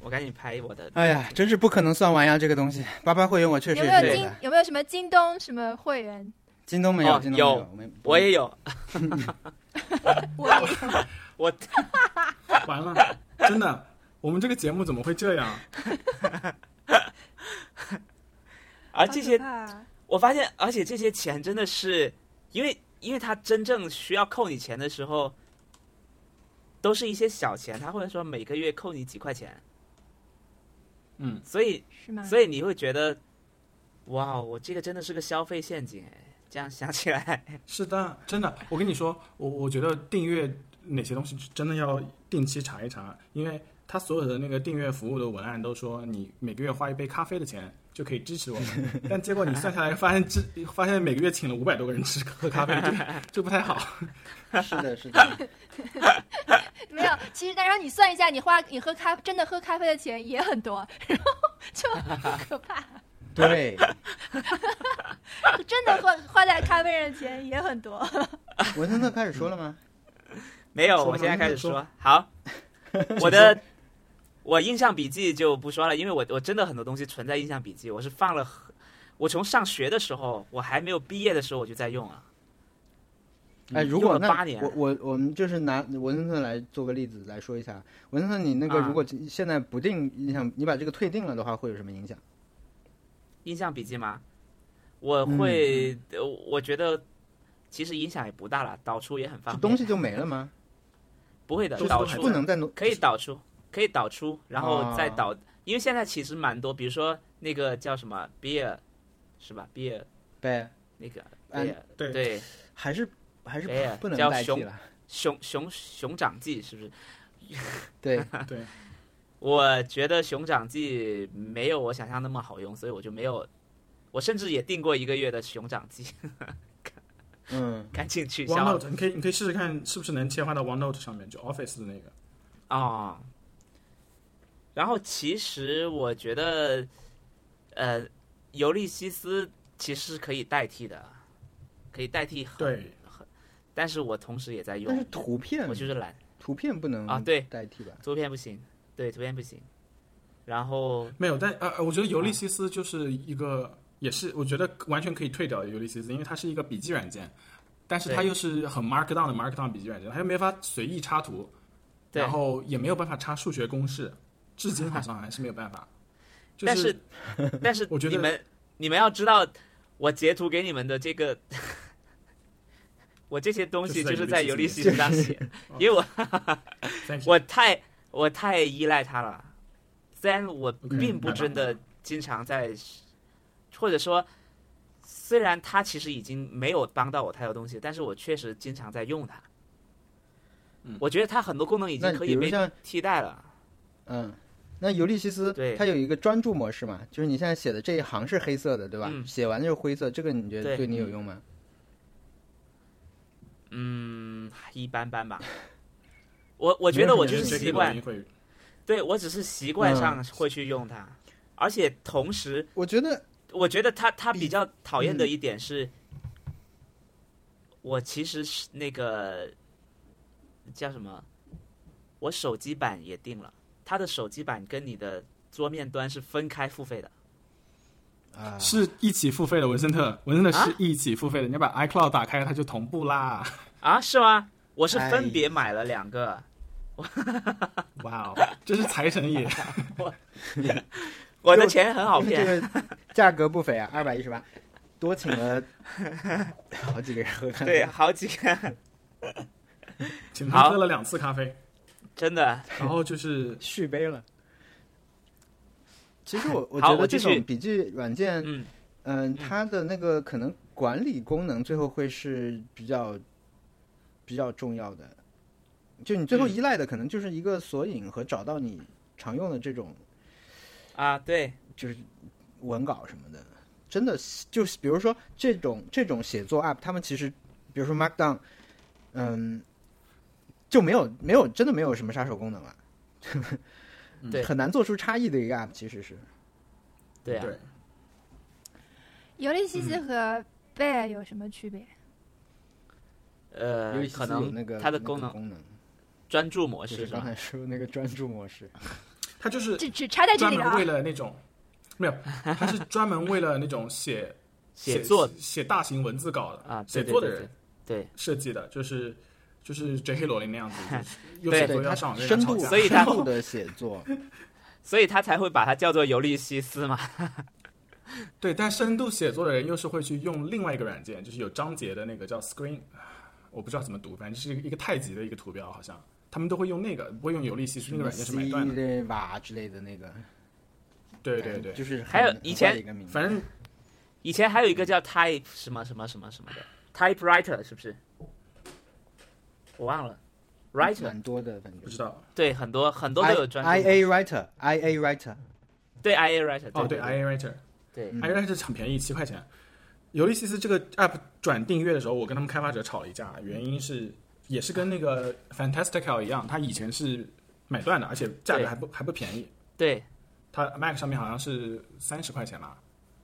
[SPEAKER 1] 我赶紧拍我的，
[SPEAKER 4] 哎呀，真是不可能算完呀，这个东西。八八会员我确实
[SPEAKER 3] 有没
[SPEAKER 4] 也
[SPEAKER 3] 有
[SPEAKER 4] 是
[SPEAKER 1] 对
[SPEAKER 3] 京
[SPEAKER 4] 的，
[SPEAKER 3] 有没有什么京东什么会员？
[SPEAKER 4] 京东没
[SPEAKER 1] 哦
[SPEAKER 4] 有，京东没
[SPEAKER 1] 有
[SPEAKER 4] 我们
[SPEAKER 1] 我也有，
[SPEAKER 3] 我也有
[SPEAKER 1] 我
[SPEAKER 2] 完了，真的，我们这个节目怎么会这样？
[SPEAKER 1] 而这些
[SPEAKER 3] 好可怕啊
[SPEAKER 1] 我发现，而且这些钱真的是，因为因为他真正需要扣你钱的时候，都是一些小钱，他或者说每个月扣你几块钱，
[SPEAKER 2] 嗯，
[SPEAKER 1] 所以
[SPEAKER 3] 是吗？
[SPEAKER 1] 所以你会觉得，哇哦，我这个真的是个消费陷阱哎！这样想起来， <laughs>
[SPEAKER 2] 是的，真的，我跟你说，我我觉得订阅哪些东西真的要定期查一查，因为它所有的那个订阅服务的文案都说你每个月花一杯咖啡的钱就可以支持我们，但结果你算下来发现支发现每个月请了五百多个人吃喝咖啡，这个这不太好。
[SPEAKER 4] 是的，是
[SPEAKER 1] <laughs>
[SPEAKER 4] 的，
[SPEAKER 3] <laughs> 没有，其实但然后你算一下，你花你喝咖真的喝咖啡的钱也很多， <laughs> 然后就很可怕。
[SPEAKER 4] 对，
[SPEAKER 3] 真的花花在咖啡上的钱也很
[SPEAKER 2] <laughs>
[SPEAKER 3] 多。
[SPEAKER 2] 嗯
[SPEAKER 4] 文森特开始说了吗？
[SPEAKER 1] 没有，
[SPEAKER 2] 说吧
[SPEAKER 1] 我现在开始
[SPEAKER 2] 说
[SPEAKER 1] 说。好，我的我印象笔记就不说了，因为我我真的很多东西存在印象笔记，我是放了很，我从上学的时候，我还没有毕业的时候我就在用啊。
[SPEAKER 4] 哎，如果
[SPEAKER 1] 用了
[SPEAKER 4] 那
[SPEAKER 1] 八年
[SPEAKER 4] 我我我们就是拿文森特来做个例子来说一下，文森特，你那个
[SPEAKER 1] 啊
[SPEAKER 4] 如果现在不定影响，你把这个退订了的话，会有什么影响？
[SPEAKER 1] 印象笔记吗？我会，呃我觉得其实影响也不大了，导出也很方便。
[SPEAKER 4] 这东西就没
[SPEAKER 1] <laughs>
[SPEAKER 4] 了吗？
[SPEAKER 1] 不会的，
[SPEAKER 2] 东西
[SPEAKER 1] 导
[SPEAKER 2] 都还
[SPEAKER 1] 出
[SPEAKER 4] 不能再弄
[SPEAKER 1] 可以导出，可以导出，然后再
[SPEAKER 4] 啊
[SPEAKER 1] 导，因为现在其实蛮多，比如说那个叫什么 beer，是吧？beer
[SPEAKER 4] 呗，
[SPEAKER 1] 那个 beer，、
[SPEAKER 4] 嗯
[SPEAKER 2] 对
[SPEAKER 1] 对，
[SPEAKER 4] 还是还是不
[SPEAKER 1] 哎呀
[SPEAKER 4] 不能
[SPEAKER 1] 叫
[SPEAKER 4] 代替
[SPEAKER 1] 熊
[SPEAKER 4] 了。
[SPEAKER 1] 熊熊熊掌记是不是？ <laughs>
[SPEAKER 4] 对，
[SPEAKER 2] 对，
[SPEAKER 1] 我觉得熊掌记没有我想象那么好用，所以我就没有，我甚至也订过一个月的熊掌记，
[SPEAKER 4] 嗯，
[SPEAKER 1] <laughs> 赶紧取消了。
[SPEAKER 2] OneNote，你可以你可以试试看是不是能切换到 OneNote 上面，就 Office 的那个。
[SPEAKER 1] 啊、然后其实我觉得，呃，尤利西斯其实是可以代替的，可以代替很，
[SPEAKER 2] 对，
[SPEAKER 1] 但是我同时也在
[SPEAKER 4] 但是
[SPEAKER 1] 用，
[SPEAKER 4] 图片
[SPEAKER 1] 我就是懒，
[SPEAKER 4] 图片不能
[SPEAKER 1] 啊对
[SPEAKER 4] 代替吧？
[SPEAKER 1] 图片不行，对，图片不行。然后
[SPEAKER 2] 没有，但呃，呃我觉得
[SPEAKER 1] 嗯
[SPEAKER 2] 尤利西斯就是一个，也是我觉得完全可以退掉尤利西斯，因为它是一个笔记软件，但是它
[SPEAKER 1] 对
[SPEAKER 2] 又是很 Markdown 的 Markdown 笔记软件，它又没法随意插图，
[SPEAKER 1] 对
[SPEAKER 2] 然后也没有办法插数学公式，至今好像还是没有办
[SPEAKER 1] <laughs>
[SPEAKER 2] 法。就
[SPEAKER 1] 但
[SPEAKER 2] 是 <laughs>
[SPEAKER 1] 是，但是
[SPEAKER 2] 我觉得
[SPEAKER 1] 你们你们要知道，我截图给你们的这个， <laughs> 我这些东西
[SPEAKER 2] 就
[SPEAKER 1] 就是是
[SPEAKER 2] 在
[SPEAKER 1] 在
[SPEAKER 2] 尤
[SPEAKER 1] 尤
[SPEAKER 2] 利
[SPEAKER 1] 利
[SPEAKER 2] 西
[SPEAKER 1] 西
[SPEAKER 2] 斯
[SPEAKER 1] 斯上写的，因为我
[SPEAKER 2] Thank you
[SPEAKER 1] <laughs> 我太我太依赖它了。虽然我
[SPEAKER 2] OK，
[SPEAKER 1] 并不真的经常在，或者说，虽然它其实已经没有帮到我太多东西，但是我确实经常在用它。我觉得它很多功能已
[SPEAKER 4] 嗯那
[SPEAKER 1] 经可
[SPEAKER 4] 比
[SPEAKER 1] 以
[SPEAKER 4] 如
[SPEAKER 1] 被
[SPEAKER 4] 像
[SPEAKER 1] 替代了。
[SPEAKER 4] 嗯，那尤利西斯
[SPEAKER 1] 对
[SPEAKER 4] 它有一个专注模式嘛，就是你现在写的这一行是黑色的，对吧？
[SPEAKER 1] 嗯
[SPEAKER 4] 写完就是灰色，这个你觉得
[SPEAKER 1] 对
[SPEAKER 4] 对你有用吗？
[SPEAKER 1] 嗯，一般般吧。我我觉得我就是习惯，
[SPEAKER 2] 会
[SPEAKER 1] 对我只是习惯
[SPEAKER 4] 嗯
[SPEAKER 1] 上会去用它，而且同时，
[SPEAKER 4] 我觉得
[SPEAKER 1] 我觉得它它比较讨厌的
[SPEAKER 4] 嗯
[SPEAKER 1] 一点是，我其实是那个叫什么，我手机版也定了，它的手机版跟你的桌面端是分开付费的。
[SPEAKER 4] 啊，
[SPEAKER 2] 是一起付费的。文森特，文森特
[SPEAKER 1] 啊
[SPEAKER 2] 是一起付费的，你要
[SPEAKER 1] <laughs>
[SPEAKER 2] 把 iCloud 打开，它就同步啦。 <laughs>
[SPEAKER 1] 啊，是吗？我是
[SPEAKER 4] 哎
[SPEAKER 1] 分别买了两个，
[SPEAKER 2] 哇哦，这是财神
[SPEAKER 1] <laughs>
[SPEAKER 2] 爷。
[SPEAKER 1] 我的钱很好骗。
[SPEAKER 4] 这个价格不菲啊，二百一十八，多请了 <laughs> 好几个人
[SPEAKER 1] <laughs>
[SPEAKER 4] 喝咖啡
[SPEAKER 1] 对，。好几个，
[SPEAKER 2] 请他喝了两次咖啡，
[SPEAKER 1] 真的。
[SPEAKER 2] 然后就是
[SPEAKER 4] 续杯了。其实我我
[SPEAKER 1] 好
[SPEAKER 4] 觉得
[SPEAKER 1] 我
[SPEAKER 4] 这
[SPEAKER 1] 继
[SPEAKER 4] 种
[SPEAKER 1] 续
[SPEAKER 4] 笔记软件，
[SPEAKER 1] 嗯
[SPEAKER 4] 嗯、它的那个可能管理功能最后会是比较比较重要的。就你最后
[SPEAKER 1] 嗯
[SPEAKER 4] 依赖的可能就是一个索引和找到你常用的这种
[SPEAKER 1] 啊，对，
[SPEAKER 4] 就是文稿什么的，真的就是比如说这种这种写作 app，他们其实比如说 Markdown，嗯，就没有没有真的没有什么杀手功能了，
[SPEAKER 1] 对
[SPEAKER 4] <laughs> 很难做出差异的一个 app，其实是
[SPEAKER 1] 对啊，
[SPEAKER 2] 对
[SPEAKER 3] 尤利西斯和贝尔有什么区别？
[SPEAKER 4] 尤
[SPEAKER 1] 呃
[SPEAKER 4] 其，
[SPEAKER 1] 可
[SPEAKER 4] 是有
[SPEAKER 1] 能
[SPEAKER 4] 那个
[SPEAKER 1] 它的
[SPEAKER 4] 那个
[SPEAKER 1] 功能
[SPEAKER 4] 功能
[SPEAKER 1] 专注模
[SPEAKER 4] 就
[SPEAKER 1] 式
[SPEAKER 4] 是
[SPEAKER 1] 是
[SPEAKER 4] 刚
[SPEAKER 1] 吧？
[SPEAKER 4] 才说那个专注模式，
[SPEAKER 2] 他就是
[SPEAKER 3] 只只插在这
[SPEAKER 2] 专
[SPEAKER 3] 里了
[SPEAKER 2] 门
[SPEAKER 3] 啊
[SPEAKER 2] 为！了那种，没有，他是专门为了那种
[SPEAKER 1] <laughs>
[SPEAKER 2] 写
[SPEAKER 1] 写作
[SPEAKER 2] 写大型文字稿的
[SPEAKER 1] 啊，对
[SPEAKER 2] 写
[SPEAKER 1] 对
[SPEAKER 2] 作的
[SPEAKER 1] 对
[SPEAKER 2] 人
[SPEAKER 1] 对，
[SPEAKER 2] 设计的，就是就是 J.K. 罗琳那
[SPEAKER 1] <laughs>
[SPEAKER 2] 样子，就是又
[SPEAKER 1] 对
[SPEAKER 2] 写
[SPEAKER 4] 对
[SPEAKER 2] 作
[SPEAKER 4] 它
[SPEAKER 2] 要上网，又要
[SPEAKER 4] 深
[SPEAKER 2] 吵
[SPEAKER 4] 度
[SPEAKER 2] 架，
[SPEAKER 1] 所以它
[SPEAKER 4] 深度的写作，
[SPEAKER 1] 所以他才会把它叫做尤利西斯嘛。
[SPEAKER 2] 对，但深度写作的人又是会去用另外一个软件，就是有章节的那个叫 Screen，我不知道怎么读，反正就是一个一个太极的一个图标，好像他们都会用那个，不会用尤利西斯那个软件是买断的。
[SPEAKER 4] 的吧之类的那个，
[SPEAKER 2] 对对对，
[SPEAKER 4] 就是
[SPEAKER 1] 还有
[SPEAKER 4] 很
[SPEAKER 1] 以
[SPEAKER 4] 很怪的
[SPEAKER 1] 前
[SPEAKER 4] 一个名字，
[SPEAKER 2] 反正
[SPEAKER 1] 以前还有一个叫 Type 什么什么什么什么的，Typewriter 是不是？我忘了，Writer
[SPEAKER 3] 嗯
[SPEAKER 4] 蛮多的，反正
[SPEAKER 2] 不知道
[SPEAKER 1] 对，很多很多
[SPEAKER 4] I
[SPEAKER 1] 都有专注
[SPEAKER 4] I A writer I
[SPEAKER 2] <laughs>
[SPEAKER 4] A writer，
[SPEAKER 1] 对 IA Writer
[SPEAKER 2] 哦，对
[SPEAKER 1] 对
[SPEAKER 2] i a Writer。
[SPEAKER 1] 对
[SPEAKER 2] 还有它是很便宜，七块钱。尤利西斯这个 app 转订阅的时候，我跟他们开发者吵了一架，原因是也是跟那个 Fantastical 一样，它以前是买断的，而且价格
[SPEAKER 1] 对
[SPEAKER 2] 还不还不便宜。
[SPEAKER 1] 对
[SPEAKER 2] 它 Mac 上面好像是三十块钱吧，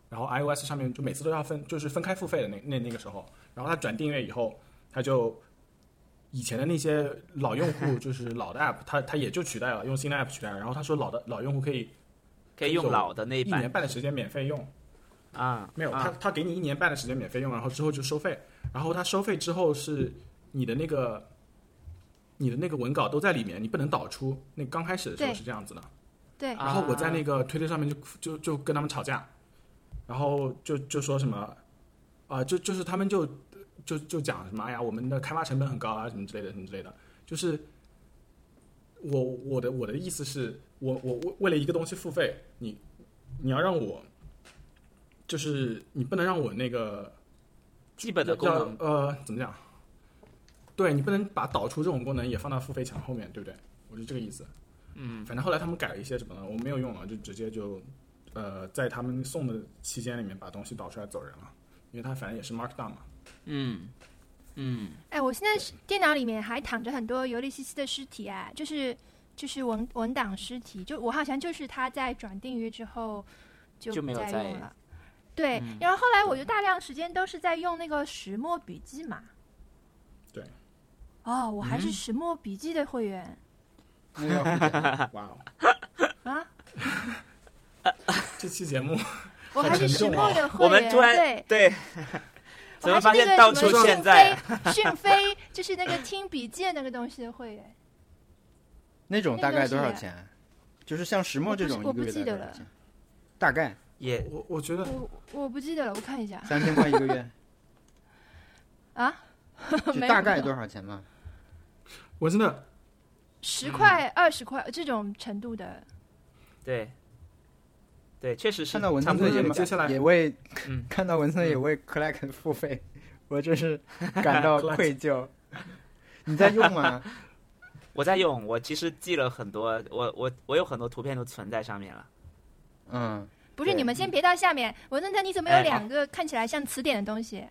[SPEAKER 2] 然后 iOS 上面就每次都要分，就是分开付费的那那那个时候。然后它转订阅以后，它就以前的那些老用户，就是老的 app，它它也就取代了，用新的 app 取代了。然后他说老的老用户可以
[SPEAKER 1] 可以用老的那
[SPEAKER 2] 一
[SPEAKER 1] 版
[SPEAKER 2] 年半的时间免费用。
[SPEAKER 1] 啊，
[SPEAKER 2] 没有，他
[SPEAKER 1] 啊
[SPEAKER 2] 他给你一年半的时间免费用，然后之后就收费。然后他收费之后是你的那个你的那个文稿都在里面，你不能导出。那刚开始的时候
[SPEAKER 3] 对
[SPEAKER 2] 是这样子的，
[SPEAKER 3] 对，
[SPEAKER 2] 然后我在
[SPEAKER 1] 啊
[SPEAKER 2] 那个推特上面就就就跟他们吵架，然后就就说什么啊、就就是他们就就就讲什么哎呀，我们的开发成本很高啊，什么之类的，什么之类的。就是我我的我的意思是我我我为了一个东西付费，你你要让我就是你不能让我那个
[SPEAKER 1] 基本的功
[SPEAKER 2] 要
[SPEAKER 1] 能
[SPEAKER 2] 呃怎么讲？对你不能把导出这种功能也放到付费墙后面，对不对？我是这个意思。嗯，反正后来他们改了一些什么呢？我没有用了，就直接就呃在他们送的期间里面把东西导出来走人了，因为他反正也是 Markdown 嘛。
[SPEAKER 1] 嗯嗯，
[SPEAKER 3] 哎，我现在是电脑里面还躺着很多尤利西斯的尸体啊，就是就是文文档尸体，就我好像就是他在转订阅之后就
[SPEAKER 1] 就没有
[SPEAKER 3] 再
[SPEAKER 1] 再嗯
[SPEAKER 3] 用了。对，然后后来我就大量时间都是在用那个石墨笔记嘛。
[SPEAKER 2] 对。
[SPEAKER 3] 哦，我
[SPEAKER 1] 嗯
[SPEAKER 3] 还是石墨笔记的会员、
[SPEAKER 4] 那要付钱的
[SPEAKER 2] 哇哦，
[SPEAKER 3] 啊，
[SPEAKER 2] 这期节目
[SPEAKER 3] 我还是
[SPEAKER 2] 很
[SPEAKER 3] 石
[SPEAKER 2] 沉重
[SPEAKER 3] 墨的
[SPEAKER 1] 啊
[SPEAKER 3] 会
[SPEAKER 1] 我
[SPEAKER 3] 员。
[SPEAKER 1] 们突然
[SPEAKER 3] 对，
[SPEAKER 1] <laughs> 对，
[SPEAKER 3] 我
[SPEAKER 1] 怎么
[SPEAKER 3] 还是
[SPEAKER 1] 发
[SPEAKER 3] 那
[SPEAKER 1] 现
[SPEAKER 3] 个
[SPEAKER 1] 到
[SPEAKER 3] 什
[SPEAKER 1] 处
[SPEAKER 3] 么
[SPEAKER 1] 现在？ <laughs>
[SPEAKER 3] 讯飞，讯飞就是那个听笔记的那个东西的会员。
[SPEAKER 4] 那种大概多
[SPEAKER 3] 那
[SPEAKER 4] 少
[SPEAKER 3] 个是
[SPEAKER 4] 钱？就是像石墨这种
[SPEAKER 3] 我
[SPEAKER 4] 一
[SPEAKER 3] 不
[SPEAKER 4] 个
[SPEAKER 3] 是
[SPEAKER 4] 月大概多
[SPEAKER 3] 我不
[SPEAKER 4] 少
[SPEAKER 3] 记得
[SPEAKER 4] 钱？大概
[SPEAKER 1] 也
[SPEAKER 2] 我我觉得
[SPEAKER 3] 我我不记得了，我看一下
[SPEAKER 4] 三千块一
[SPEAKER 3] <laughs>
[SPEAKER 4] 个月，
[SPEAKER 3] 啊，<laughs>
[SPEAKER 4] 就
[SPEAKER 3] 没有
[SPEAKER 4] 大概多少钱嘛？
[SPEAKER 2] 我真的
[SPEAKER 1] 嗯
[SPEAKER 3] 十块、二十块这种程度的。
[SPEAKER 1] 对对，确实是
[SPEAKER 4] 看到文
[SPEAKER 2] 差
[SPEAKER 4] 森
[SPEAKER 2] 不多
[SPEAKER 4] 特也
[SPEAKER 2] 了接下来
[SPEAKER 4] 也为
[SPEAKER 1] 嗯
[SPEAKER 4] <laughs> 看到文森特也为 Clack 付费，我
[SPEAKER 2] <laughs>
[SPEAKER 4] 真是感到愧疚。你在用吗？
[SPEAKER 1] 我在用，我其实记了很多，我我我有很多图片都存在上面了。
[SPEAKER 4] 嗯，
[SPEAKER 3] 不是，
[SPEAKER 4] 对
[SPEAKER 3] 你们先别到下面。文森特，你怎么有
[SPEAKER 1] 哎
[SPEAKER 3] 两个看起来像词典的东西？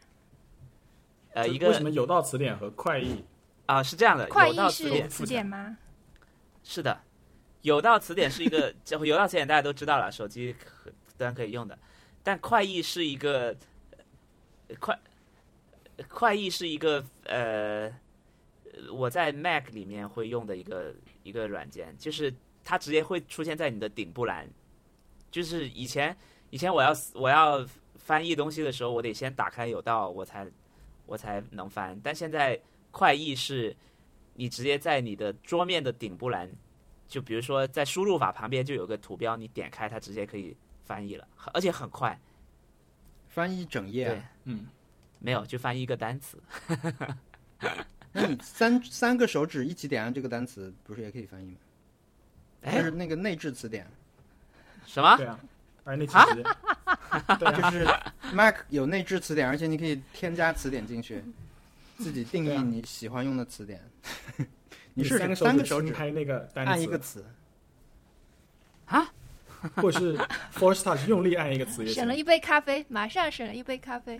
[SPEAKER 1] 呃，
[SPEAKER 2] 就
[SPEAKER 1] 一个
[SPEAKER 2] 为什么有道词典和快译
[SPEAKER 1] 啊、是这样的，
[SPEAKER 3] 快
[SPEAKER 1] 有
[SPEAKER 3] 意
[SPEAKER 1] 道词
[SPEAKER 3] 是
[SPEAKER 1] 典
[SPEAKER 3] 词典吗？
[SPEAKER 1] 是的，有道词典是一个叫有道词典，大家都知道了，手机可端可以用的。但快译是一个呃快呃快译是一个呃，我在 Mac 里面会用的一个一个软件，就是它直接会出现在你的顶部栏。就是以前以前我要我要翻译东西的时候，我得先打开有道，我才我才能翻。但现在快译是你直接在你的桌面的顶部栏，就比如说在输入法旁边就有个图标，你点开它直接可以翻译了，很而且很快，
[SPEAKER 4] 翻译整页啊、
[SPEAKER 1] 对
[SPEAKER 2] 嗯，
[SPEAKER 1] 没有就翻译一个单词。
[SPEAKER 4] 那你三三个手指一起点啊上这个单词，不是也可以翻译吗？就
[SPEAKER 1] 哎
[SPEAKER 4] 是，那个内置词典，
[SPEAKER 1] 什么
[SPEAKER 2] 对？啊，而那期时间对
[SPEAKER 4] <laughs> 就
[SPEAKER 2] 啊，
[SPEAKER 4] 是 Mac 有内置词典，而且你可以添加词典进去，自己定
[SPEAKER 2] 对
[SPEAKER 4] 义
[SPEAKER 2] 啊
[SPEAKER 4] 你喜欢用的词典。
[SPEAKER 2] 你
[SPEAKER 4] 是
[SPEAKER 2] 三个
[SPEAKER 4] 三个
[SPEAKER 2] 手
[SPEAKER 4] 手
[SPEAKER 2] 轻
[SPEAKER 4] 指
[SPEAKER 2] 拍那个单词，
[SPEAKER 4] 按一个词，
[SPEAKER 2] 或者是 Force Touch 用力按一个词也行
[SPEAKER 3] 省了。一杯咖啡，马上省了一杯咖啡。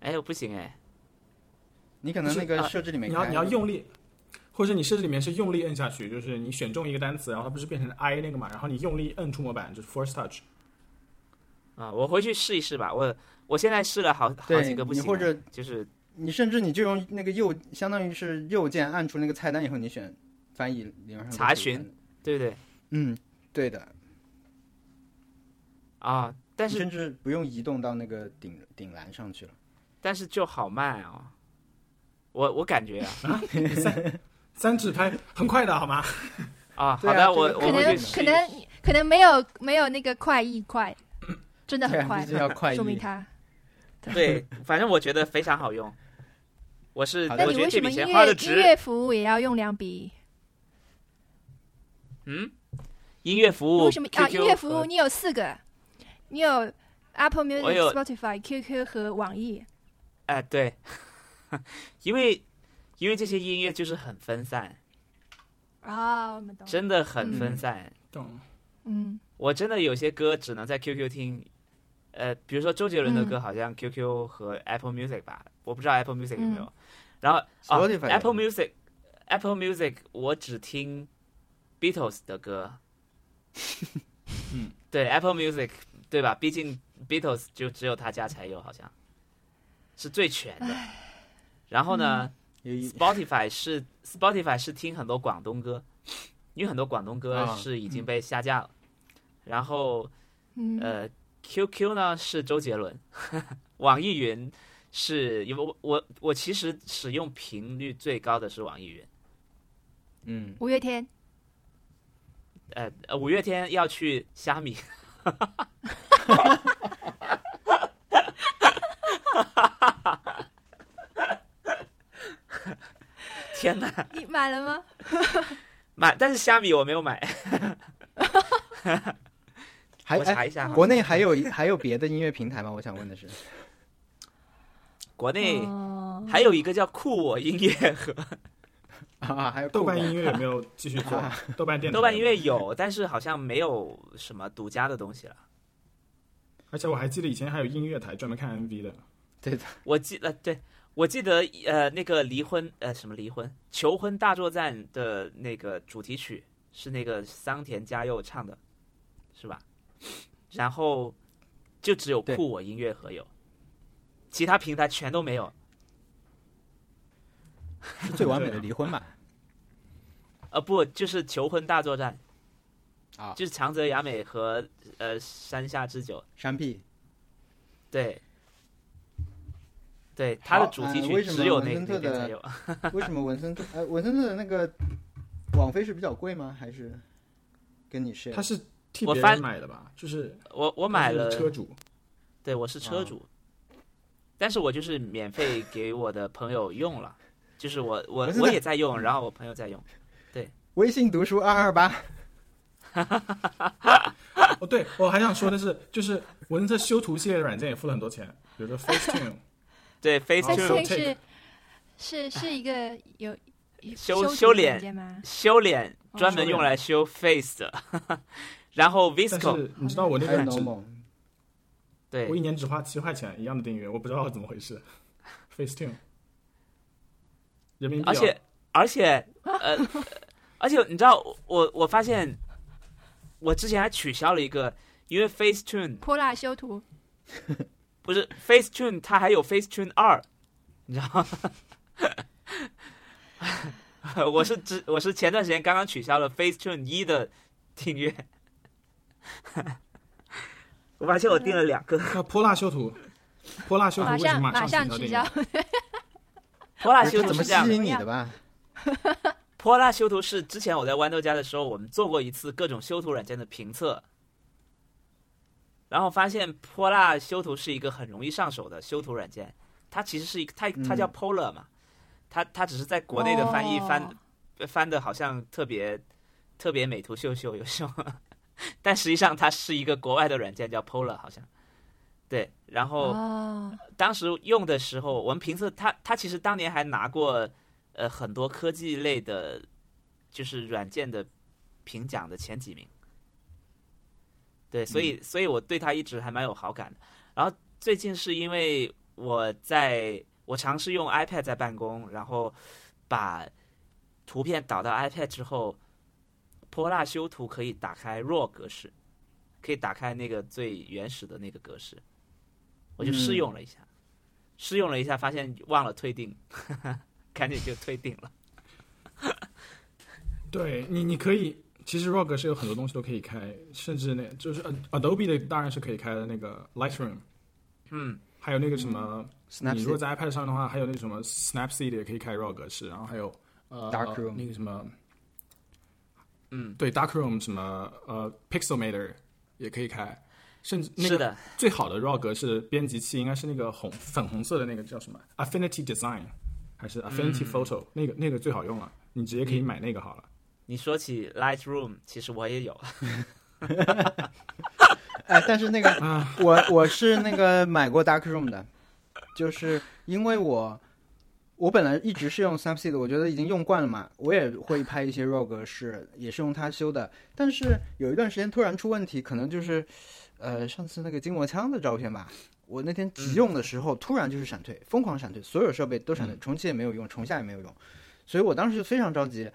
[SPEAKER 1] 哎呦，不行哎，
[SPEAKER 4] 你可能那
[SPEAKER 1] 不
[SPEAKER 4] 个
[SPEAKER 1] 是啊
[SPEAKER 4] 设置里面
[SPEAKER 2] 你要
[SPEAKER 4] 开
[SPEAKER 2] 你要用力，或者你设置里面是用力摁下去，就是你选中一个单词，然后它不是变成 i 那个嘛，然后你用力摁触摸板，就是 force touch。
[SPEAKER 1] 啊，我回去试一试吧。我我现在试了好好
[SPEAKER 4] 对
[SPEAKER 1] 几个不
[SPEAKER 4] 你
[SPEAKER 1] 行哎，
[SPEAKER 4] 或者
[SPEAKER 1] 就是
[SPEAKER 4] 你甚至你就用那个右，相当于是右键按出那个菜单以后，你选翻译里面上
[SPEAKER 1] 查询。对对
[SPEAKER 4] 嗯，对的。
[SPEAKER 1] 啊，但
[SPEAKER 4] 你
[SPEAKER 1] 是
[SPEAKER 4] 甚至不用移动到那个顶顶栏上去了。
[SPEAKER 1] 但是就好慢哦。我我感觉啊
[SPEAKER 2] 三指拍很快的好吗？
[SPEAKER 1] 啊，
[SPEAKER 4] 对
[SPEAKER 1] 好
[SPEAKER 4] 啊
[SPEAKER 1] 的，
[SPEAKER 4] 这
[SPEAKER 1] 我
[SPEAKER 4] 个
[SPEAKER 1] 我
[SPEAKER 3] 可
[SPEAKER 1] 回去
[SPEAKER 3] 能
[SPEAKER 1] 试
[SPEAKER 3] 可
[SPEAKER 1] 一
[SPEAKER 3] 能
[SPEAKER 1] 试。
[SPEAKER 3] 可能没有没有那个快意快，真的
[SPEAKER 4] 对
[SPEAKER 3] 很
[SPEAKER 4] 啊，
[SPEAKER 3] 快
[SPEAKER 4] 必，须要快译
[SPEAKER 3] 说。明他。
[SPEAKER 1] 对，反正我觉得非常好用。我是
[SPEAKER 4] 好
[SPEAKER 1] 我
[SPEAKER 4] 的
[SPEAKER 3] 那
[SPEAKER 1] 觉得
[SPEAKER 3] 你为
[SPEAKER 1] 这
[SPEAKER 3] 什么
[SPEAKER 1] 笔
[SPEAKER 3] 音
[SPEAKER 1] 钱花
[SPEAKER 3] 乐
[SPEAKER 1] 的
[SPEAKER 3] 音
[SPEAKER 1] 值。
[SPEAKER 3] 乐服务也要用两笔？
[SPEAKER 1] 音乐服务
[SPEAKER 3] 为什么啊？
[SPEAKER 1] QQ
[SPEAKER 3] 音乐服务
[SPEAKER 1] 和
[SPEAKER 3] 你有四个，你有 Apple Music
[SPEAKER 1] 我有、
[SPEAKER 3] Spotify、QQ 和网易。
[SPEAKER 1] 哎、对， <laughs> 因为因为这些音乐就是很分散，
[SPEAKER 3] 啊，我们懂了。
[SPEAKER 1] 真的很分散。
[SPEAKER 2] 懂。
[SPEAKER 3] 嗯，
[SPEAKER 1] 我真的有些歌只能在 QQ 听，呃，比如说周杰伦的歌，好像 QQ 和 Apple Music 吧，我不知道 Apple Music 有没有。然后哦
[SPEAKER 4] Spotify 有
[SPEAKER 1] ，Apple Music Apple Music 我只听 Beatles 的歌。嗯， <laughs> 对 Apple Music 对吧？毕竟 Beatles 就只有他家才有，好像是最全的。然后呢？
[SPEAKER 4] 有一
[SPEAKER 1] Spotify 是 Spotify 是听很多广东歌，因为很多广东歌
[SPEAKER 4] 啊
[SPEAKER 1] 是已经被下架了。然后
[SPEAKER 3] 嗯
[SPEAKER 1] 呃，QQ 呢是周杰伦，网易云是因为我我我其实使用频率最高的是网易云，
[SPEAKER 4] 嗯，
[SPEAKER 3] 五
[SPEAKER 1] <laughs>
[SPEAKER 3] 月天，
[SPEAKER 1] 呃，呃五月天要去虾米， <laughs> 天哪！
[SPEAKER 3] 你买了吗？
[SPEAKER 1] 买，但是虾米我没有买，
[SPEAKER 4] 还
[SPEAKER 1] 我查一下
[SPEAKER 4] 哎
[SPEAKER 1] 哈
[SPEAKER 4] 国内还有还有别的音乐平台吗？我想问的是，
[SPEAKER 1] 国内
[SPEAKER 3] 哦
[SPEAKER 1] 还有一个叫酷我音乐和
[SPEAKER 4] 啊，还有
[SPEAKER 2] 豆瓣
[SPEAKER 4] 酷我
[SPEAKER 2] 音乐有没有继续
[SPEAKER 1] <laughs>
[SPEAKER 2] 做？豆瓣电台，
[SPEAKER 1] 豆瓣音乐有，但是好像没有什么独家的东西了。
[SPEAKER 2] 而且我还记得以前还有音乐台专门看 MV 的，
[SPEAKER 4] 对的，
[SPEAKER 1] 我记得，对我记得，呃，那个离婚，呃，什么离婚，求婚大作战的那个主题曲是那个桑田佳佑唱的，是吧？然后就只有
[SPEAKER 4] 对
[SPEAKER 1] 酷我音乐和有，其他平台全都没有。
[SPEAKER 4] 是最完美的离婚吧？
[SPEAKER 1] 呃，不，就是求婚大作战
[SPEAKER 4] 啊
[SPEAKER 1] 就是长泽雅美和呃山下智久，
[SPEAKER 4] 山壁，
[SPEAKER 1] 对，对，它的
[SPEAKER 4] 好
[SPEAKER 1] 主题
[SPEAKER 4] 呃
[SPEAKER 1] 曲
[SPEAKER 4] 为什么
[SPEAKER 1] 只有
[SPEAKER 4] 文
[SPEAKER 1] 那
[SPEAKER 4] 森
[SPEAKER 1] 那
[SPEAKER 4] 特
[SPEAKER 1] 边
[SPEAKER 4] 的
[SPEAKER 1] 才有。 <laughs>
[SPEAKER 4] 为什么文森特？呃，文森特的那个网飞是比较贵吗？还是跟你 share？
[SPEAKER 2] 他是替
[SPEAKER 1] 我
[SPEAKER 2] 别
[SPEAKER 1] 翻
[SPEAKER 2] 人买的吧？就是
[SPEAKER 1] 我我买
[SPEAKER 2] 他
[SPEAKER 4] <laughs>
[SPEAKER 1] 了
[SPEAKER 2] 是车主，
[SPEAKER 1] 对，我是车
[SPEAKER 4] 啊
[SPEAKER 1] 主，但是我就是免费给我的朋友用了，就是我我
[SPEAKER 4] 不是
[SPEAKER 1] 我
[SPEAKER 4] 那
[SPEAKER 1] 也在用，然后我朋友在用，
[SPEAKER 4] 微信读书二二八，
[SPEAKER 2] 哦，对，我还想说的是，就是文森特修图系列的软件也付了很多钱，比如说
[SPEAKER 1] <laughs>
[SPEAKER 2] Facetune，
[SPEAKER 4] 哦
[SPEAKER 1] 对
[SPEAKER 2] 好
[SPEAKER 3] 但
[SPEAKER 2] 这个
[SPEAKER 1] ，Facetune
[SPEAKER 3] 是
[SPEAKER 2] 这
[SPEAKER 3] 是是是一个有有
[SPEAKER 1] 哎修
[SPEAKER 3] 修
[SPEAKER 1] 修
[SPEAKER 3] 图
[SPEAKER 1] 脸
[SPEAKER 3] 软件吗？
[SPEAKER 1] 修脸
[SPEAKER 3] 哦
[SPEAKER 1] 专门
[SPEAKER 2] 修
[SPEAKER 1] 用
[SPEAKER 2] 脸
[SPEAKER 1] 来修 face 的， <laughs> 然后
[SPEAKER 2] 但
[SPEAKER 1] Visco
[SPEAKER 2] 是你知道我那
[SPEAKER 4] 还有
[SPEAKER 2] 个只
[SPEAKER 4] Normal，
[SPEAKER 1] 对
[SPEAKER 2] 我一年只花七块钱一样的订阅，我不知道怎么回事。Facetune，人民币、哦，
[SPEAKER 1] 而且而且呃，而且你知道我我发现我之前还取消了一个，因为 Facetune
[SPEAKER 3] 泼辣修图，
[SPEAKER 1] 不是 Facetune 它还有 Facetune 二，你知道吗？ <laughs> 我是只我是前段时间刚刚取消了 Facetune 一的订阅， <laughs> 我发现我订了两个。
[SPEAKER 2] 那泼辣修
[SPEAKER 1] <laughs>
[SPEAKER 2] 图，泼辣修图
[SPEAKER 3] 马
[SPEAKER 2] 为什
[SPEAKER 3] 上
[SPEAKER 2] 么
[SPEAKER 3] 马
[SPEAKER 2] 上
[SPEAKER 3] 上
[SPEAKER 2] 取消
[SPEAKER 3] 取
[SPEAKER 2] 订
[SPEAKER 3] 消
[SPEAKER 2] 阅？，
[SPEAKER 1] 泼辣
[SPEAKER 4] 不
[SPEAKER 1] 修
[SPEAKER 4] 是
[SPEAKER 1] 图
[SPEAKER 4] 怎么
[SPEAKER 1] 是这样
[SPEAKER 4] 吸
[SPEAKER 1] 的，
[SPEAKER 4] 引你的吧？
[SPEAKER 1] 泼辣修图是之前我在豌豆荚的时候，我们做过一次各种修图软件的评测，然后发现泼辣修图是一个很容易上手的修图软件，它其实是一个它它叫
[SPEAKER 4] 嗯
[SPEAKER 1] Polar 嘛，它它只是在国内的翻译翻
[SPEAKER 3] 哦
[SPEAKER 1] 翻的好像特别特别美图秀秀有时候， <laughs> 但实际上它是一个国外的软件叫 Polar 好像，对，然后
[SPEAKER 3] 哦，
[SPEAKER 1] 当时用的时候，我们评测它，它其实当年还拿过呃很多科技类的，就是软件的评奖的前几名。对，所
[SPEAKER 2] 嗯
[SPEAKER 1] 以所以我对它一直还蛮有好感的。然后最近是因为我在我尝试用 iPad 在办公，然后把图片导到 iPad 之后，泼辣修图可以打开 RAW 格式，可以打开那个最原始的那个格式，我就试用了一下，
[SPEAKER 2] 嗯
[SPEAKER 1] 试用了一下，发现忘了退订， <laughs> 赶紧就退订了。
[SPEAKER 2] 对你，你可以，其实 ROG 是有很多东西都可以开，甚至那就是呃 Adobe 的当然是可以开的那个 Lightroom，
[SPEAKER 1] 嗯，
[SPEAKER 2] 还有那个什么，你如果
[SPEAKER 4] Snapseed
[SPEAKER 2] 在 iPad 上的话，还有那个什么 Snapseed 也可以开 RAW 格式，然后还有呃
[SPEAKER 4] Darkroom
[SPEAKER 2] 那个什么，
[SPEAKER 1] 嗯，
[SPEAKER 2] 对 Darkroom 什么呃 Pixelmator 也可以开，甚至那
[SPEAKER 1] 是
[SPEAKER 2] 个
[SPEAKER 1] 的，
[SPEAKER 2] 最好的 RAW 格式编辑器应该是那个红粉红色的那个叫什么 Affinity Design 还是
[SPEAKER 1] 嗯
[SPEAKER 2] Affinity Photo，、那个那个最好用了，你直接可以买那个好了。
[SPEAKER 1] 你说起 Lightroom，其实我也有，
[SPEAKER 4] 哎，但是那个我我是那个买过 Darkroom 的，就是因为我我本来一直是用 Snapseed，我觉得已经用惯了嘛，我也会拍一些 RAW 格式，也是用它修的。但是有一段时间突然出问题，可能就是呃上次那个筋膜枪的照片吧，我那天急用的时候、突然就是闪退，疯狂闪退，所有设备都闪退，重启也没有用，重下也没有用，所以我当时就非常着急，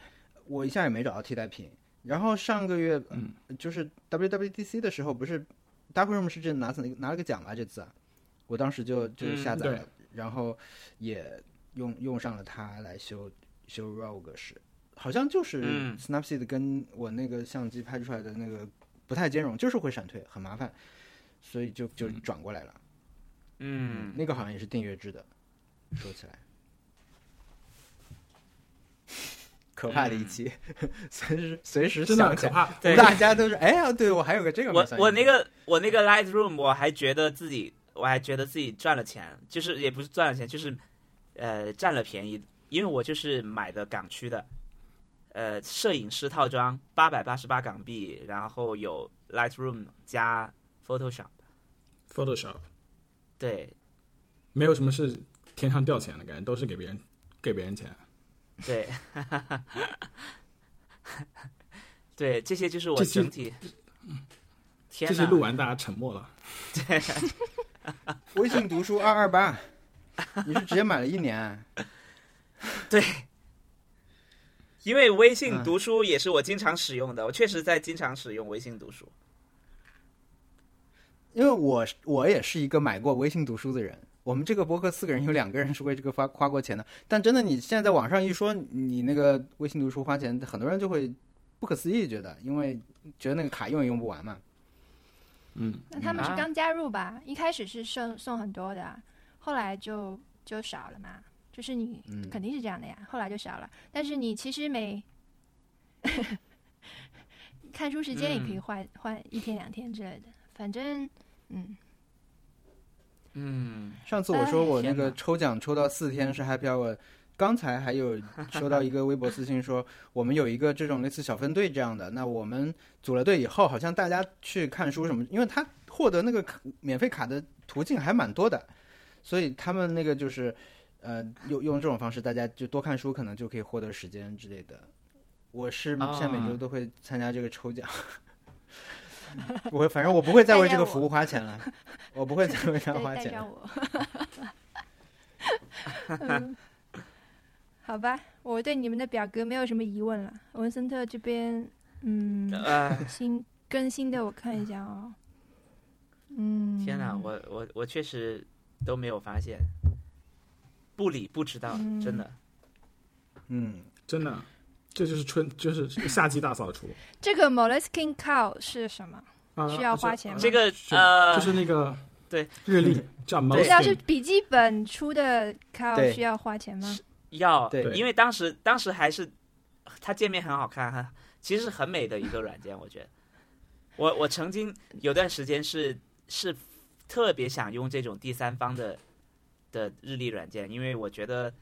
[SPEAKER 4] 我一下也没找到替代品。然后上个月，嗯，就是 WWDC 的时候，不是 Darkroom 是这拿拿了个奖吧？这次，啊我当时就就
[SPEAKER 1] 嗯
[SPEAKER 4] 下载
[SPEAKER 2] 对
[SPEAKER 4] 了，然后也用用上了它来修修 RAW 格式，好像就是
[SPEAKER 1] 嗯
[SPEAKER 4] Snapseed 跟我那个相机拍出来的那个不太兼容，就是会闪退，很麻烦，所以就就转过来了。
[SPEAKER 1] 嗯，
[SPEAKER 4] 那个好像也是订阅制的。说起来，可怕的
[SPEAKER 1] 嗯
[SPEAKER 4] 一期，随时随时
[SPEAKER 2] 真的
[SPEAKER 4] 想
[SPEAKER 2] 很可
[SPEAKER 4] 起来，
[SPEAKER 2] 怕。
[SPEAKER 1] 对
[SPEAKER 4] 大家都是哎呀，对我还有个这个没
[SPEAKER 1] 我
[SPEAKER 4] 算进
[SPEAKER 1] 我那
[SPEAKER 4] 去
[SPEAKER 1] 个我那个 Lightroom 我还觉得自己我还觉得自己赚了钱，就是也不是赚了钱，就是呃占了便宜，因为我就是买的港区的，呃摄影师套装八百八十八港币，然后有 Lightroom 加 Photoshop，
[SPEAKER 2] Photoshop
[SPEAKER 1] 对
[SPEAKER 2] 没有什么是天上掉钱的感觉，都是给别人给别人钱。
[SPEAKER 1] 对， <laughs> 对这些就是我
[SPEAKER 2] 这些
[SPEAKER 1] 整体。天
[SPEAKER 2] 这期
[SPEAKER 1] 呐，
[SPEAKER 2] 录完大家沉默了，
[SPEAKER 4] 微信读书二二八，你是直接买了一年？
[SPEAKER 1] 因为微信
[SPEAKER 4] 嗯
[SPEAKER 1] 读书也是我经常使用的，我确实在经常使用微信读书。
[SPEAKER 4] 因为我是我也是一个买过微信读书的人。我们这个博客四个人有两个人是为这个花花过钱的，但真的你现在在网上一说你那个微信读书花钱，很多人就会不可思议，觉得因为觉得那个卡用也用不完嘛。
[SPEAKER 2] 嗯，
[SPEAKER 3] 那他们是
[SPEAKER 1] 啊
[SPEAKER 3] 刚加入吧？一开始是送送很多的，后来就就少了嘛。就是你
[SPEAKER 4] 嗯
[SPEAKER 3] 肯定是这样的呀，后来就少了。但是你其实每 <laughs> 看书时间也可以
[SPEAKER 1] 嗯
[SPEAKER 3] 换、换一天两天之类的，反正嗯，
[SPEAKER 1] 嗯，
[SPEAKER 4] 上次我说我那
[SPEAKER 1] 哎
[SPEAKER 4] 个
[SPEAKER 1] 天哪
[SPEAKER 4] 抽奖抽到四天是 Happy Hour，刚才还有收到一个微博私信说，我们有一个这种类似小分队这样的，那我们组了队以后，好像大家去看书什么，因为他获得那个卡免费卡的途径还蛮多的，所以他们那个就是，呃，用用这种方式，大家就多看书，可能就可以获得时间之类的。我是
[SPEAKER 1] 啊
[SPEAKER 4] 现在每周都会参加这个抽奖， <laughs> 我反正我不会再为这个服务花钱了，我不会再为它
[SPEAKER 3] 带
[SPEAKER 4] 花
[SPEAKER 3] 带
[SPEAKER 4] 钱了
[SPEAKER 3] 上。我。嗯好吧，我对你们的表格没有什么疑问了。文森特这边，嗯，
[SPEAKER 1] 呃，
[SPEAKER 3] 新更新的我看一下哦。嗯，
[SPEAKER 1] 天哪，我我我确实都没有发现，不理不知道，
[SPEAKER 3] 嗯
[SPEAKER 1] 真的。
[SPEAKER 4] 嗯，
[SPEAKER 2] 真的，这就是春，就是夏季大扫除。
[SPEAKER 3] 这个 Moleskine Cow 是什么？
[SPEAKER 2] 啊，
[SPEAKER 3] 需要花钱吗
[SPEAKER 1] 这个
[SPEAKER 2] 是
[SPEAKER 1] 呃，
[SPEAKER 2] 就是那个
[SPEAKER 1] 对
[SPEAKER 2] 日历叫
[SPEAKER 3] 不
[SPEAKER 2] Moleskine，
[SPEAKER 3] 知道是笔记本出的 Cow
[SPEAKER 4] 对
[SPEAKER 3] 需要花钱吗？
[SPEAKER 1] 要
[SPEAKER 4] 对
[SPEAKER 1] 因为当时当时还是它界面很好看哈，其实很美的一个软件，我觉得。我我曾经有段时间是是特别想用这种第三方的的日历软件，因为我觉得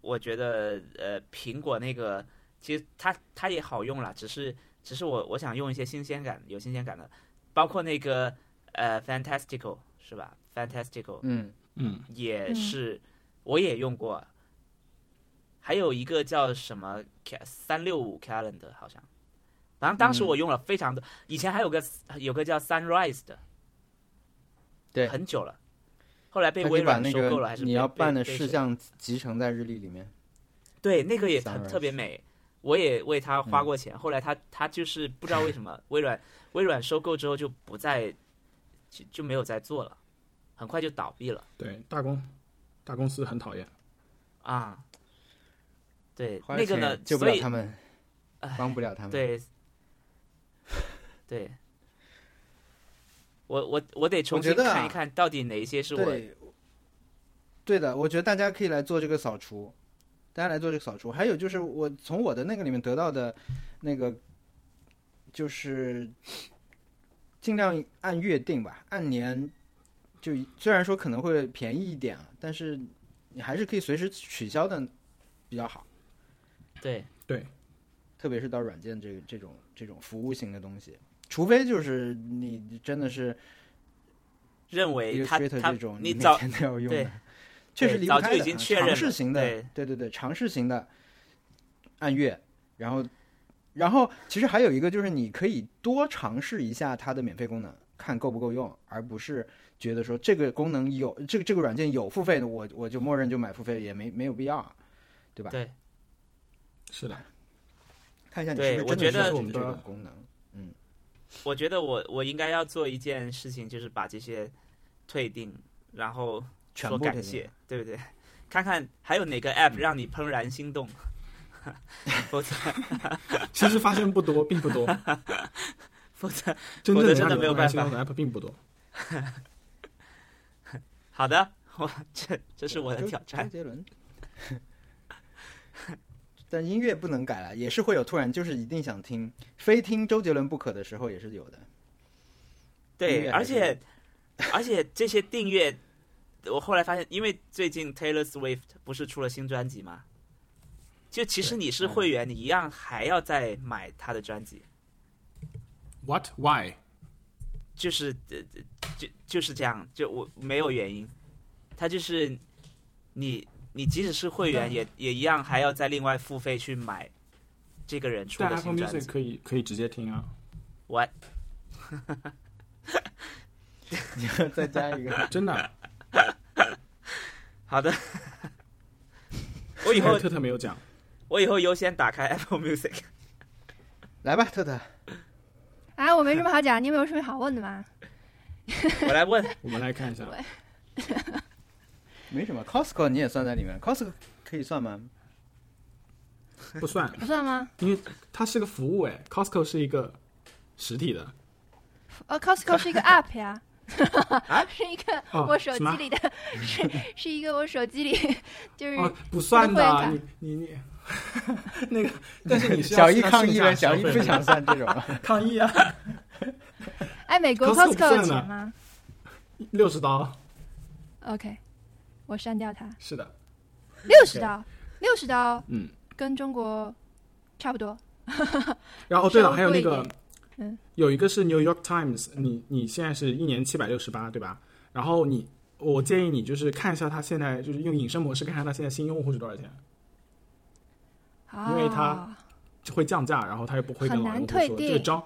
[SPEAKER 1] 我觉得呃苹果那个其实它它也好用啦，只是只是我我想用一些新鲜感有新鲜感的，包括那个呃 Fantastical 是吧？Fantastical
[SPEAKER 4] 嗯，
[SPEAKER 2] 嗯，
[SPEAKER 1] 也
[SPEAKER 3] 嗯
[SPEAKER 1] 是，我也用过。还有一个叫什么三六五 calendar，好像，反正当时
[SPEAKER 4] 嗯
[SPEAKER 1] 我用了非常多。以前还有个有个叫 Sunrise 的，
[SPEAKER 4] 对
[SPEAKER 1] 很久了，后来被
[SPEAKER 4] 它可
[SPEAKER 1] 微
[SPEAKER 4] 以把
[SPEAKER 1] 软
[SPEAKER 4] 那
[SPEAKER 1] 收购了，还
[SPEAKER 4] 个
[SPEAKER 1] 是
[SPEAKER 4] 你
[SPEAKER 1] 被
[SPEAKER 4] 要
[SPEAKER 1] 被
[SPEAKER 4] 办的
[SPEAKER 1] 被
[SPEAKER 4] 事
[SPEAKER 1] 谁
[SPEAKER 4] 项集成在日历里面。
[SPEAKER 1] 对，那个也特
[SPEAKER 4] Sunrise 嗯
[SPEAKER 1] 特别美，我也为它花过钱。后来它它就是不知道为什
[SPEAKER 4] <laughs>
[SPEAKER 1] 么微软微软收购之后就不再就就没有再做了，很快就倒闭了
[SPEAKER 2] 对，大公大公司很讨厌。
[SPEAKER 1] 啊。对，
[SPEAKER 4] 花
[SPEAKER 1] 那个呢
[SPEAKER 4] 钱，救不
[SPEAKER 1] 所
[SPEAKER 4] 了
[SPEAKER 1] 以
[SPEAKER 4] 他们
[SPEAKER 1] 哎，
[SPEAKER 4] 帮不了他们。，
[SPEAKER 1] 对，对，我我我得重
[SPEAKER 4] 觉
[SPEAKER 1] 新
[SPEAKER 4] 得
[SPEAKER 1] 看
[SPEAKER 4] 啊
[SPEAKER 1] 一看，到底哪一些是我
[SPEAKER 4] 对，对的，我觉得大家可以来做这个扫除，大家来做这个扫除。还有就是我从我的那个里面得到的，那个就是尽量按月定吧，按年就虽然说可能会便宜一点啊，但是你还是可以随时取消的比较好。
[SPEAKER 1] 对
[SPEAKER 4] 特别是到软件这个这种这种服务型的东西，除非就是你真的是
[SPEAKER 1] 认为哎他
[SPEAKER 4] Illustrator
[SPEAKER 1] 他
[SPEAKER 4] 这种，
[SPEAKER 1] 你
[SPEAKER 4] 每
[SPEAKER 1] 早
[SPEAKER 4] 天都要用
[SPEAKER 1] 对
[SPEAKER 4] 的，确实
[SPEAKER 1] 对
[SPEAKER 4] 离
[SPEAKER 1] 早
[SPEAKER 4] 不
[SPEAKER 1] 就
[SPEAKER 4] 开的。啊
[SPEAKER 1] 已经确认了
[SPEAKER 4] 尝试型的，
[SPEAKER 1] 对
[SPEAKER 4] 对对对，尝试型的按月，然后然后其实还有一个就是你可以多尝试一下它的免费功能，看够不够用，而不是觉得说这个功能有这个这个软件有付费的，我我就默认就买付费也没没有必要，啊对吧？
[SPEAKER 1] 对
[SPEAKER 2] 是的，
[SPEAKER 4] 看一下你
[SPEAKER 1] 对
[SPEAKER 4] 是不
[SPEAKER 1] 我
[SPEAKER 4] 是真
[SPEAKER 1] 觉得
[SPEAKER 4] 的是这
[SPEAKER 2] 我们
[SPEAKER 4] 种
[SPEAKER 2] 的
[SPEAKER 4] 功能。
[SPEAKER 1] 我觉得我我应该要做一件事情，就是把这些退订，然后
[SPEAKER 4] 全
[SPEAKER 1] 说
[SPEAKER 4] 部嗯
[SPEAKER 1] 感
[SPEAKER 4] 退订
[SPEAKER 1] 谢，对不对？看看还有哪个 app 让你怦然心动， <laughs> 否
[SPEAKER 4] <laughs>
[SPEAKER 1] 则
[SPEAKER 2] 其实发现不多，并不
[SPEAKER 1] <laughs>
[SPEAKER 2] 多，
[SPEAKER 1] 否则
[SPEAKER 2] 真
[SPEAKER 1] 我
[SPEAKER 2] 正
[SPEAKER 1] 的
[SPEAKER 2] 的
[SPEAKER 1] 真的
[SPEAKER 2] 那个
[SPEAKER 1] 没有
[SPEAKER 2] 怦然
[SPEAKER 1] 办
[SPEAKER 2] 心
[SPEAKER 1] 法
[SPEAKER 2] 动的 app 并不多。
[SPEAKER 1] 好的，我这这是我的
[SPEAKER 4] 周
[SPEAKER 1] 挑战
[SPEAKER 4] 周。杰伦。 <laughs> 但音乐不能改了，也是会有突然就是一定想听，非听周杰伦不可的时候也是有的。 <laughs> 音
[SPEAKER 1] 对，
[SPEAKER 4] 乐
[SPEAKER 1] 而
[SPEAKER 4] 还是
[SPEAKER 1] 且而且这些订阅，我后来发现，因为最近 Taylor Swift 不是出了新专辑吗？就其实你是会
[SPEAKER 4] 嗯
[SPEAKER 1] 员，你一样还要再买他的专辑，
[SPEAKER 2] What? Why?
[SPEAKER 1] 就是呃就就是这样，就我没有原因，他就是你你即使是会员，也也一样还要再另外付费去买这个人出
[SPEAKER 2] 但
[SPEAKER 1] 的
[SPEAKER 2] Apple
[SPEAKER 1] 新专
[SPEAKER 2] Music
[SPEAKER 1] 辑。
[SPEAKER 2] 可以可以直接
[SPEAKER 4] <laughs>
[SPEAKER 2] 听啊。
[SPEAKER 1] What？
[SPEAKER 4] 再加
[SPEAKER 1] <laughs>
[SPEAKER 4] 一个，
[SPEAKER 2] 真的，
[SPEAKER 1] 好的，我以
[SPEAKER 2] 还
[SPEAKER 1] 后
[SPEAKER 2] 有特特没有讲，
[SPEAKER 1] 我以后优先打开 Apple Music。
[SPEAKER 4] 来吧，特特，
[SPEAKER 3] 啊，我没什么好讲，你们有什么好问的吗？
[SPEAKER 1] 我来问，
[SPEAKER 2] 我们来看一下。
[SPEAKER 4] 没什么。Costco 你也算在里面，Costco 可以算吗？
[SPEAKER 2] 不算，
[SPEAKER 3] 不算吗？
[SPEAKER 2] 因为它是个服务哎，Costco 是一个实体的。
[SPEAKER 3] 哦，Costco 是一个 app 呀， <laughs> 是一个
[SPEAKER 2] 哦
[SPEAKER 3] 我手
[SPEAKER 2] 什么
[SPEAKER 3] 机里的，是是一个我手机里， <laughs> 就是
[SPEAKER 2] 哦，不算
[SPEAKER 3] 嗯会啊员卡
[SPEAKER 2] 的，你你你， <laughs> 那个，但是你是
[SPEAKER 4] 小
[SPEAKER 2] 要
[SPEAKER 4] 易
[SPEAKER 2] 去他
[SPEAKER 4] 抗
[SPEAKER 2] 线
[SPEAKER 4] 议
[SPEAKER 2] 下
[SPEAKER 4] 了，小易
[SPEAKER 2] 消费
[SPEAKER 4] 不想算
[SPEAKER 2] <laughs>
[SPEAKER 4] 这种。
[SPEAKER 2] 抗议啊，
[SPEAKER 3] 哎，美国
[SPEAKER 2] Costco 不
[SPEAKER 3] Costco 有
[SPEAKER 2] 算的
[SPEAKER 3] 钱吗
[SPEAKER 2] 六十刀，
[SPEAKER 3] ？OK，我删掉它，
[SPEAKER 2] 是的，
[SPEAKER 3] 六十刀，六十刀
[SPEAKER 2] 嗯，
[SPEAKER 3] 跟中国差不多。
[SPEAKER 2] 然后哦对了，
[SPEAKER 3] 稍微
[SPEAKER 2] 还有那
[SPEAKER 3] 贵一
[SPEAKER 2] 个
[SPEAKER 3] 点，嗯
[SPEAKER 2] 有一个是 New York Times，你你现在是一年七百六十八，对吧？然后你，我建议你就是看一下它现在就是用隐身模式看一下它现在新用户是多少钱，
[SPEAKER 3] 啊，
[SPEAKER 2] 因为它就会降价，然后它又不会跟
[SPEAKER 3] 很
[SPEAKER 2] 老用户
[SPEAKER 3] 难退
[SPEAKER 2] 说。
[SPEAKER 3] 订
[SPEAKER 2] 这个 John，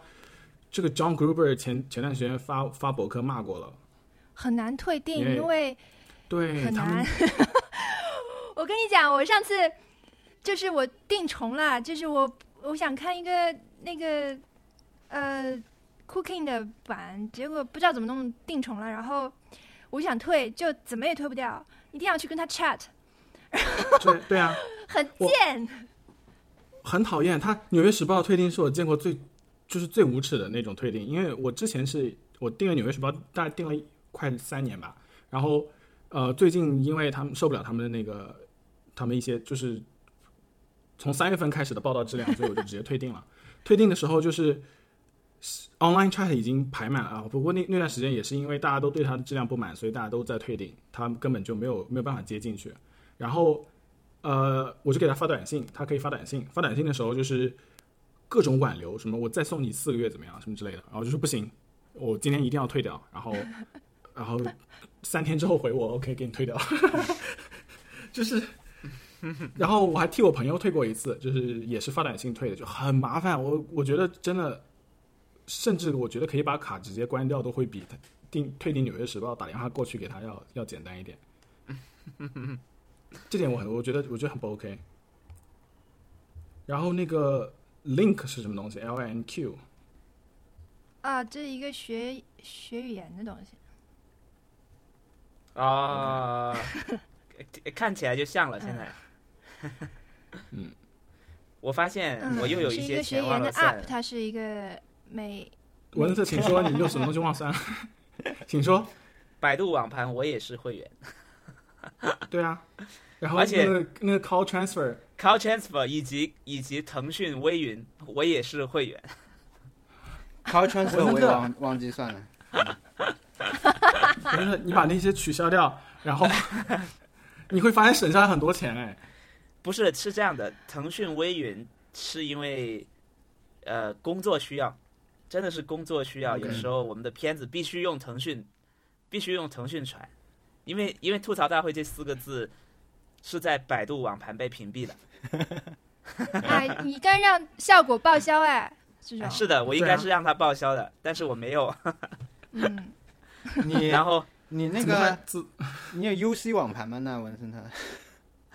[SPEAKER 2] 这个 John Gruber 前前段时间发发博客骂过了，
[SPEAKER 3] 很难退订，
[SPEAKER 2] 因为
[SPEAKER 3] 因为
[SPEAKER 2] 对
[SPEAKER 3] 很
[SPEAKER 2] 他们
[SPEAKER 3] 难。 <laughs> 我跟你讲，我上次就是我定重了，就是我我想看一个那个呃 cooking 的版，结果不知道怎么弄定重了，然后我想退，就怎么也退不掉，一定要去跟他 chat，
[SPEAKER 2] 对对啊，
[SPEAKER 3] 很
[SPEAKER 2] 我
[SPEAKER 3] 贱。
[SPEAKER 2] 很讨厌。他《纽约时报》退订是我见过最就是最无耻的那种退订，因为我之前是我订了《纽约时报》，大概订了快三年吧。然后呃，最近因为他们受不了他们的那个他们一些就是从三月份开始的报道质量，所以我就直接退订了。 <laughs> 退订的时候就是 online chat 已经排满了啊，不过那那段时间也是因为大家都对它的质量不满，所以大家都在退订，他们根本就没有没有办法接进去。然后呃，我就给他发短信，他可以发短信，发短信的时候就是各种挽留，什么我再送你四个月怎么样，什么之类的，然后就说不行，我今天一定要退掉，然后然后三天之后回我，OK，给你退掉， <laughs> 就是。然后我还替我朋友退过一次，就是也是发短信退的，就很麻烦。我我觉得真的，甚至我觉得可以把卡直接关掉，都会比订退订《纽约时报》打电话过去给他要要简单一点。这点我很，我觉得我觉得很不 OK。然后那个 link 是什么东西？L N Q
[SPEAKER 3] 啊，这一个学学语言的东西，
[SPEAKER 1] 啊、 <laughs> 看起来就像了。现在，
[SPEAKER 2] 嗯，
[SPEAKER 1] <laughs> 我发现
[SPEAKER 3] 嗯，
[SPEAKER 1] 我又有
[SPEAKER 3] 是
[SPEAKER 1] 一
[SPEAKER 3] 一
[SPEAKER 1] 些
[SPEAKER 3] 个学
[SPEAKER 1] 钱
[SPEAKER 3] 语
[SPEAKER 1] 忘
[SPEAKER 3] 言
[SPEAKER 1] 了
[SPEAKER 3] 的
[SPEAKER 1] 算
[SPEAKER 3] app，它是一个
[SPEAKER 1] <laughs>
[SPEAKER 3] 美
[SPEAKER 2] 文特，请说，你有什么东西忘删了？ <laughs> 请说。
[SPEAKER 1] 百度网盘我也是会员
[SPEAKER 2] 对啊，然后
[SPEAKER 1] 而且
[SPEAKER 2] 那个那个 call transfer，
[SPEAKER 1] ，Call Transfer 以及以及腾讯微云我也是会员。
[SPEAKER 4] Call transfer
[SPEAKER 2] 我那
[SPEAKER 4] 我也
[SPEAKER 2] 个
[SPEAKER 4] 忘忘记算了。
[SPEAKER 2] 文特，你把那些取消掉，然后你会发现省下来很多钱哎。
[SPEAKER 1] 不是，是这样的，腾讯微云是因为呃工作需要，真的是工作需要。
[SPEAKER 4] OK
[SPEAKER 1] 有时候我们的片子必须用腾讯，必须用腾讯传，因为因为吐槽大会这四个字是在百度网盘被屏蔽的。
[SPEAKER 3] 哎，你该让效果报销哎，这种
[SPEAKER 1] 哎是的，我应
[SPEAKER 2] 对啊
[SPEAKER 1] 该是让他报销的，但是我没有。
[SPEAKER 3] 嗯，
[SPEAKER 4] 你
[SPEAKER 1] <laughs> 然后
[SPEAKER 4] 你那
[SPEAKER 2] 怎么
[SPEAKER 4] 个
[SPEAKER 2] 办哎自
[SPEAKER 4] 你有 UC 网盘吗？那文森特，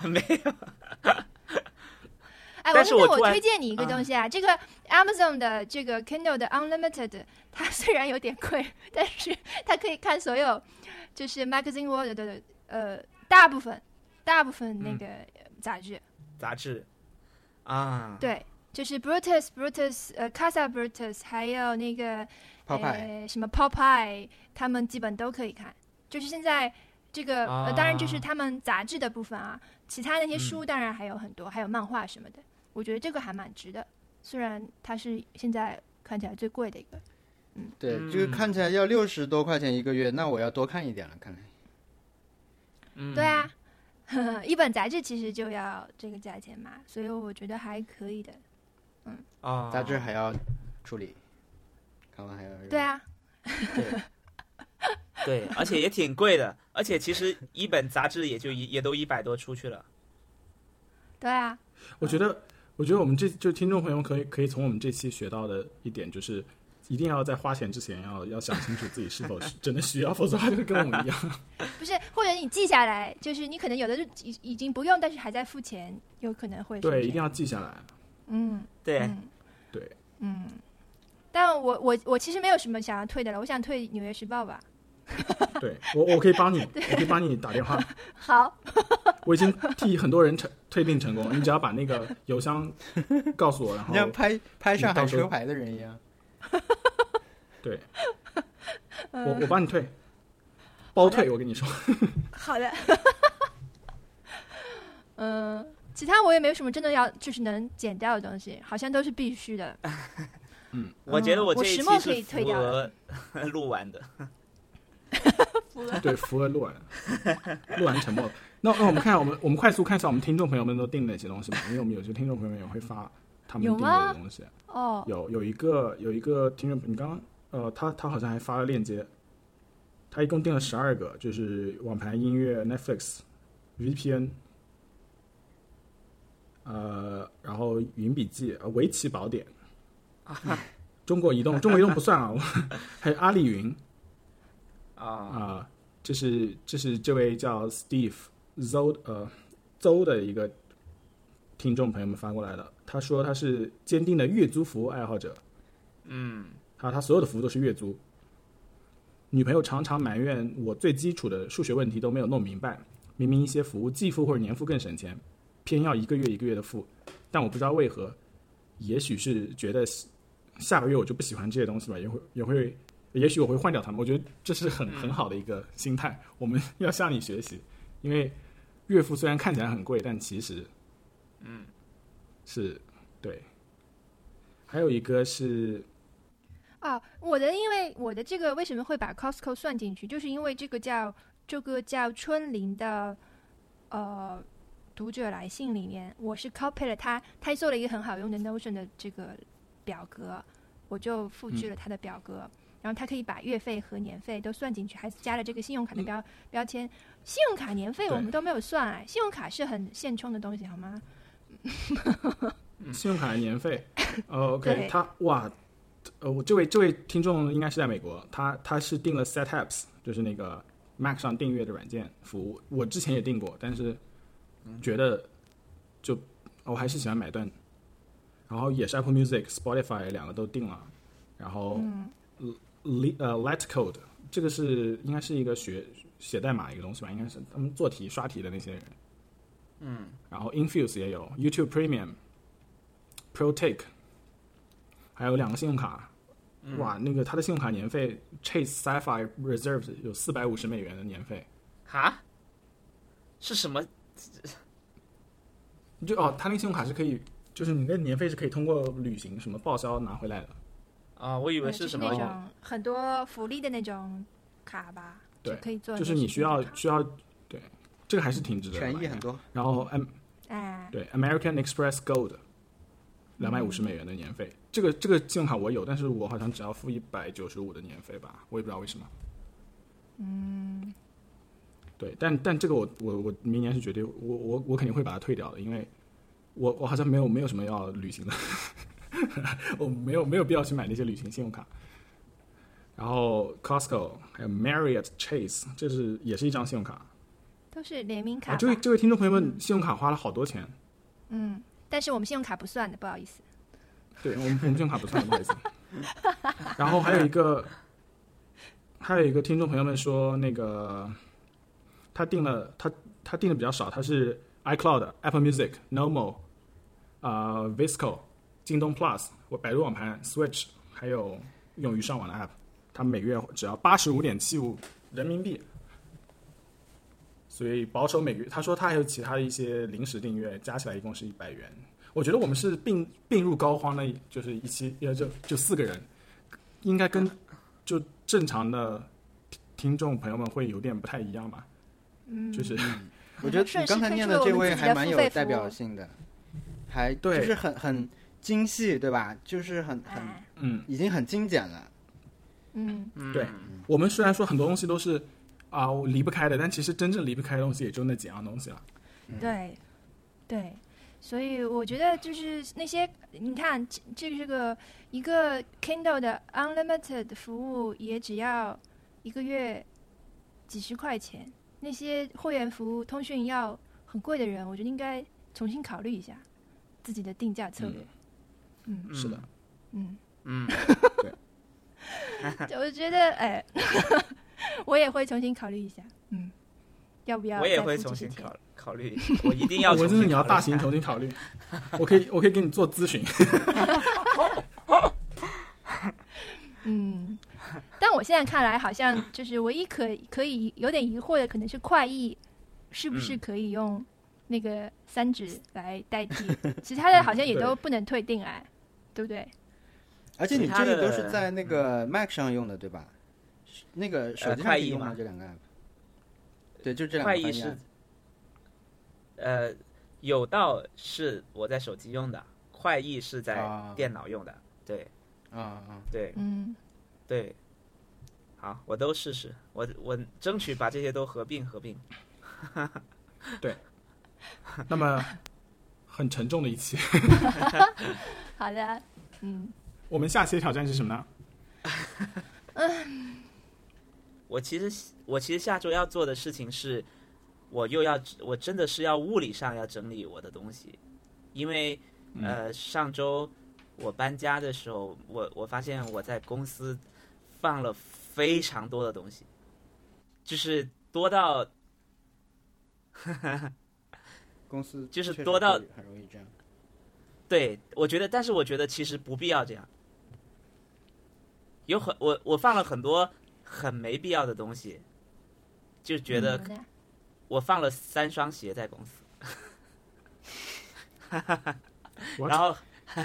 [SPEAKER 1] 没有，
[SPEAKER 3] 哎，
[SPEAKER 1] 但是
[SPEAKER 3] 我
[SPEAKER 1] 我
[SPEAKER 3] 觉得
[SPEAKER 1] 突然
[SPEAKER 3] 推荐你一个东西啊，这个 Amazon 的这个 Kindle 的 Unlimited，它虽然有点贵，但是它可以看所有就是 Magazine World 的呃大部分大部分
[SPEAKER 1] 嗯
[SPEAKER 3] 那个杂志，
[SPEAKER 1] 杂志啊，
[SPEAKER 3] 对，就是 Brutus Brutus 呃 Casa Brutus，还有那个
[SPEAKER 4] 泡
[SPEAKER 3] 呃
[SPEAKER 4] 派
[SPEAKER 2] 嗯
[SPEAKER 3] 什么 Popeye，他们基本都可以看。就是现在这个、呃，当然这是他们杂志的部分啊，其他那些书当然还有很多，还有漫画什么的。我觉得这个还蛮值的，虽然它是现在看起来最贵的一个。
[SPEAKER 4] 对，这个看起来要六十多块钱一个月，那我要多看一点了，看来。
[SPEAKER 1] 嗯，
[SPEAKER 3] 对啊， <laughs> 呵呵一本杂志其实就要这个价钱嘛，所以我觉得还可以的。
[SPEAKER 1] 啊，
[SPEAKER 4] 杂志还要处理，看完还要
[SPEAKER 3] 对啊，
[SPEAKER 1] 对， <laughs> 而且也挺贵的，而且其实一本杂志也就一也都一百多出去了。
[SPEAKER 3] 对啊，
[SPEAKER 2] 我觉得，我觉得我们这就听众朋友可以可以从我们这期学到的一点就是，一定要在花钱之前要要想清楚自己是否是真的需要，否则他就会跟我们一样。
[SPEAKER 3] 不是，或者你记下来，就是你可能有的就已已经不用，但是还在付钱，有可能会是这
[SPEAKER 2] 对，一
[SPEAKER 3] 样
[SPEAKER 2] 定要记下来。
[SPEAKER 3] 嗯。
[SPEAKER 1] 对，
[SPEAKER 3] 嗯
[SPEAKER 2] 对，
[SPEAKER 3] 嗯，但我我我其实没有什么想要退的了，我想退《纽约时报》吧。
[SPEAKER 2] 对我，我可以帮你，我可以帮你打电话。
[SPEAKER 3] 好，
[SPEAKER 2] 我已经替很多人成退订成功了，你只要把那个邮箱告诉我，然
[SPEAKER 4] 你像
[SPEAKER 2] 后
[SPEAKER 4] 拍拍上海
[SPEAKER 2] 到时候
[SPEAKER 4] 车牌的人一样。
[SPEAKER 2] 对，我我帮你退，包退。我跟你说，
[SPEAKER 3] 好的。 <laughs> 嗯，其他我也没有什么真的要就是能减掉的东西，好像都是必须的。
[SPEAKER 1] 我觉得
[SPEAKER 3] 嗯我
[SPEAKER 1] 这一
[SPEAKER 3] 石墨
[SPEAKER 1] 期
[SPEAKER 3] 可以
[SPEAKER 1] 是
[SPEAKER 3] 退
[SPEAKER 1] 符
[SPEAKER 3] 掉
[SPEAKER 1] 合 <laughs> 录完的。
[SPEAKER 2] 对，符合录完，录完沉默了。那那我们看，我们我们快速看一下我们听众朋友们都订哪些东西吧，因为我们有些听众朋友们也会发他们
[SPEAKER 3] 有
[SPEAKER 2] 订的
[SPEAKER 3] 吗
[SPEAKER 2] 东西。
[SPEAKER 3] 哦，
[SPEAKER 2] 有有一个有一个听众，你刚刚呃，他他好像还发了链接，他一共订了十二个，就是网盘音乐、Netflix、VPN，呃，然后云笔记、呃围棋宝典，嗯中国移动中国移动不算啊，我 <laughs> 还有阿里云啊、
[SPEAKER 1] 啊，
[SPEAKER 2] 这是这是这位叫 Steve Zo 呃 Zo 的一个听众朋友们发过来的，他说他是坚定的月租服务爱好者。
[SPEAKER 1] 嗯，
[SPEAKER 2] 啊，他所有的服务都是月租。女朋友常常埋怨我最基础的数学问题都没有弄明白，明明一些服务季付或者年付更省钱，偏要一个月一个月的付，但我不知道为何，也许是觉得下下个月我就不喜欢这些东西吧，也会也会，也许我会换掉他们。我觉得这是很很好的一个心态，我们要向你学习，因为月付虽然看起来很贵，但其实，嗯，是对。还有一个是
[SPEAKER 3] 啊，我的因为我的这个为什么会把 Costco 算进去，就是因为这个叫这个叫春林的呃读者来信里面，我是 copy 了他，他做了一个很好用的 Notion 的这个表格，我就复
[SPEAKER 2] 嗯
[SPEAKER 3] 制了他的表格。然后他可以把月费和年费都算进去，还加了这个信用卡的标、标签。信用卡年费我们
[SPEAKER 2] 嗯对
[SPEAKER 3] 都没有算哎，信用卡是很现充的东西，好吗？
[SPEAKER 2] 信用卡的年费。呃，OK，
[SPEAKER 3] 对
[SPEAKER 2] 他哇，呃，我这位这位听众应该是在美国，他他是订了 Set Apps，就是那个 Mac 上订阅的软件服务。我之前也订过，但是觉得就我还是喜欢买断。然后也是 Apple Music、Spotify 两个都订了，然后 Li 呃 Light Code 这个是应该是一个学写代码一个东西吧，应该是他们做题刷题的那些人。嗯，然后 Infuse 也有 YouTube Premium、Pro Take，还有两个信用卡。
[SPEAKER 4] 嗯
[SPEAKER 2] 哇，那个他的信用卡年费 Chase Sapphire Reserve 有四百五十美元的年费，
[SPEAKER 1] 哈，是什么？
[SPEAKER 2] 就哦，他那个信用卡是可以，就是你那年费是可以通过旅行什么报销拿回来的。
[SPEAKER 1] 啊，我以为
[SPEAKER 3] 呃
[SPEAKER 1] 是
[SPEAKER 3] 就是
[SPEAKER 1] 什
[SPEAKER 3] 那
[SPEAKER 1] 么？
[SPEAKER 3] 种很多福利的那种卡吧，
[SPEAKER 2] 对
[SPEAKER 3] 就可以做。
[SPEAKER 2] 就是你需要需要对这个还是挺值得的
[SPEAKER 4] 权
[SPEAKER 2] 买
[SPEAKER 4] 益
[SPEAKER 2] 的
[SPEAKER 4] 很多，
[SPEAKER 2] 然后 M
[SPEAKER 3] 哎，
[SPEAKER 2] 对 American Express Gold 两百五十美元的年费，这个这个信用卡我有，但是我好像只要付一百九十五的年费吧，我也不知道为什么。嗯，对，但但这个我我我明年是绝对我我我肯定会把它退掉的，因为我我好像没有没有什么要旅行的， <laughs> 我没有没有必要去买那些旅行信用卡。然后 Costco 还有 Marriott Chase，这是也是一张信用卡。
[SPEAKER 3] 都是联名卡
[SPEAKER 2] 啊，
[SPEAKER 3] 吧、
[SPEAKER 2] 这位这位听众朋友们，信用卡花了好多钱。
[SPEAKER 3] 嗯，但是我们信用卡不算的，不好意思。
[SPEAKER 2] 对我们我们信用卡不算，不好意思。 <laughs> 然后还有一个，还有一个听众朋友们说，那个他订了他他订的比较少，他是 iCloud、Apple Music、Nomo、啊、Visco、京东 Plus、我百度网盘、Switch，还有用于上网的 App，他每个月只要八十五点七五人民币。所以保守每个月，他说他还有其他的一些临时订阅，加起来一共是一百元。我觉得我们是并并入膏肓的，就是一期，呃，就就四个人，应该跟就正常的听听众朋友们会有点不太一样吧？
[SPEAKER 3] 嗯，
[SPEAKER 2] 就是
[SPEAKER 4] 我觉得你刚才念的这位还蛮有代表性的，还
[SPEAKER 2] 对
[SPEAKER 4] 就是很很精细，对吧？就是很很
[SPEAKER 3] 哎
[SPEAKER 2] 嗯，
[SPEAKER 4] 已经很精简了。
[SPEAKER 3] 嗯，
[SPEAKER 2] 对我们虽然说很多东西都是啊、我离不开的，但其实真正离不开的东西也就那几样东西了。
[SPEAKER 1] 嗯
[SPEAKER 3] 对，对，所以我觉得就是那些，你看这这这个一个 Kindle 的 Unlimited 服务也只要一个月几十块钱，那些会员服务通讯要很贵的人，我觉得应该重新考虑一下自己的定价策略。嗯
[SPEAKER 2] 是的，
[SPEAKER 3] 嗯
[SPEAKER 1] 嗯，
[SPEAKER 3] <laughs> 我觉得哎，我也会重新考虑一下。嗯，要不要？
[SPEAKER 1] 我也会重新考。考虑 <laughs> 一下，我一定要
[SPEAKER 2] 我
[SPEAKER 1] 重
[SPEAKER 2] 真的
[SPEAKER 1] 新
[SPEAKER 2] 你要大型
[SPEAKER 1] 考
[SPEAKER 2] 重新考虑， <laughs> 我可以我可以给你做咨询。 <laughs>
[SPEAKER 3] 嗯，但我现在看来，好像就是唯一可可以有点疑惑的，可能是快意是不是可以用那个三指来代替，其他的好像也都不能退订哎，对不对？
[SPEAKER 4] 而且你
[SPEAKER 1] 其他
[SPEAKER 4] 这
[SPEAKER 1] 的
[SPEAKER 4] 个都是嗯在那个 Mac 上用的，对吧？是那个手机上可以用吗？
[SPEAKER 1] 呃快译吗
[SPEAKER 4] 这两个 app？对，就这
[SPEAKER 1] 虑
[SPEAKER 4] 两
[SPEAKER 1] 快
[SPEAKER 4] 个翻
[SPEAKER 1] 译
[SPEAKER 4] 译
[SPEAKER 1] 是
[SPEAKER 4] 啊。，
[SPEAKER 1] 呃，有道是我在手机用的，快译是在
[SPEAKER 4] 啊
[SPEAKER 1] 电脑用的。对
[SPEAKER 4] 啊啊！
[SPEAKER 1] 对
[SPEAKER 3] 嗯
[SPEAKER 1] 对，好，我都试试，我我争取把这些都合并合并。
[SPEAKER 2] 那么很沉重的一期，
[SPEAKER 3] 好的，嗯
[SPEAKER 2] 我们下期的挑战是什么呢？
[SPEAKER 1] 我其实我其实下周要做的事情是，我又要我真的是要物理上要整理我的东西，因为呃上周我搬家的时候，我我发现我在公司放了非常多的东西，就是多到
[SPEAKER 4] 公司
[SPEAKER 1] 就是
[SPEAKER 4] 确实
[SPEAKER 1] 多到
[SPEAKER 4] 会很容易这样。
[SPEAKER 1] 对，我觉得，但是我觉得其实不必要这样。有很我我放了很多很没必要的东西，就觉得
[SPEAKER 3] 嗯好的
[SPEAKER 1] 我放了三双鞋在公司，
[SPEAKER 2] What？
[SPEAKER 1] 然后 <laughs>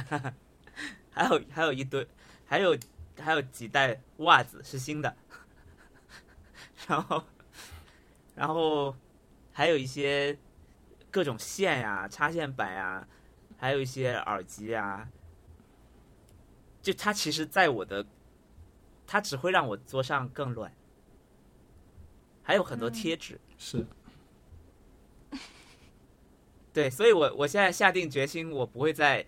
[SPEAKER 1] 还有还有一堆，还有还有几袋袜子是新的， <laughs> 然后然后还有一些各种线呀、插线板呀、还有一些耳机啊，就它其实，在我的，它只会让我桌上更乱，还有很多贴纸。
[SPEAKER 2] 是
[SPEAKER 1] 对，所以我我现在下定决心，我不会在，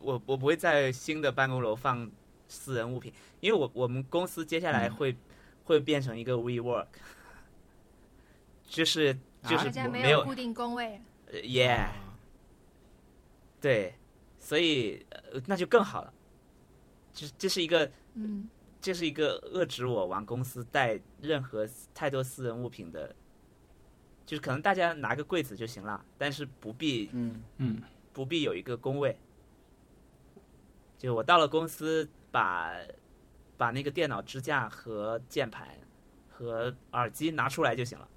[SPEAKER 1] 我我不会在新的办公楼放私人物品，因为我我们公司接下来会、会变成一个 WeWork，就是就是
[SPEAKER 3] 大家
[SPEAKER 1] 没
[SPEAKER 3] 有固定工位，
[SPEAKER 1] 呃 Yeah。
[SPEAKER 4] 啊
[SPEAKER 1] 对，所以、呃、那就更好了。这这是一个
[SPEAKER 3] 嗯
[SPEAKER 1] 这是一个遏制我往公司带任何太多私人物品的，就是可能大家拿个柜子就行了，但是不必
[SPEAKER 4] 嗯，
[SPEAKER 2] 嗯，
[SPEAKER 1] 不必有一个工位。就我到了公司把，把那个电脑支架和键盘和耳机拿出来就行了。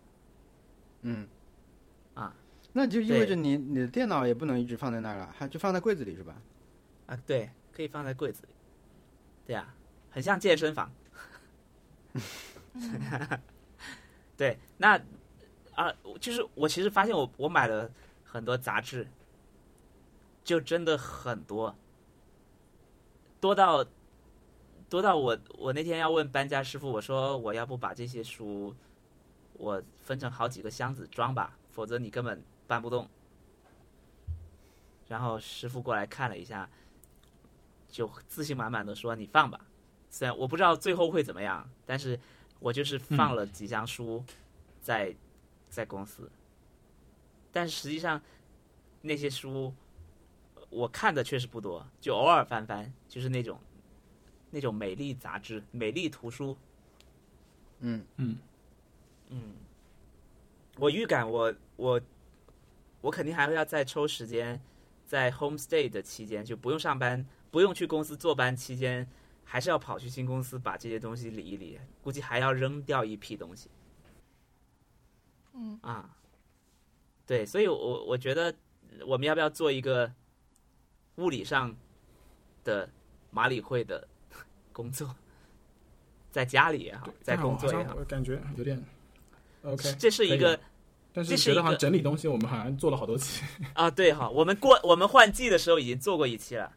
[SPEAKER 4] 嗯，
[SPEAKER 1] 啊，
[SPEAKER 4] 那就意味
[SPEAKER 1] 对
[SPEAKER 4] 着你你的电脑也不能一直放在那儿了，还就放在柜子里是吧？
[SPEAKER 1] 啊，对，可以放在柜子里。对啊，很像健身房。 <laughs> 对，那啊，就是我其实发现我我买了很多杂志，就真的很多，多到多到我我那天要问搬家师傅，我说我要不把这些书我分成好几个箱子装吧，否则你根本搬不动。然后师傅过来看了一下，就自信满满的说：“你放吧。”虽然我不知道最后会怎么样，但是我就是放了几箱书在、在公司，但实际上那些书我看的确实不多，就偶尔翻翻，就是那种那种美丽杂志、美丽图书。
[SPEAKER 4] 嗯
[SPEAKER 2] 嗯
[SPEAKER 1] 嗯，我预感我我我肯定还会要再抽时间，在 homestay 的期间就不用上班，不用去公司坐班期间，还是要跑去新公司把这些东西理一理，估计还要扔掉一批东西。
[SPEAKER 3] 嗯
[SPEAKER 1] 啊，对，所以我我觉得我们要不要做一个物理上的马里会的工作，在家里也好
[SPEAKER 2] 对，，
[SPEAKER 1] 啊在
[SPEAKER 2] 但是我
[SPEAKER 1] 工
[SPEAKER 2] 好
[SPEAKER 1] 作也
[SPEAKER 2] 像
[SPEAKER 1] 好，
[SPEAKER 2] 我感觉有点 OK，
[SPEAKER 1] 这是一
[SPEAKER 2] 可以
[SPEAKER 1] 个
[SPEAKER 2] 但是
[SPEAKER 1] 这是
[SPEAKER 2] 觉得
[SPEAKER 1] 一
[SPEAKER 2] 好像
[SPEAKER 1] 个
[SPEAKER 2] 整理东西，我们好像做了好多期，
[SPEAKER 1] 啊，对哈，我们过我们换季的时候已经做过一期了，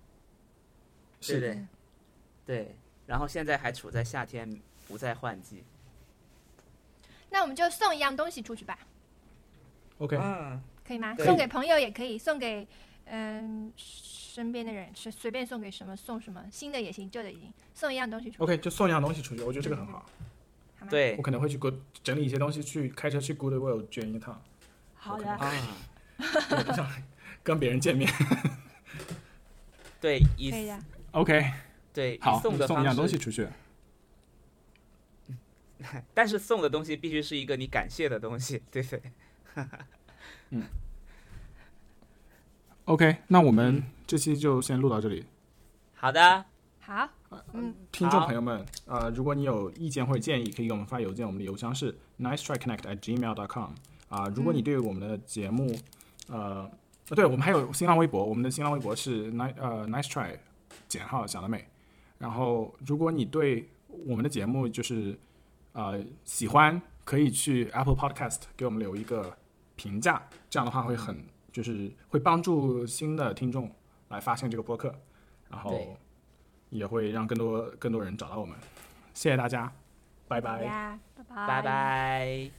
[SPEAKER 1] 对
[SPEAKER 2] 是
[SPEAKER 1] 不对？对，然后现在还处在夏天，不再换季。
[SPEAKER 3] 那我们就送一样东西出去吧，
[SPEAKER 2] OK，
[SPEAKER 1] 嗯，
[SPEAKER 3] 可以吗？
[SPEAKER 1] 对
[SPEAKER 3] 送给朋友也可以，送给嗯身边的人，随随便送给什么送什么，新的也行，旧的也行，送一样东西出
[SPEAKER 2] <laughs>
[SPEAKER 3] 去，
[SPEAKER 2] OK，就送一样东西出去，我觉得这个很好。
[SPEAKER 3] 好吗？，
[SPEAKER 1] 对
[SPEAKER 2] 我，可能会去 Good 整理一些东西，去开车去 Goodwill 捐一趟，
[SPEAKER 5] 好
[SPEAKER 2] 的
[SPEAKER 5] 的，
[SPEAKER 1] 啊，
[SPEAKER 2] 对不想 <laughs> 跟别人见面。
[SPEAKER 1] 对，以
[SPEAKER 3] 可以的。
[SPEAKER 2] <laughs> OK，
[SPEAKER 1] 对以
[SPEAKER 2] 好，
[SPEAKER 1] 送的
[SPEAKER 2] 送一样
[SPEAKER 1] 方
[SPEAKER 2] 东西
[SPEAKER 1] 式，
[SPEAKER 2] 出去。
[SPEAKER 1] 但是送的东西必须是一个你感谢的东西，对不对？
[SPEAKER 2] OK，那我们这期就先录到这里。
[SPEAKER 1] 好的，
[SPEAKER 3] 好，嗯，
[SPEAKER 2] 听众
[SPEAKER 1] 好
[SPEAKER 2] 朋友们，呃，如果你有意见或者建议，可以给我们发邮件，我们的邮箱是 nice try connect at gmail dot com。啊、如果你对我们的节目，呃，呃对我们还有新浪微博，我们的新浪微博是 nice 呃 nice try 减号想得美。然后，如果你对我们的节目就是呃喜欢，可以去 Apple Podcast 给我们留一个评价，这样的话会很就是会帮助新的听众来发现这个播客，然后
[SPEAKER 1] 对。
[SPEAKER 2] 也会让更多更多人找到我们。谢谢大家，拜拜。
[SPEAKER 3] 呀，拜拜，
[SPEAKER 1] 拜拜。